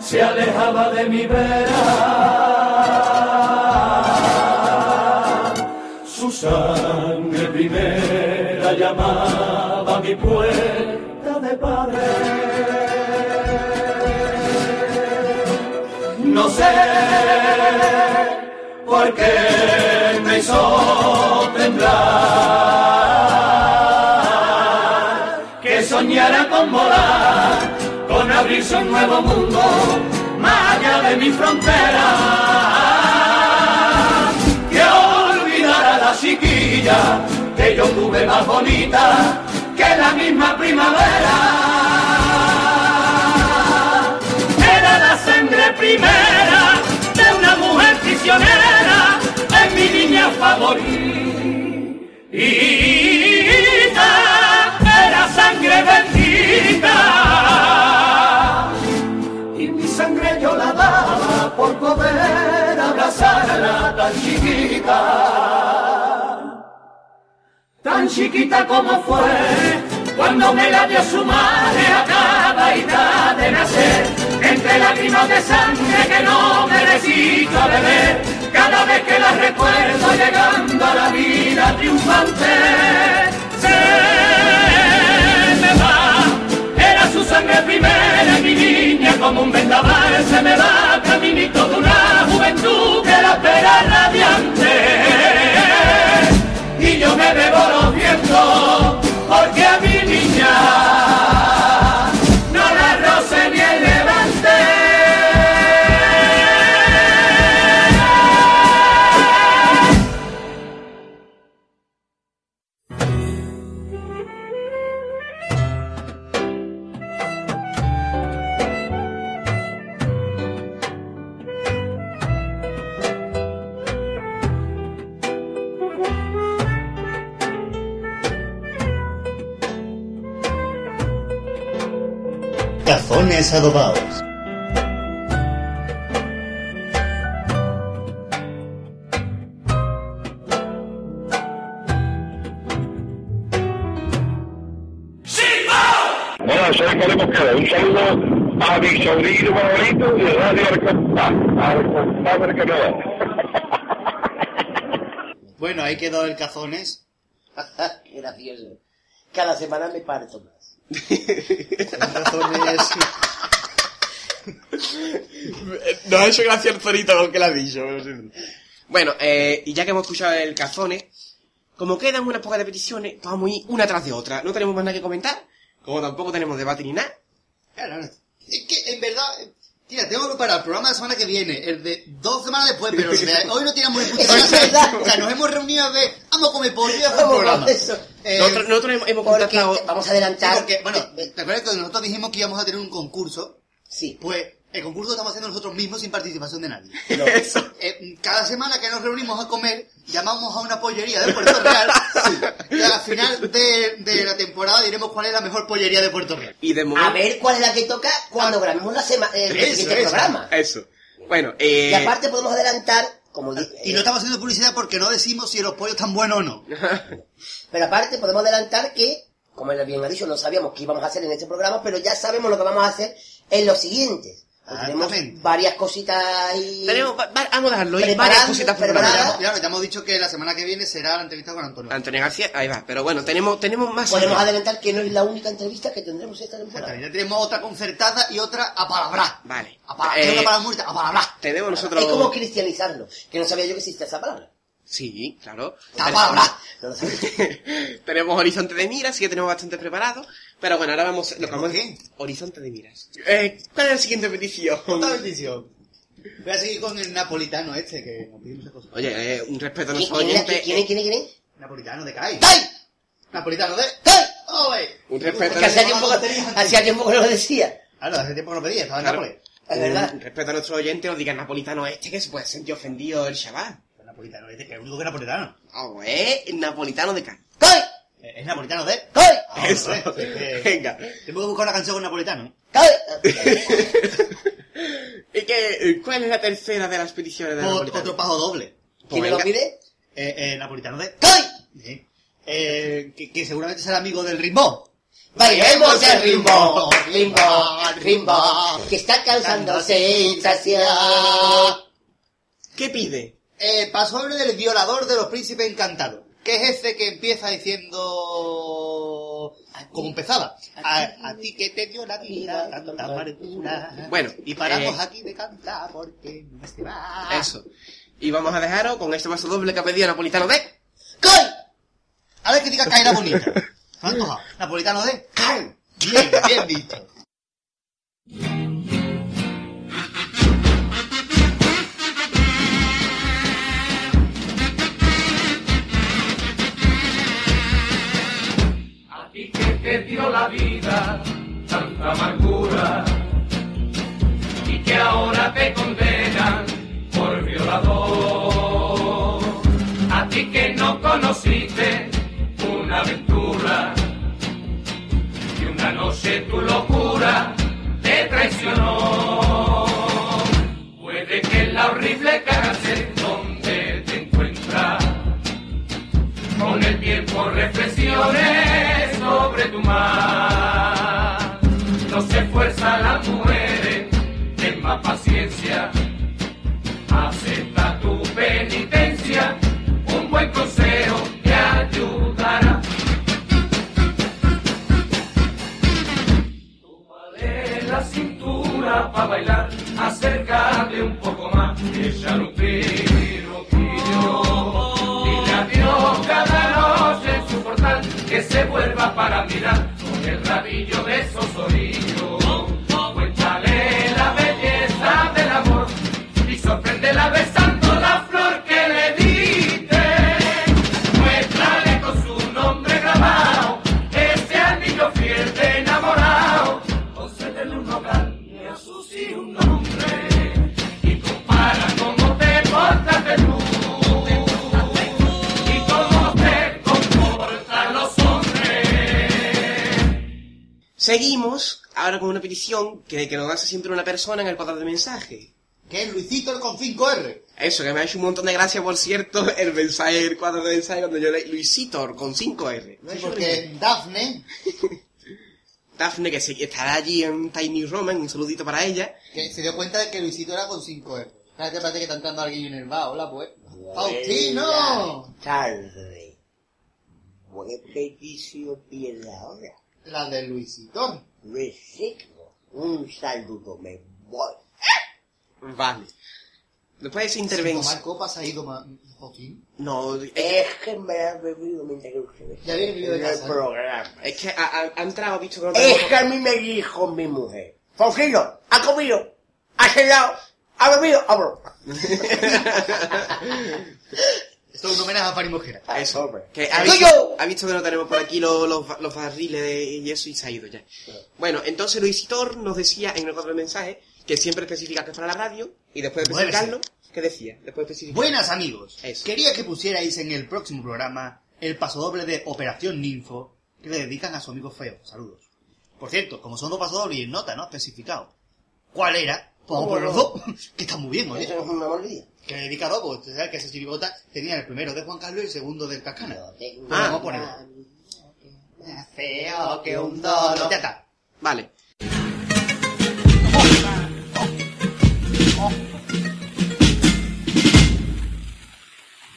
[SPEAKER 1] se alejaba de mi vera.
[SPEAKER 7] su sangre primera llamaba a mi puerta de padre. No sé por qué me hizo temblar que soñara con volar, con abrirse un nuevo mundo más allá de mi frontera que olvidar a la chiquilla que yo tuve más bonita que la misma primavera. Era la sangre primera de una mujer prisionera, es mi niña favorita. Era sangre bendita y mi sangre yo la daba por poder abrazarla tan chiquita, tan chiquita como fue cuando me la dio su madre acabada de nacer, entre lágrimas de sangre que no merecía beber, cada vez que la recuerdo llegando a la vida triunfante. Se me va, era su sangre primera, mi niña como un vendaval se me va, caminito de una juventud que la espera radiante. Y yo me bebo los vientos, porque a mi niña no la roce ni el levante.
[SPEAKER 5] Cazones adobados.
[SPEAKER 12] Bueno, eso es lo que nos queda. Un saludo a mi sobrino favorito y Radio ah, al compás. Al compadre que no
[SPEAKER 5] Bueno, ahí quedó el ¿eh? cazones.
[SPEAKER 2] Qué gracioso. Cada semana me parto más.
[SPEAKER 5] El cazones.
[SPEAKER 4] No ha hecho gracia el torito con que la ha dicho. Bueno, eh, y ya que hemos escuchado el cazone, como quedan unas pocas de peticiones, vamos a ir una tras de otra. No tenemos más nada que comentar, como tampoco tenemos debate ni nada.
[SPEAKER 5] Claro, no. Es que en verdad. eh, Mira, tengo que para el programa de la semana que viene, el de dos semanas después, pero el de hoy no tiramos el puto
[SPEAKER 2] Eso es verdad.
[SPEAKER 5] O sea, nos hemos reunido a ver, vamos a comer pollo y a hacer un
[SPEAKER 2] Vamos,
[SPEAKER 5] programa.
[SPEAKER 2] eso.
[SPEAKER 5] Eh,
[SPEAKER 4] nosotros, nosotros hemos, hemos
[SPEAKER 2] Porque
[SPEAKER 4] contactado...
[SPEAKER 2] vamos a adelantar. Eh,
[SPEAKER 5] sí, porque, bueno, te acuerdas que nosotros dijimos que íbamos a tener un concurso,
[SPEAKER 2] Sí.
[SPEAKER 5] pues el concurso lo estamos haciendo nosotros mismos sin participación de nadie.
[SPEAKER 4] Eso.
[SPEAKER 5] Eh, cada semana que nos reunimos a comer, llamamos a una pollería de Puerto Real. Y al final de, de la temporada diremos cuál es la mejor pollería de Puerto Real.
[SPEAKER 4] Y de
[SPEAKER 2] A
[SPEAKER 4] momento...
[SPEAKER 2] ver cuál es la que toca cuando grabemos la sema- el
[SPEAKER 5] Eso,
[SPEAKER 2] siguiente
[SPEAKER 5] eso.
[SPEAKER 2] programa.
[SPEAKER 4] Eso. Bueno, eh...
[SPEAKER 2] Y aparte podemos adelantar, como di- eh,
[SPEAKER 5] Y no estamos haciendo publicidad porque no decimos si los pollos están buenos o no.
[SPEAKER 2] Pero aparte podemos adelantar que, como él bien ha dicho, no sabíamos qué íbamos a hacer en este programa, pero ya sabemos lo que vamos a hacer en los siguientes. Porque tenemos
[SPEAKER 5] Exactamente.
[SPEAKER 2] varias cositas ahí.
[SPEAKER 4] Tenemos, va- va- vamos a darlo, y
[SPEAKER 2] Preparando,
[SPEAKER 4] varias cositas por
[SPEAKER 2] preparando.
[SPEAKER 4] hablar.
[SPEAKER 5] Ya, ya, ya hemos dicho que la semana que viene será la entrevista con Antonio.
[SPEAKER 4] Antonio García, ahí va. Pero bueno, tenemos, tenemos más...
[SPEAKER 2] Podemos
[SPEAKER 4] allá.
[SPEAKER 2] adelantar que no es la única entrevista que tendremos esta temporada.
[SPEAKER 5] Exactamente, Ya tenemos otra concertada y otra a palabra.
[SPEAKER 4] Vale.
[SPEAKER 5] A palabra,
[SPEAKER 4] Eh,
[SPEAKER 5] una palabra muerta, a palabra.
[SPEAKER 4] Tenemos nosotros...
[SPEAKER 2] Es como cristianizarlo, que no sabía yo que existía esa palabra.
[SPEAKER 4] Sí, claro.
[SPEAKER 5] A palabra.
[SPEAKER 2] No lo sabía.
[SPEAKER 4] tenemos horizonte de miras, sí que tenemos bastante preparado. Pero bueno, ahora vamos. Lo que vamos
[SPEAKER 5] qué?
[SPEAKER 4] Horizonte de miras. Eh, ¿Cuál es la siguiente petición?
[SPEAKER 5] Otra bendición. Voy a seguir con el napolitano este que nos pide muchas cosas.
[SPEAKER 4] Oye, eh, un respeto a eh,
[SPEAKER 2] ¿Quién,
[SPEAKER 4] nuestro
[SPEAKER 2] quién, era? ¿Quién-
[SPEAKER 4] oyente.
[SPEAKER 2] quién, es? quién, es? quién es?
[SPEAKER 5] Napolitano de Cai.
[SPEAKER 2] ¡Ay!
[SPEAKER 5] Napolitano de
[SPEAKER 2] ¡Ay!
[SPEAKER 5] ¡Oye!
[SPEAKER 4] Un respeto,
[SPEAKER 2] Porque hacía tiempo, hacía tiempo que no lo decía.
[SPEAKER 5] Claro, hace tiempo que no pedía, estaba en
[SPEAKER 4] Claro.
[SPEAKER 5] Nápoles.
[SPEAKER 2] Es
[SPEAKER 4] un
[SPEAKER 2] verdad.
[SPEAKER 4] respeto a nuestro oyente, no digas napolitano este que se puede sentir ofendido el chaval.
[SPEAKER 5] Es napolitano, este que es el único que es napolitano.
[SPEAKER 4] Oh, eh, napolitano de Cádiz.
[SPEAKER 2] ¡Coy!
[SPEAKER 5] Eh, Es napolitano de...
[SPEAKER 2] ¡Coy!
[SPEAKER 5] Ah,
[SPEAKER 4] Eso.
[SPEAKER 5] eh, eh,
[SPEAKER 4] Venga.
[SPEAKER 5] Tengo que buscar una canción con napolitano. Pues
[SPEAKER 2] ¡Coy!
[SPEAKER 4] ¿Y qué, eh, cuál es la tercera de las peticiones de
[SPEAKER 5] O-
[SPEAKER 4] napolitano?
[SPEAKER 5] otro pajo doble.
[SPEAKER 2] ¿Quién me lo pide?
[SPEAKER 5] Eh, eh, napolitano de...
[SPEAKER 2] ¡Coy!
[SPEAKER 5] Sí. Eh, que, que seguramente será amigo del ritmo.
[SPEAKER 2] Bailemos el ritmo, ritmo, ritmo, que está causándose sensación.
[SPEAKER 4] ¿Qué pide?
[SPEAKER 5] Eh, Pasoble del violador de los príncipes encantados. Que es ese que empieza diciendo... Como empezaba. A, a ti que te dio la vida tanta amargura.
[SPEAKER 4] Bueno,
[SPEAKER 5] y paramos
[SPEAKER 4] eh,
[SPEAKER 5] aquí de cantar porque no se va.
[SPEAKER 4] Eso. Y vamos a dejaros con este paso doble que ha pedido Napolitano de...
[SPEAKER 5] ¡Cay! A ver que diga caída bonita. Me ha antojado. Napolitano de... ¡Cay! Bien, bien dicho.
[SPEAKER 1] A ti que te dio la vida tanta amargura y que ahora te condenan por violador. A ti que no conociste una aventura y una noche tu locura te traicionó. Puede que la horrible cárcel donde te encuentras con el tiempo reflexiones sobre tu mal. No se fuerza a las mujeres, ten más paciencia, acepta tu penitencia, un buen consejo te ayudará. Tómale la cintura para bailar, acércate un poco más, ella un tiro, tiro. Dile adiós cada noche en su portal, que se vuelva para mirar con el rabillo de esos orillos. Cuéntale la belleza del amor y sorpréndela besando la flor que le diste. Muéstrale con su nombre grabado ese anillo fiel de enamorado. Concédele un hogar y a sus hijos un nombre y compara cómo te portaste tú y cómo te comportan los hombres.
[SPEAKER 4] Seguimos ahora con una petición que, que nos hace siempre una persona en el cuadro de mensaje.
[SPEAKER 5] Que es Luisito el con 5R.
[SPEAKER 4] Eso, que me ha hecho un montón de gracia, por cierto, el mensaje, el cuadro de mensaje cuando yo leí Luisitor con 5R.
[SPEAKER 5] No es porque Dafne,
[SPEAKER 4] Dafne, que se- estará allí en Tiny Roman, un saludito para ella.
[SPEAKER 5] que se dio cuenta de que Luisito era con 5R. Espérate, espérate que está entrando alguien en el bar. Hola, pues. ¡Faustino!
[SPEAKER 2] Tarde. Buen peticio pierde ahora.
[SPEAKER 5] La de Luisito.
[SPEAKER 2] Resigno. Un saludo, me voy.
[SPEAKER 4] Vale. Después de esa intervención...
[SPEAKER 5] Tomar copas ha ido ma- Joaquín.
[SPEAKER 4] No, es que,
[SPEAKER 2] Es que me la he bebido mientras que ustedes.
[SPEAKER 5] Ya viene el vídeo de
[SPEAKER 2] en el
[SPEAKER 5] casa. ¿eh?
[SPEAKER 2] programa.
[SPEAKER 4] es que ha, ha- ha entrado, ha visto que no tenemos-
[SPEAKER 3] Eh.
[SPEAKER 2] Es que a mí me dijo mi mujer. Faustino, ha comido, ha cenado, ha bebido,
[SPEAKER 3] Ah,
[SPEAKER 2] hablo.
[SPEAKER 5] Esto es un homenaje a Fanny Mojera.
[SPEAKER 4] Eso,
[SPEAKER 2] Hombre.
[SPEAKER 4] que ha
[SPEAKER 2] ¡Soy
[SPEAKER 4] visto,
[SPEAKER 2] yo!
[SPEAKER 4] ha visto que no tenemos por aquí los, los, ba- los barriles de- y eso y se ha ido ya. Bueno, entonces Luisitor nos decía en el cuadro de mensaje que siempre especifica que es para la radio y después de
[SPEAKER 5] Muévese.
[SPEAKER 4] especificarlo, ¿qué decía? Después de especificar.
[SPEAKER 5] Buenas amigos,
[SPEAKER 4] Eso.
[SPEAKER 5] quería que pusierais en el próximo programa el pasodoble de Operación Ninfo que le dedican a su amigo feo. Saludos. Por cierto, como son dos pasodobles y en nota, ¿no? Especificado. ¿Cuál era? Pues vamos por los dos, que está muy bien, oye.
[SPEAKER 2] Eso es una mordida.
[SPEAKER 5] Que le dedica a dos, porque usted sabe que ese chirigota tenía el primero de Juan Carlos y el segundo del Cascana.
[SPEAKER 2] Tengo
[SPEAKER 5] Ah,
[SPEAKER 2] una
[SPEAKER 5] vamos a ponerlo.
[SPEAKER 2] amiga Feo que un
[SPEAKER 5] No,
[SPEAKER 2] dolor.
[SPEAKER 5] ya está.
[SPEAKER 4] Vale.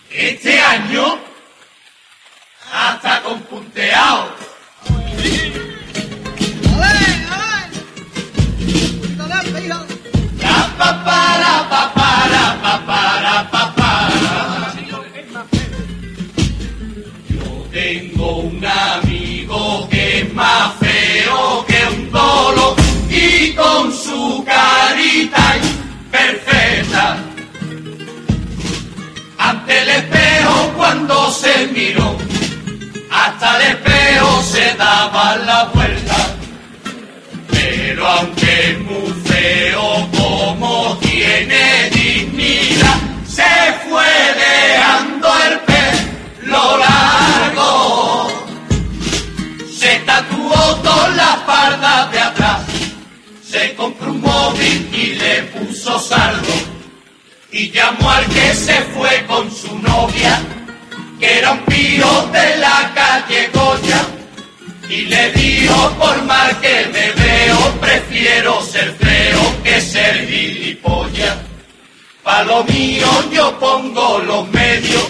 [SPEAKER 1] Este año hasta con punteado. La papara, papara, papara, papara. Yo tengo un amigo que es más feo que un tolo y con su carita perfecta ante el espejo cuando se miró, hasta el espejo se daba la vuelta. Pero aunque es muy feo como tiene dignidad, se fue dejando el pelo largo. Se tatuó toda la parda de atrás, se compró un móvil y le puso saldo y llamó al que se fue con su novia, que era un pío de la calle Goya, y le dijo por mal que me veo, prefiero ser feo que ser gilipollas. Pa' lo mío yo pongo los medios,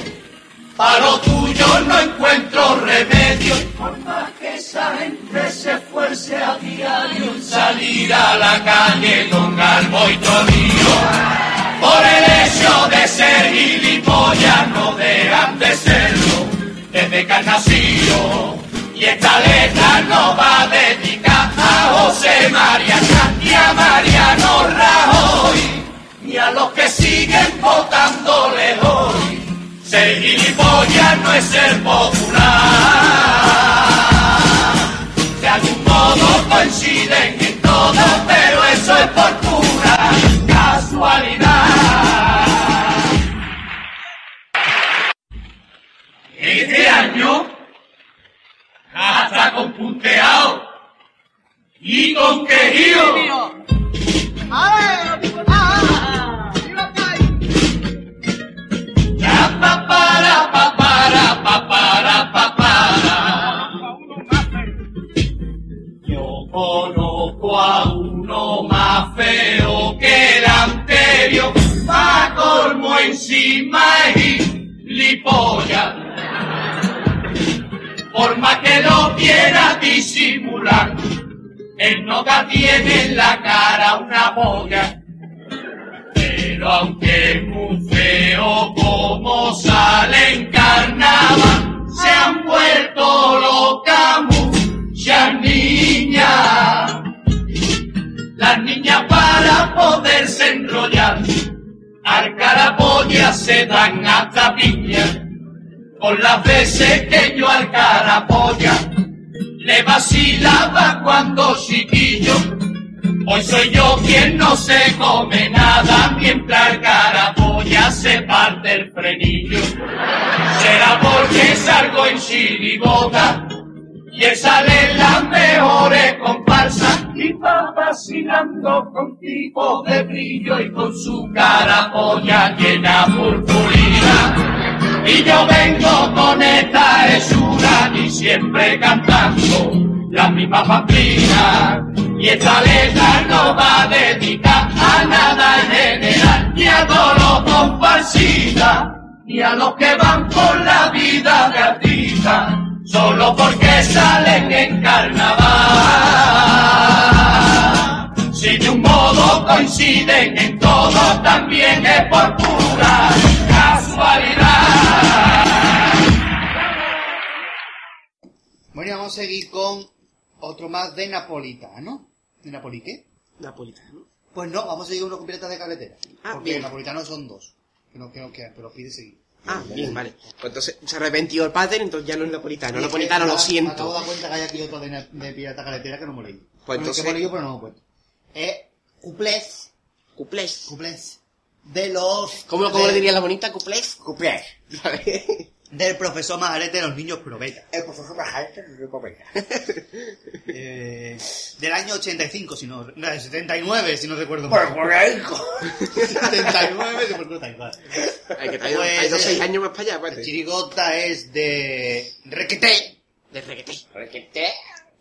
[SPEAKER 1] pa' lo tuyo no encuentro remedio. Por más que esa gente se esfuerce a diario en salir a la calle con arboito mío. Por el hecho de ser gilipollas no dejan de serlo, desde que han nacido. Y esta letra no va dedicada a José María Aznar y a Mariano Rajoy ni a los que siguen votándole hoy. Ser gilipollas no es ser popular. De algún modo coinciden en todo, pero eso es por pura casualidad. Este año hasta con punteado y con quejío. La papara, papara, papara, papara. Yo conozco a uno más feo que el anterior, pa' colmo encima es lipolla. Por más que lo quiera disimular, el nota tiene en la cara una polla. Pero aunque es muy feo como sale en carnaval, se han vuelto locas muchas niñas. Las niñas para poderse enrollar, al carapolla se dan hasta piña. Con las veces que yo al carapolla le vacilaba cuando chiquillo. Hoy soy yo quien no se come nada mientras el carapolla se parte el frenillo. Será porque salgo en chiribota y él sale en las mejores comparsas y va vacilando con tipo de brillo y con su carapolla llena purpurina. Y yo vengo con esta hechura y siempre cantando las mismas pamplinas. Y esta letra no va dedicada a nada en general, ni a todos los comparsistas, ni a los que van por la vida de artista, solo porque salen en carnaval. Si de un modo coinciden en todo, también es por pura casualidad.
[SPEAKER 5] Bueno, y vamos a seguir con otro más de napolitano. ¿De napoli qué?
[SPEAKER 4] Napolitano.
[SPEAKER 5] Pues no, vamos a seguir uno con piratas de carretera.
[SPEAKER 4] Ah,
[SPEAKER 5] porque
[SPEAKER 4] bien.
[SPEAKER 5] napolitanos son dos. Que no, que no quedan, pero pide seguir.
[SPEAKER 4] Ah, bien, vale. Pues entonces se arrepintió el padre, entonces ya no es napolitano. Napolitano,
[SPEAKER 5] Me
[SPEAKER 4] lo
[SPEAKER 5] acabo- Me acabo de
[SPEAKER 4] siento.
[SPEAKER 5] dar cuenta que hay aquí otro de, na- de pirata carretera que no me lo he leído.
[SPEAKER 4] Pues
[SPEAKER 5] Bueno,
[SPEAKER 4] entonces-
[SPEAKER 5] Que pone yo, pero no me cuento. Eh, cuplés,
[SPEAKER 4] Cuplés.
[SPEAKER 5] cuplés, de los...
[SPEAKER 4] ¿Cómo, cómo
[SPEAKER 5] de-
[SPEAKER 2] Eh.
[SPEAKER 4] le diría la bonita? Cuplés.
[SPEAKER 3] Cumpleaños.
[SPEAKER 4] ¿Vale?
[SPEAKER 5] Del profesor Majalete de los niños probeta.
[SPEAKER 3] El profesor Bajalte se recupera.
[SPEAKER 5] Eh, del año 85, si no... no, del 79, si no recuerdo
[SPEAKER 3] Por Pues por ahí,
[SPEAKER 5] 79, se me acuerda igual.
[SPEAKER 4] Hay que traer
[SPEAKER 5] Pues,
[SPEAKER 4] hay dos
[SPEAKER 5] eh,
[SPEAKER 4] seis años más para allá, pues.
[SPEAKER 5] La
[SPEAKER 4] aparte.
[SPEAKER 5] chirigota es de Requeté
[SPEAKER 4] De reggaetón.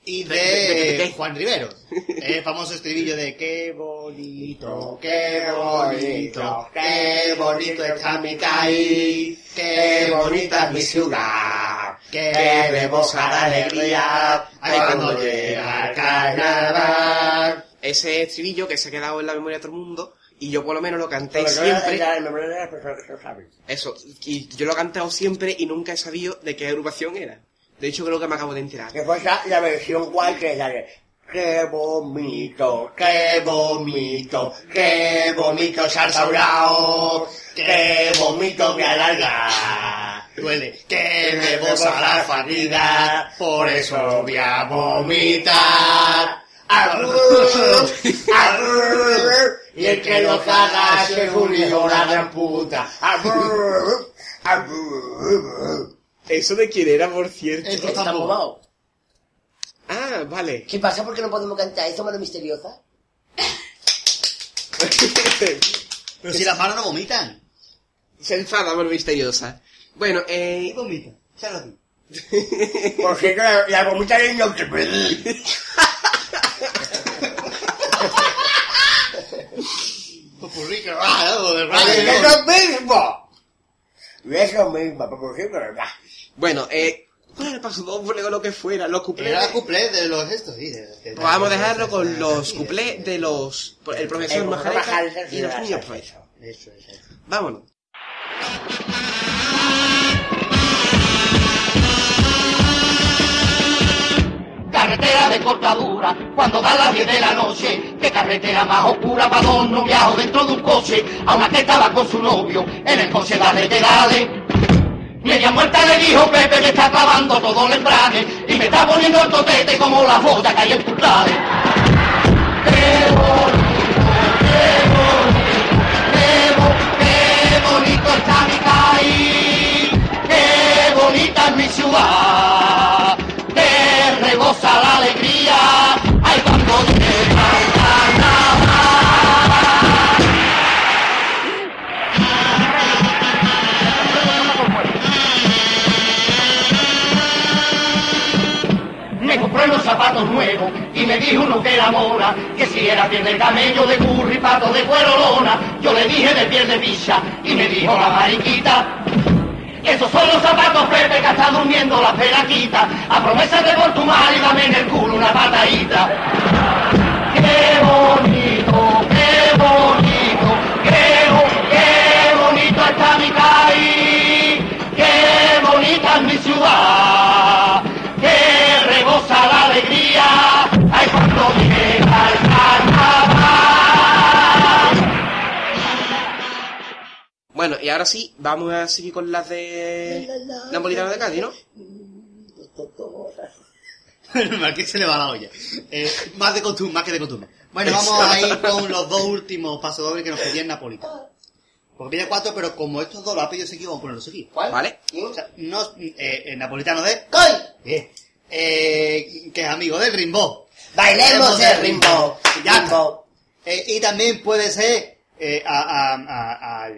[SPEAKER 5] y
[SPEAKER 4] De- de- de
[SPEAKER 5] de
[SPEAKER 4] Requeté.
[SPEAKER 5] Juan Rivero. El famoso estribillo de Qué bonito, qué bonito, qué bonito está mi país, qué bonita es mi ciudad, qué hermosa la alegría, ay cuando llega el carnaval.
[SPEAKER 4] Ese estribillo que se ha quedado en la memoria de todo el mundo, y yo por lo menos lo canté
[SPEAKER 3] Pero no
[SPEAKER 4] siempre.
[SPEAKER 3] es la memoria de las personas que lo saben.
[SPEAKER 4] Eso, y yo lo he cantado siempre y nunca he sabido de qué agrupación era. De hecho, creo que me acabo de enterar.
[SPEAKER 3] Que fue esa- la versión guay que es la de Qué bonito, qué bonito, qué bonito se ha restaurado, qué bonito me alarga.
[SPEAKER 5] Duele,
[SPEAKER 3] Que
[SPEAKER 5] que
[SPEAKER 3] me
[SPEAKER 5] me bosa
[SPEAKER 3] goza la
[SPEAKER 5] la fatiga, por eso voy a vomitar.
[SPEAKER 3] Arrrr, arrrr, Y el que lo caga se un hijo la gran puta. Arrrr, arrrr.
[SPEAKER 4] ¿Eso de quién era, por cierto?
[SPEAKER 5] Esto
[SPEAKER 2] Está
[SPEAKER 5] está
[SPEAKER 2] embobado.
[SPEAKER 4] Eh, Ah, vale.
[SPEAKER 2] ¿Qué pasa? ¿Por qué no podemos cantar eso, mano misteriosa?
[SPEAKER 5] Pero si las manos no vomitan.
[SPEAKER 4] Se enfada por misteriosa. Bueno, eh...
[SPEAKER 5] vomita? Échalo aquí.
[SPEAKER 3] Por cierto, la, la gomita de no te pedí.
[SPEAKER 5] Popurrí, qué raro, ah, de
[SPEAKER 3] Ay,
[SPEAKER 5] radio.
[SPEAKER 3] ¡Es lo mismo! Es lo mismo, pero por ejemplo, ¿verdad?
[SPEAKER 4] Bueno, eh, ¿cuál era el paso doble o lo que fuera? Los cuplés.
[SPEAKER 5] Era el cuplé de los estos, sí. de- de-
[SPEAKER 4] Pues vamos a dejarlo
[SPEAKER 5] de-
[SPEAKER 4] con los
[SPEAKER 5] de-
[SPEAKER 4] cuplés de los. El profesor
[SPEAKER 3] El profesor
[SPEAKER 4] Majareta
[SPEAKER 3] Majareta
[SPEAKER 4] y los
[SPEAKER 3] y
[SPEAKER 4] niños
[SPEAKER 3] la-
[SPEAKER 4] profesor.
[SPEAKER 5] Eso, eso, eso.
[SPEAKER 4] Vámonos.
[SPEAKER 1] Carretera de cortadura, cuando da las 10 de la noche, qué carretera más oscura para dos no viajo dentro de un coche, a una que estaba con su novio, en el coche dale que dale. Media muerta le dijo Pepe que está clavando todo el embrague y me está poniendo el totete como la joya que hay en tus lares. Qué bonito, qué bonito, qué bo- qué bonito está mi país, qué bonita es mi ciudad, que rebosa la alegría, ay cuando te falta Me compró unos zapatos nuevos y me dijo uno que era mora, que si era piel de camello, de curry, pato de cuero lona. Yo le dije de piel de bicha y me dijo la mariquita. Esos son los zapatos Pepe que está durmiendo la pelaquita. A promesa de por tu mal y dame en el culo una patadita. Qué bonito, qué bonito, qué, bo- qué bonito está mi país, qué bonita es mi ciudad, que rebosa la alegría, ay cuando llega el carnaval.
[SPEAKER 4] Bueno, y ahora sí, vamos a seguir con las de. Napolitano de Cádiz, ¿no?
[SPEAKER 5] Al que se le va la olla. Eh, más de costumbre, más que de costumbre. Bueno, vamos a ir con los dos últimos pasodobles que nos pedían Napolitano. Porque pide cuatro, pero como estos dos los ha pedido Seguido, vamos a ponerlos aquí. ¿Cuál?
[SPEAKER 4] Vale.
[SPEAKER 5] O sea, no, eh, eh, napolitano de... ¡Coy! Bien. Eh, que es amigo del Rimbo.
[SPEAKER 2] Bailemos el rimbo.
[SPEAKER 5] Ya.
[SPEAKER 2] Rimbo.
[SPEAKER 5] Eh, y también puede ser eh, a, a, a- a- a-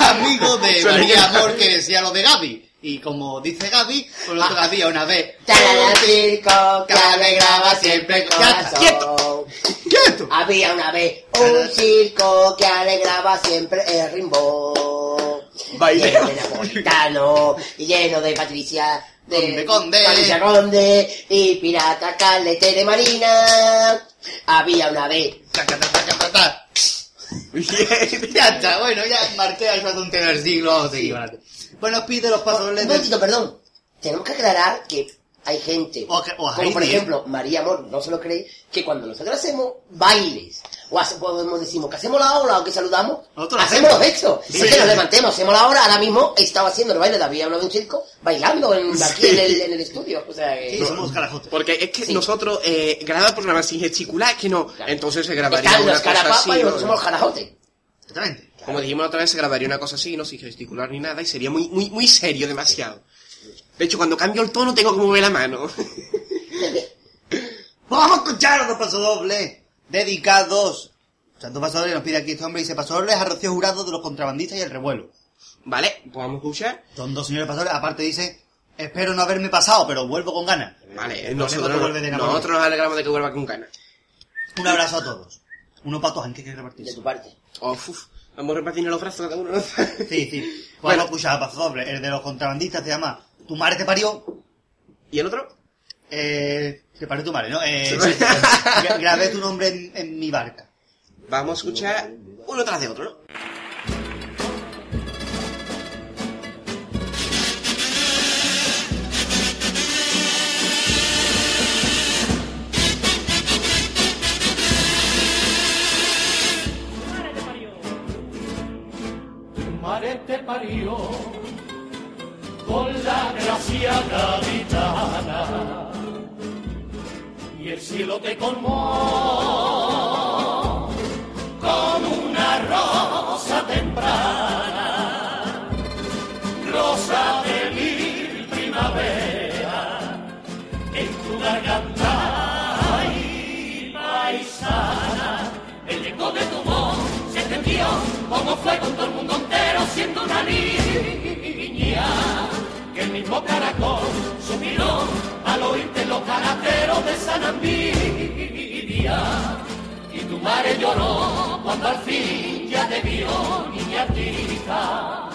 [SPEAKER 5] a- amigo de María Amor que decía lo de Gaby. Y como dice Gaby, pues el otro día una vez.
[SPEAKER 2] Tararatico, que alegraba siempre el
[SPEAKER 5] Ya está,
[SPEAKER 2] corazón.
[SPEAKER 5] ¡Quieto!
[SPEAKER 2] Había una vez un circo que alegraba siempre el rimbo.
[SPEAKER 4] Baileo.
[SPEAKER 2] Lleno de napolitano, y lleno de Patricia. De
[SPEAKER 5] Conde, conde.
[SPEAKER 2] Patricia Conde y pirata calete de Marina. Había una vez.
[SPEAKER 5] Taca, taca, taca, taca. Ya está, bueno, ya marqué al ratón del siglo, vamos a seguir adelante. Bueno, pide los
[SPEAKER 2] Un
[SPEAKER 5] pasodobles de...
[SPEAKER 2] momentito, perdón. Tenemos que aclarar que hay gente,
[SPEAKER 5] O que- o hay
[SPEAKER 2] como por
[SPEAKER 5] diez.
[SPEAKER 2] ejemplo María Amor, no se lo cree, que cuando nosotros hacemos bailes, o hace- podemos decimos que hacemos la ola o que saludamos,
[SPEAKER 5] Nosotros lo
[SPEAKER 2] hacemos los
[SPEAKER 5] hacemos.
[SPEAKER 2] gestos.
[SPEAKER 5] Sí.
[SPEAKER 2] Es que nos levantemos, hacemos la ola, ahora mismo estaba haciendo el baile, David hablaba de un circo, bailando en, aquí en el, en el estudio. O sea, eh, que-
[SPEAKER 5] Sí, somos carajotes.
[SPEAKER 4] Porque es que
[SPEAKER 2] Sí.
[SPEAKER 4] nosotros eh, grabar programas sin gesticular es que no.
[SPEAKER 2] Claro.
[SPEAKER 4] Entonces se
[SPEAKER 2] están
[SPEAKER 4] grabaría una
[SPEAKER 2] los
[SPEAKER 4] cosa
[SPEAKER 2] carapapas
[SPEAKER 4] así.
[SPEAKER 2] y
[SPEAKER 4] ¿no?
[SPEAKER 2] nosotros somos carajotes.
[SPEAKER 5] Exactamente.
[SPEAKER 4] Como dijimos la otra vez, se grabaría una cosa así, no sin gesticular ni nada, y sería muy, muy, muy serio demasiado. De hecho, cuando cambio el tono tengo que mover la mano.
[SPEAKER 5] Pues Vamos a escuchar los dos pasodobles dedicados. O sea, dos pasodobles nos pide aquí este hombre y dice pasodobles a Rocío Jurado de los contrabandistas y el revuelo.
[SPEAKER 4] ¿Vale? Pues vamos a escuchar.
[SPEAKER 5] Son dos señores pasodobles, aparte dice, espero no haberme pasado, pero vuelvo con ganas.
[SPEAKER 2] Eh,
[SPEAKER 4] Vale,
[SPEAKER 5] Volvemos
[SPEAKER 4] nosotros,
[SPEAKER 5] que vuelve de Napoli.
[SPEAKER 4] nosotros nos alegramos de que vuelva con ganas.
[SPEAKER 5] Un abrazo a todos. Uno para todos, ¿en qué quieres
[SPEAKER 2] De tu
[SPEAKER 5] repartirse?
[SPEAKER 2] parte.
[SPEAKER 4] Oh, uf, vamos a repartir los brazos cada uno. ¿no?
[SPEAKER 5] Sí, sí. Vamos
[SPEAKER 4] Bueno.
[SPEAKER 5] a escuchar a pasodobles. El de los contrabandistas se llama Tu madre te parió.
[SPEAKER 4] ¿Y el otro?
[SPEAKER 5] Eh, te parió tu madre, ¿no? Eh,
[SPEAKER 4] Sí.
[SPEAKER 5] sí, sí. Gra- grabé tu nombre en, en mi barca.
[SPEAKER 4] Vamos a escuchar uno tras de otro, ¿no?
[SPEAKER 1] Mare te parió este con la gracia gaditana y el cielo te colmó con una rosa temprana, rosa de mil primavera en tu garganta y paisana, el eco de tu voz se extendió como fue con todo el mundo entero siendo una niña que el mismo caracol suspiró al oírte los carateros de San Ambidia y tu madre lloró cuando al fin ya te vio, niña artista.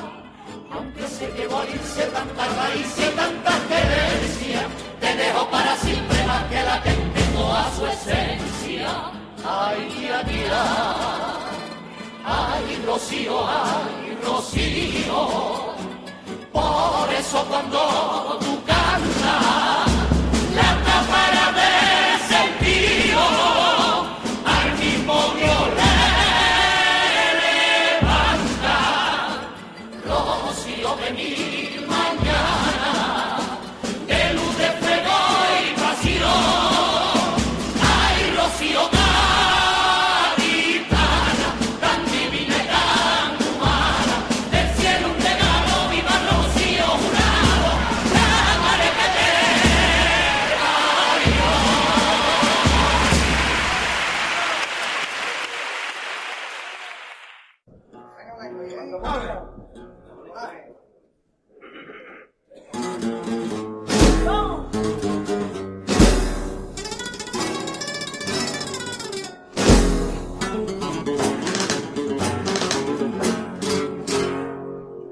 [SPEAKER 1] Aunque sé que morirse tantas raíces y tantas querencias, te dejo para siempre más que la que tengo a su esencia. Ay, día, día, ay, Rocío, ay, Rocío. Por eso cuando tú cantas, la cámara de sentido al mismo le levanta. Rocío de mi mañana, de luz de fuego y pasión. Ay, Rocío gaditana, tan divina y tan humana, del cielo un regalo, viva Rocío jurado, la madre que te parió.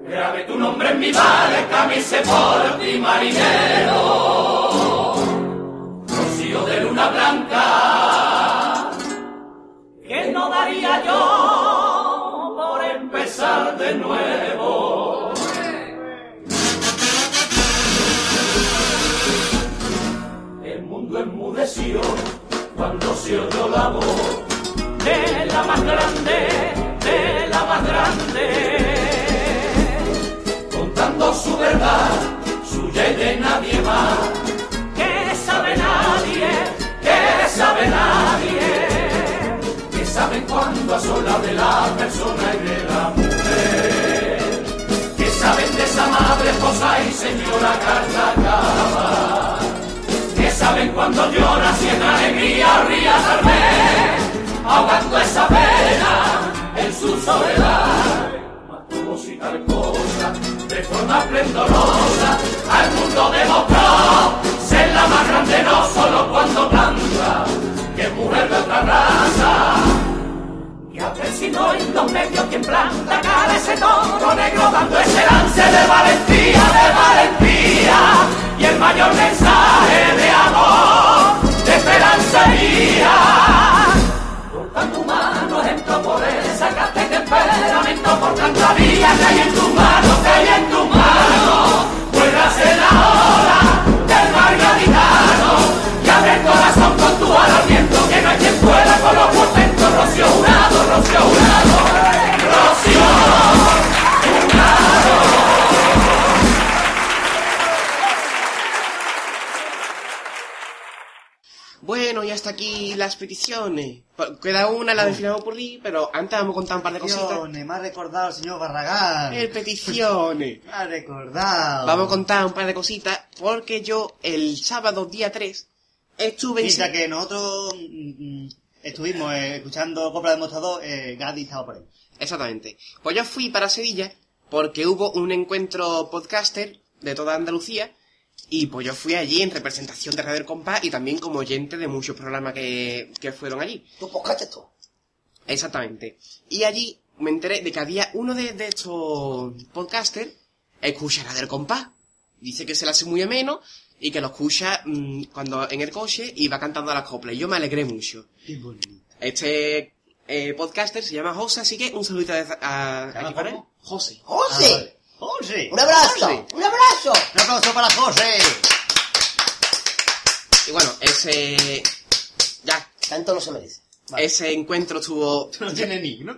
[SPEAKER 1] Grabé tu nombre en mi barca, mi ti marinero. Rocío de luna blanca, que no daría yo por empezar de nuevo. El mundo enmudeció cuando se oyó la voz de la más grande, de la más grande contando su verdad, suya y de nadie más. Que sabe nadie, que sabe nadie, que saben cuándo a sola de la persona y de la mujer, que saben de esa madre, esposa y señora Cartagaba, que saben cuando llora si en alegría ría tal vez, ahogando esa pena en su soledad todos y tal cosa, de forma esplendorosa, al mundo demostró ser la más grande no solo cuando canta, que es mujer de otra raza. Y a ver si no en los medios quien planta cara ese toro negro dando ese lance de valentía, de valentía, y el mayor mensaje de amor, de esperanza mía. Por tan humano ejemplo por esa casta y temperamento por tanta vida que hay en tu mano, que hay en tu mano. Vuelve a ser la hora del margaritano que abre el corazón con tu alarmiento que no hay quien pueda con los portentos. Rocío Jurado, Rocío Jurado, Rocío Jurado.
[SPEAKER 4] Bueno, y hasta aquí las peticiones. Pa- Queda una, la desfilamos por mí, pero antes vamos a contar un par de cositas.
[SPEAKER 5] Peticiones, me ha recordado el señor Barragán.
[SPEAKER 4] El peticiones.
[SPEAKER 5] Me ha recordado.
[SPEAKER 4] Vamos a contar un par de cositas, porque yo el sábado día 3 estuve en...
[SPEAKER 5] Mientras que nosotros mm, mm, estuvimos eh, escuchando Copla de Mostrador, eh, Gadi estaba por ahí.
[SPEAKER 4] Exactamente. Pues yo fui para Sevilla porque hubo un encuentro podcaster de toda Andalucía y pues yo fui allí en representación de Radio El Compás y también como oyente de muchos programas que, que fueron allí.
[SPEAKER 2] Tú poscaste tú.
[SPEAKER 4] Exactamente. Y allí me enteré de que había uno de, de estos podcasters escucha Radio El Compás. Dice que se le hace muy ameno y que lo escucha mm, cuando en el coche y va cantando las coplas. Y yo me alegré mucho.
[SPEAKER 5] Qué bonito.
[SPEAKER 4] Este eh, podcaster se llama José, así que un saludito a, a-
[SPEAKER 5] llama
[SPEAKER 4] aquí para él.
[SPEAKER 5] cómo? Ah,
[SPEAKER 4] José.
[SPEAKER 2] ¡José!
[SPEAKER 5] ¡José!
[SPEAKER 2] ¡Un abrazo!
[SPEAKER 4] José.
[SPEAKER 2] ¡Un abrazo!
[SPEAKER 5] ¡Un aplauso para José!
[SPEAKER 4] Y bueno, ese. Ya,
[SPEAKER 2] Tanto no se merece.
[SPEAKER 5] Vale.
[SPEAKER 4] ese encuentro estuvo.
[SPEAKER 5] No tiene nick, ¿no?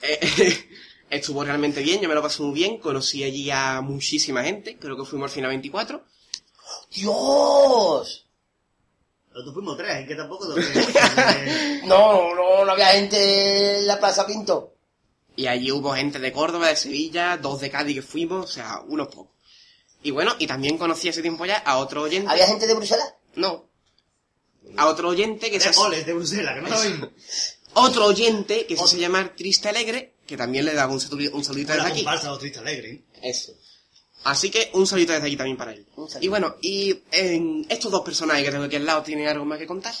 [SPEAKER 4] eh, estuvo realmente bien, yo me lo pasé muy bien, conocí allí a muchísima gente, creo que fuimos al final 24.
[SPEAKER 2] ¡Dios!
[SPEAKER 5] Nosotros fuimos tres, es que tampoco... te lo creo mucho, porque-
[SPEAKER 2] No, no, no había gente en la Plaza Pinto.
[SPEAKER 4] Y allí hubo gente de Córdoba, de Sevilla, dos de Cádiz que fuimos, o sea, unos pocos. Y bueno, y también conocí ese tiempo ya a otro oyente.
[SPEAKER 2] ¿Había gente de Bruselas?
[SPEAKER 4] No. A otro oyente que se
[SPEAKER 5] Tres goles de Bruselas, que no es lo mismo.
[SPEAKER 4] Otro oyente que se hace llamar Triste Alegre, que también le daba un, salu- un saludito desde
[SPEAKER 5] Una
[SPEAKER 4] aquí.
[SPEAKER 5] comparsa o triste alegre, ¿eh?
[SPEAKER 4] Eso. Así que un saludito desde aquí también para él.
[SPEAKER 2] Un saludo.
[SPEAKER 4] Y bueno, y en estos dos personajes que tengo aquí al lado tienen algo más que contar.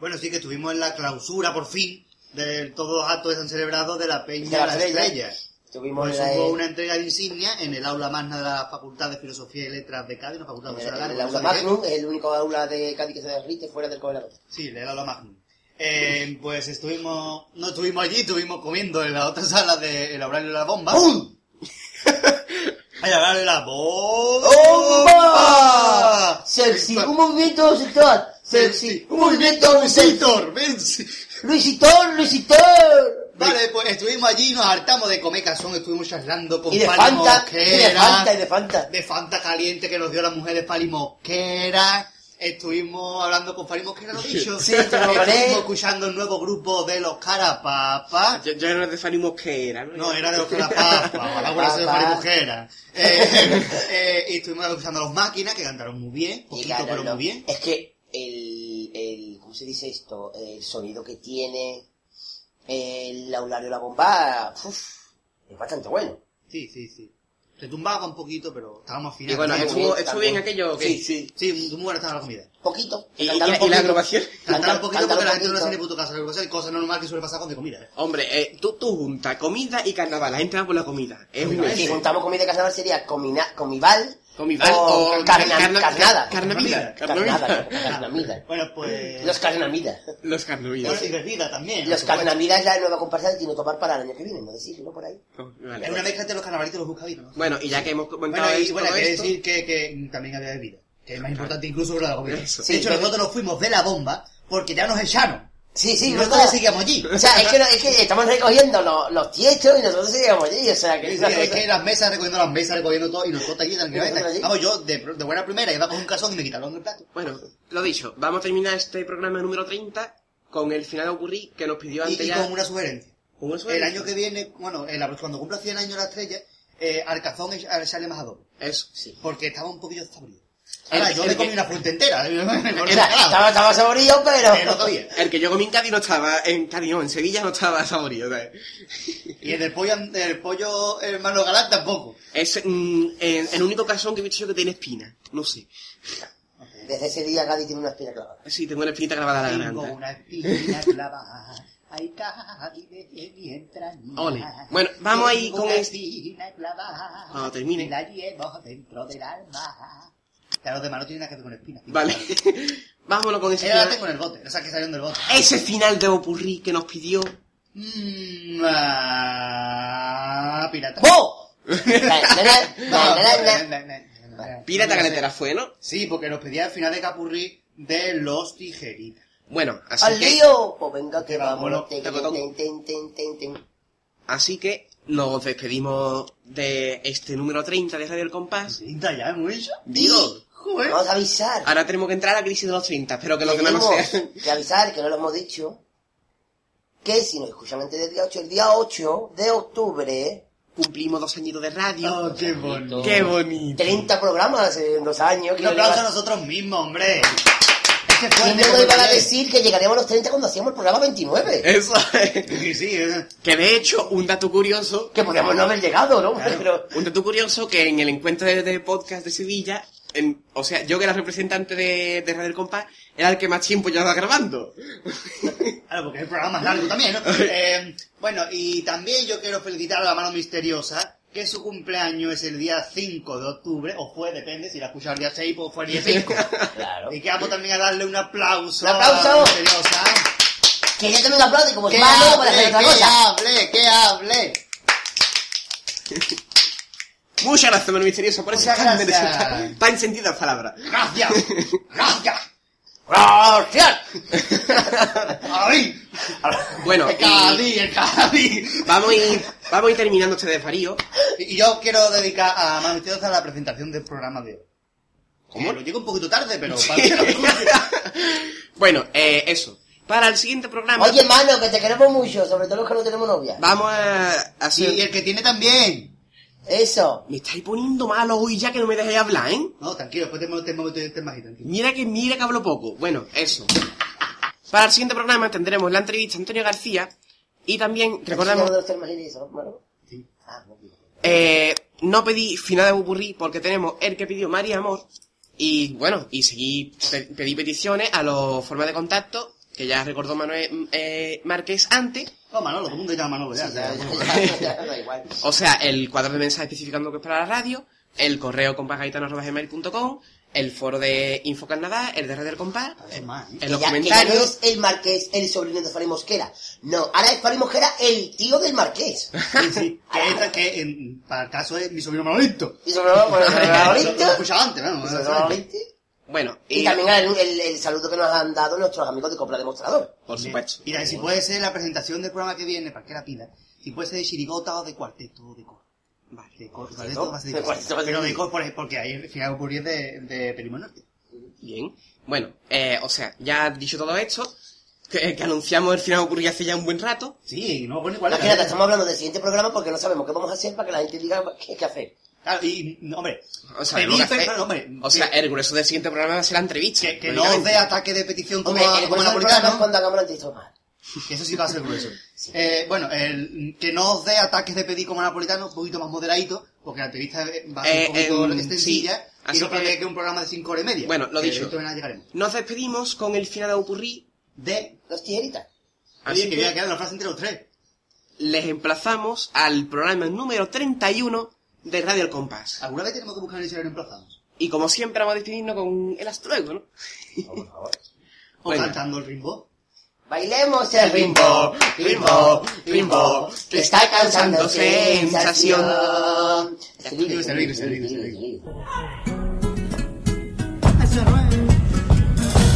[SPEAKER 5] Bueno, sí que estuvimos en la clausura, por fin, de todos los actos que se han celebrado de la Peña
[SPEAKER 2] De
[SPEAKER 5] de
[SPEAKER 2] la
[SPEAKER 5] la,
[SPEAKER 2] Estrella.
[SPEAKER 5] Estrella.
[SPEAKER 2] Tuvimos
[SPEAKER 5] Pues
[SPEAKER 2] la-
[SPEAKER 5] hubo una entrega de insignia en el aula magna de la Facultad de Filosofía y Letras de Cádiz, la Facultad de
[SPEAKER 2] el,
[SPEAKER 5] Profesora
[SPEAKER 2] el
[SPEAKER 5] Largo,
[SPEAKER 2] aula
[SPEAKER 5] no sé qué.
[SPEAKER 2] Magnum, el único aula de Cádiz que se derrite fuera del cobrador.
[SPEAKER 5] Sí, el aula magnum. Eh, pues estuvimos, no estuvimos allí, estuvimos comiendo en la otra sala de el horario de la bomba. ¡Pum! el horario de la bomba.
[SPEAKER 2] ¡Bomba! Sexy, un movimiento sector.
[SPEAKER 5] Sexy,
[SPEAKER 2] Sexy, un movimiento sector.
[SPEAKER 5] Luisitor, ven, sí.
[SPEAKER 2] Luisitor, Luisitor.
[SPEAKER 5] Vale, pues estuvimos allí, nos hartamos de comer cazón, estuvimos charlando con
[SPEAKER 2] Y de
[SPEAKER 5] Pali
[SPEAKER 2] Fanta,
[SPEAKER 5] Mosquera,
[SPEAKER 2] y de Fanta, y de Fanta.
[SPEAKER 5] de Fanta caliente que nos dio la mujer de Pali Mosquera. Estuvimos hablando con Pali Mosquera, lo dicho.
[SPEAKER 2] Sí, te lo gané.
[SPEAKER 5] Estuvimos escuchando el nuevo grupo de los Carapapas.
[SPEAKER 4] Yo, yo era de Fanny Mosquera, ¿no?
[SPEAKER 5] No, era de los Carapapas, ahora por eso de
[SPEAKER 2] Papá.
[SPEAKER 5] Pali Mosquera. Eh, eh, y estuvimos escuchando a los máquinas que cantaron muy bien, poquito
[SPEAKER 2] Llegaron,
[SPEAKER 5] pero
[SPEAKER 2] ¿no?
[SPEAKER 5] muy bien.
[SPEAKER 2] Es que el, el, ¿cómo se dice esto? El sonido que tiene el aulario la bomba, uf, es bastante bueno.
[SPEAKER 5] Sí, sí, sí. Retumbaba un poquito, pero estábamos
[SPEAKER 4] Y
[SPEAKER 5] afilados.
[SPEAKER 4] bueno,
[SPEAKER 2] También,
[SPEAKER 4] estuvo, estuvo
[SPEAKER 2] también.
[SPEAKER 4] bien aquello, que
[SPEAKER 2] Sí, sí.
[SPEAKER 5] Sí, muy buena estaba la comida.
[SPEAKER 2] Poquito.
[SPEAKER 4] ¿Y, y- y
[SPEAKER 2] Cantar un
[SPEAKER 4] la
[SPEAKER 2] poquito.
[SPEAKER 4] grabación?
[SPEAKER 5] Cantar un poquito
[SPEAKER 2] Cantar
[SPEAKER 5] porque
[SPEAKER 2] un
[SPEAKER 5] la gente no
[SPEAKER 2] poquito.
[SPEAKER 5] se ni puto caso. Lo que pasa es cosa normal que suele pasar con de comida. ¿eh?
[SPEAKER 4] Hombre, eh, tú, tú juntas comida y carnaval, la gente va por la comida. Es un
[SPEAKER 2] Si
[SPEAKER 4] éxito.
[SPEAKER 2] juntamos comida de carnaval sería comina, comival,
[SPEAKER 4] Comibal
[SPEAKER 2] o
[SPEAKER 4] o
[SPEAKER 2] carna-
[SPEAKER 4] carna-
[SPEAKER 2] carnada.
[SPEAKER 4] carnavida.
[SPEAKER 2] Carnada,
[SPEAKER 4] Carnavida.
[SPEAKER 2] carnamida.
[SPEAKER 5] Bueno, pues...
[SPEAKER 2] Mm, Los carnamidas.
[SPEAKER 4] Los
[SPEAKER 5] bueno,
[SPEAKER 4] carnavidas.
[SPEAKER 5] y bebida también.
[SPEAKER 2] Los
[SPEAKER 5] por supuesto.
[SPEAKER 2] carnamidas es la nueva comparsa de Tino Tomar para el año que viene, no decirlo por ahí.
[SPEAKER 5] Es una mezcla entre los carnavalitos y los buscavinos. ¿no?
[SPEAKER 4] Bueno, y ya que hemos comentado
[SPEAKER 5] Bueno, y
[SPEAKER 4] esto,
[SPEAKER 5] bueno, hay que
[SPEAKER 4] esto-
[SPEAKER 5] decir que, que, mm, también había bebida. Que es más importante incluso que la comida.
[SPEAKER 4] Eso.
[SPEAKER 5] de hecho, nosotros nos fuimos de la bomba porque ya nos echaron.
[SPEAKER 2] Sí,
[SPEAKER 5] y
[SPEAKER 2] sí,
[SPEAKER 5] nosotros
[SPEAKER 2] ¿verdad?
[SPEAKER 5] seguíamos allí.
[SPEAKER 2] O sea, es que, no- es que estamos recogiendo los, los tiestos y nosotros seguimos allí, o sea, que...
[SPEAKER 5] Sí, es que las mesas, recogiendo las mesas, recogiendo todo, y nosotros allí,
[SPEAKER 2] nosotros allí.
[SPEAKER 5] tranquilamente. Vamos, yo de, de buena primera iba con un casón y me quitaron el plato.
[SPEAKER 4] Bueno, lo dicho, vamos a terminar este programa número 30 con el final de ocurrir que nos pidió
[SPEAKER 5] Y,
[SPEAKER 4] antes
[SPEAKER 5] y
[SPEAKER 4] ya.
[SPEAKER 5] con una sugerencia.
[SPEAKER 4] ¿Con una
[SPEAKER 5] El
[SPEAKER 4] sugerencia?
[SPEAKER 5] año que viene, bueno, el- cuando cumpla 100 años la estrella, eh, al cazón es- al- sale más adobo.
[SPEAKER 4] Eso, sí.
[SPEAKER 5] Porque estaba un poquillo sabrido. Ahora,
[SPEAKER 4] El-
[SPEAKER 5] yo
[SPEAKER 4] el
[SPEAKER 5] me
[SPEAKER 4] que-
[SPEAKER 5] comí una fuente entera.
[SPEAKER 2] O sea, estaba, estaba saborío, pero...
[SPEAKER 5] El otro día.
[SPEAKER 4] El que yo comí en Cádiz no estaba, en Cádiz no, en Sevilla no estaba saborío, ¿sabes?
[SPEAKER 5] Y el del pollo, el pollo hermano galán tampoco.
[SPEAKER 4] Es mm, el, el único casón que he visto yo que tiene espina, no sé.
[SPEAKER 2] Desde ese día Gadi tiene una espina clavada.
[SPEAKER 4] Sí, tengo una espinita grabada en la
[SPEAKER 5] Tengo
[SPEAKER 4] garganta.
[SPEAKER 5] una espina clavada. Ay, Cádiz, de mi entraña.
[SPEAKER 4] Ole. Bueno, vamos ahí
[SPEAKER 5] Tengo
[SPEAKER 4] con
[SPEAKER 5] una
[SPEAKER 4] el-
[SPEAKER 5] espina clavada.
[SPEAKER 4] Cuando termine.
[SPEAKER 5] Y la llevo dentro del alma. Claro, los demás no tienen nada que ver con espinas.
[SPEAKER 4] Vale. Vámonos con ese
[SPEAKER 5] Era la
[SPEAKER 4] final.
[SPEAKER 5] tengo en el bote, esa que salieron del bote.
[SPEAKER 4] Ese final de ocurrir que nos pidió.
[SPEAKER 5] Mm, ah, pirata.
[SPEAKER 2] ¡Bo!
[SPEAKER 4] ¡Oh!
[SPEAKER 2] Na, na, na,
[SPEAKER 5] No,
[SPEAKER 2] na, na,
[SPEAKER 5] na,
[SPEAKER 2] na.
[SPEAKER 5] na, na, na, na, na.
[SPEAKER 4] Pirata Calentera fue, ¿no?
[SPEAKER 5] Sí, porque nos pedía el final de Capurri de los tijeritas.
[SPEAKER 4] Bueno,
[SPEAKER 2] ¡Al
[SPEAKER 4] así que,
[SPEAKER 2] lío! Pues venga que
[SPEAKER 5] Que vámonos.
[SPEAKER 2] vámonos. Ten, ten, ten, ten, ten, ten.
[SPEAKER 4] así que nos despedimos de este número 30 de Radio El Compás.
[SPEAKER 5] ¿Tijeritas ya hemos hecho?
[SPEAKER 4] Digo,
[SPEAKER 5] Joder.
[SPEAKER 2] Vamos a avisar.
[SPEAKER 4] ahora tenemos que entrar a la crisis de los 30, espero que los demás no
[SPEAKER 2] Tenemos
[SPEAKER 4] sean.
[SPEAKER 2] que avisar, que no lo hemos dicho, que si nos escuchan antes del día 8, el día 8 de octubre,
[SPEAKER 4] Cumplimos dos añitos de radio.
[SPEAKER 5] Oh, qué bonito.
[SPEAKER 4] ¡Qué bonito!
[SPEAKER 2] 30 programas hace dos años. que
[SPEAKER 5] Un aplauso a
[SPEAKER 2] lleva-
[SPEAKER 5] nosotros mismos, hombre. Este fue
[SPEAKER 2] Y
[SPEAKER 5] el
[SPEAKER 2] no nos iban a
[SPEAKER 5] de-
[SPEAKER 2] decir que llegaríamos a los 30 cuando hacíamos el programa 29.
[SPEAKER 4] Eso es.
[SPEAKER 5] Sí, sí, eh.
[SPEAKER 4] Que de hecho, un dato curioso.
[SPEAKER 2] Que podríamos no haber llegado, ¿no?
[SPEAKER 5] Claro.
[SPEAKER 2] Pero
[SPEAKER 4] Un dato curioso que en el encuentro de, de podcast de Sevilla, en- o sea, yo que era representante de, de Radio El Compás, era el que más tiempo llevaba grabando.
[SPEAKER 5] Claro, porque es el programa más largo también, ¿no? Eh, bueno, y también yo quiero felicitar a la mano misteriosa, que su cumpleaños es el día 5 de octubre, o fue, depende, si la escuchas el día 6, pues fue el día 5.
[SPEAKER 2] Claro.
[SPEAKER 5] Y que vamos también a darle un aplauso,
[SPEAKER 2] ¡Un
[SPEAKER 5] a la
[SPEAKER 2] aplauso!
[SPEAKER 5] mano misteriosa.
[SPEAKER 2] que ya también lo aplaude como
[SPEAKER 5] ¡Que
[SPEAKER 2] hermano para hacer
[SPEAKER 5] hable,
[SPEAKER 2] otra
[SPEAKER 5] que
[SPEAKER 2] cosa.
[SPEAKER 5] hable, que hable!
[SPEAKER 4] Muchas gracias, hermano misterioso, por ese
[SPEAKER 5] Muchas
[SPEAKER 4] cambio de
[SPEAKER 5] gracias.
[SPEAKER 4] tan- tan sentidas palabras.
[SPEAKER 5] ¡Gracias! ¡Gracias!
[SPEAKER 2] ¡Gracias!
[SPEAKER 5] ¡Ay!
[SPEAKER 4] Bueno,
[SPEAKER 5] ¡El
[SPEAKER 4] y
[SPEAKER 5] Cádiz, el Cádiz!
[SPEAKER 4] vamos a ir, vamos a ir terminando este desvarío.
[SPEAKER 5] Y yo quiero dedicar a Manu Misteriosa la presentación del programa de hoy. ¿Cómo? Lo llego un poquito tarde, pero... para que lo escuche.
[SPEAKER 4] bueno, eh, eso. Para el siguiente programa
[SPEAKER 2] Oye, hermano, que te queremos mucho, sobre todo los que no tenemos novia.
[SPEAKER 4] vamos a hacer...
[SPEAKER 5] Y el que tiene también.
[SPEAKER 2] Eso.
[SPEAKER 4] Me estáis poniendo malo hoy ya que no me dejéis hablar, ¿eh?
[SPEAKER 5] No, tranquilo, después te te momento de tema tranquilo.
[SPEAKER 4] Mira que mira que hablo poco. Bueno, eso. Para el siguiente programa tendremos la entrevista a Antonio García y también
[SPEAKER 2] ¿Sí,
[SPEAKER 4] recordamos
[SPEAKER 2] no te imaginas eso, hermano?
[SPEAKER 5] Sí.
[SPEAKER 2] Ah, no, tío.
[SPEAKER 4] eh, no pedí final de Bupurrí porque tenemos el que pidió María Amor y bueno, y seguí pe- pedí peticiones a los formas de contacto que ya recordó Manuel eh, Márquez antes.
[SPEAKER 5] Oh, Manolo, todo el mundo llama Manolo ya.
[SPEAKER 2] Sí, ya, ya, ya, da igual.
[SPEAKER 4] O sea, el cuadro de mensajes especificando que es para la radio, el correo compasgaitanos.com, el foro de Info Canadá, el de Radio del Compás,
[SPEAKER 5] Es más, ¿eh?
[SPEAKER 4] en
[SPEAKER 2] Que
[SPEAKER 4] los
[SPEAKER 2] ya- que ya no
[SPEAKER 4] comentarios.
[SPEAKER 2] es el marqués, el sobrino de Fari Mosquera. No, ahora es Fari Mosquera el tío del marqués.
[SPEAKER 5] Sí, sí. Que esta, que en- para el caso es mi sobrino Manolito.
[SPEAKER 2] Y sobre todo, por el
[SPEAKER 5] Eso Lo he
[SPEAKER 2] Manolito,
[SPEAKER 5] escuchado antes, ¿no?
[SPEAKER 2] y sobre todo Manolito,
[SPEAKER 4] Bueno,
[SPEAKER 2] Y también el, el- el saludo que nos han dado nuestros amigos de Compra Demostrador.
[SPEAKER 4] por
[SPEAKER 5] Bien.
[SPEAKER 4] supuesto.
[SPEAKER 5] Mira, y si puede ser la presentación del programa que viene, para que la pida, si puede ser de chirigota o de cuarteto o de coro. Vale, de coro, cuarteto va a ser
[SPEAKER 2] De
[SPEAKER 5] difícil.
[SPEAKER 2] cuarteto va a ser
[SPEAKER 5] Pero de
[SPEAKER 2] difícil.
[SPEAKER 5] coro, por- porque ahí al final ocurrió de, de Primo Norte.
[SPEAKER 4] Bien. Bueno, eh, o sea, ya dicho todo esto, que, que anunciamos el final ocurrió hace ya un buen rato.
[SPEAKER 5] Sí, y no me acuerdo ni cuál
[SPEAKER 2] Pero
[SPEAKER 5] era.
[SPEAKER 2] es que nada, estamos hablando del siguiente programa porque no sabemos qué vamos a hacer para que la gente diga qué, qué hacer.
[SPEAKER 5] Claro, y, no, hombre,
[SPEAKER 4] O sea,
[SPEAKER 5] pedir
[SPEAKER 4] lo que hace-
[SPEAKER 5] perdón, hombre,
[SPEAKER 4] o sea,
[SPEAKER 5] que,
[SPEAKER 4] el grueso del siguiente programa va a ser la entrevista.
[SPEAKER 5] que, que no os
[SPEAKER 4] lógicamente.
[SPEAKER 5] dé ataque de petición como,
[SPEAKER 2] Hombre,
[SPEAKER 4] eh,
[SPEAKER 5] a-
[SPEAKER 2] el
[SPEAKER 5] como
[SPEAKER 2] grueso del programa es
[SPEAKER 5] napolitano.
[SPEAKER 2] cuando hagamos la entrevista más.
[SPEAKER 5] Que eso sí va a ser grueso. Eh, bueno, el, que no os dé ataques de pedir como napolitano, un poquito más moderadito, porque la entrevista va a ser
[SPEAKER 4] Eh,
[SPEAKER 5] un poquito
[SPEAKER 4] em, sí.
[SPEAKER 5] extensilla.
[SPEAKER 4] Así
[SPEAKER 5] y no
[SPEAKER 4] que-
[SPEAKER 5] prevé que un programa de cinco horas y media.
[SPEAKER 4] Bueno, lo
[SPEAKER 5] Que
[SPEAKER 4] dicho.
[SPEAKER 5] dentro de nada llegaremos.
[SPEAKER 4] Nos despedimos con el final ocurrí.
[SPEAKER 5] De
[SPEAKER 2] Los tijeritas.
[SPEAKER 5] Así
[SPEAKER 4] Así
[SPEAKER 5] que
[SPEAKER 4] que-
[SPEAKER 5] voy a quedar la frase entre los tres.
[SPEAKER 4] Les emplazamos al programa número 31 de Radio El Compás.
[SPEAKER 5] ¿Alguna vez tenemos que buscar un diccionario emplazados?
[SPEAKER 4] Y como siempre vamos a despedirnos con el astruego, ¿no?
[SPEAKER 5] O
[SPEAKER 4] Venga.
[SPEAKER 5] cantando el rimbo.
[SPEAKER 2] Bailemos el rimbo, rimbo, rimbo, que está causando sensación.
[SPEAKER 5] Se ríe, se ríe, se ríe.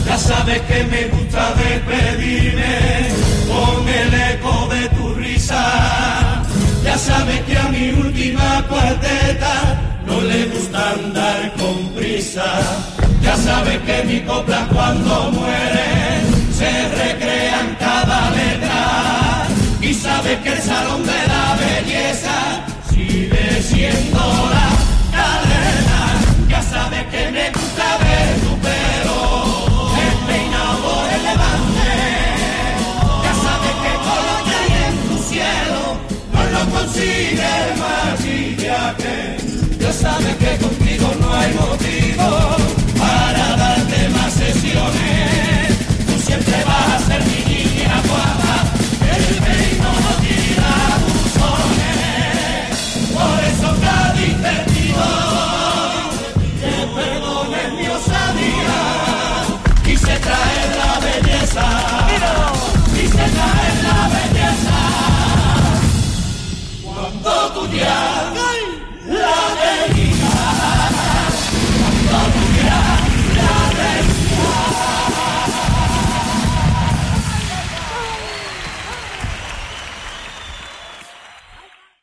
[SPEAKER 1] Ya sabes que me gusta despedirme con el eco de tu risa. Ya sabes que a mi última cuarteta no le gusta andar con prisa. Ya sabes que mi copla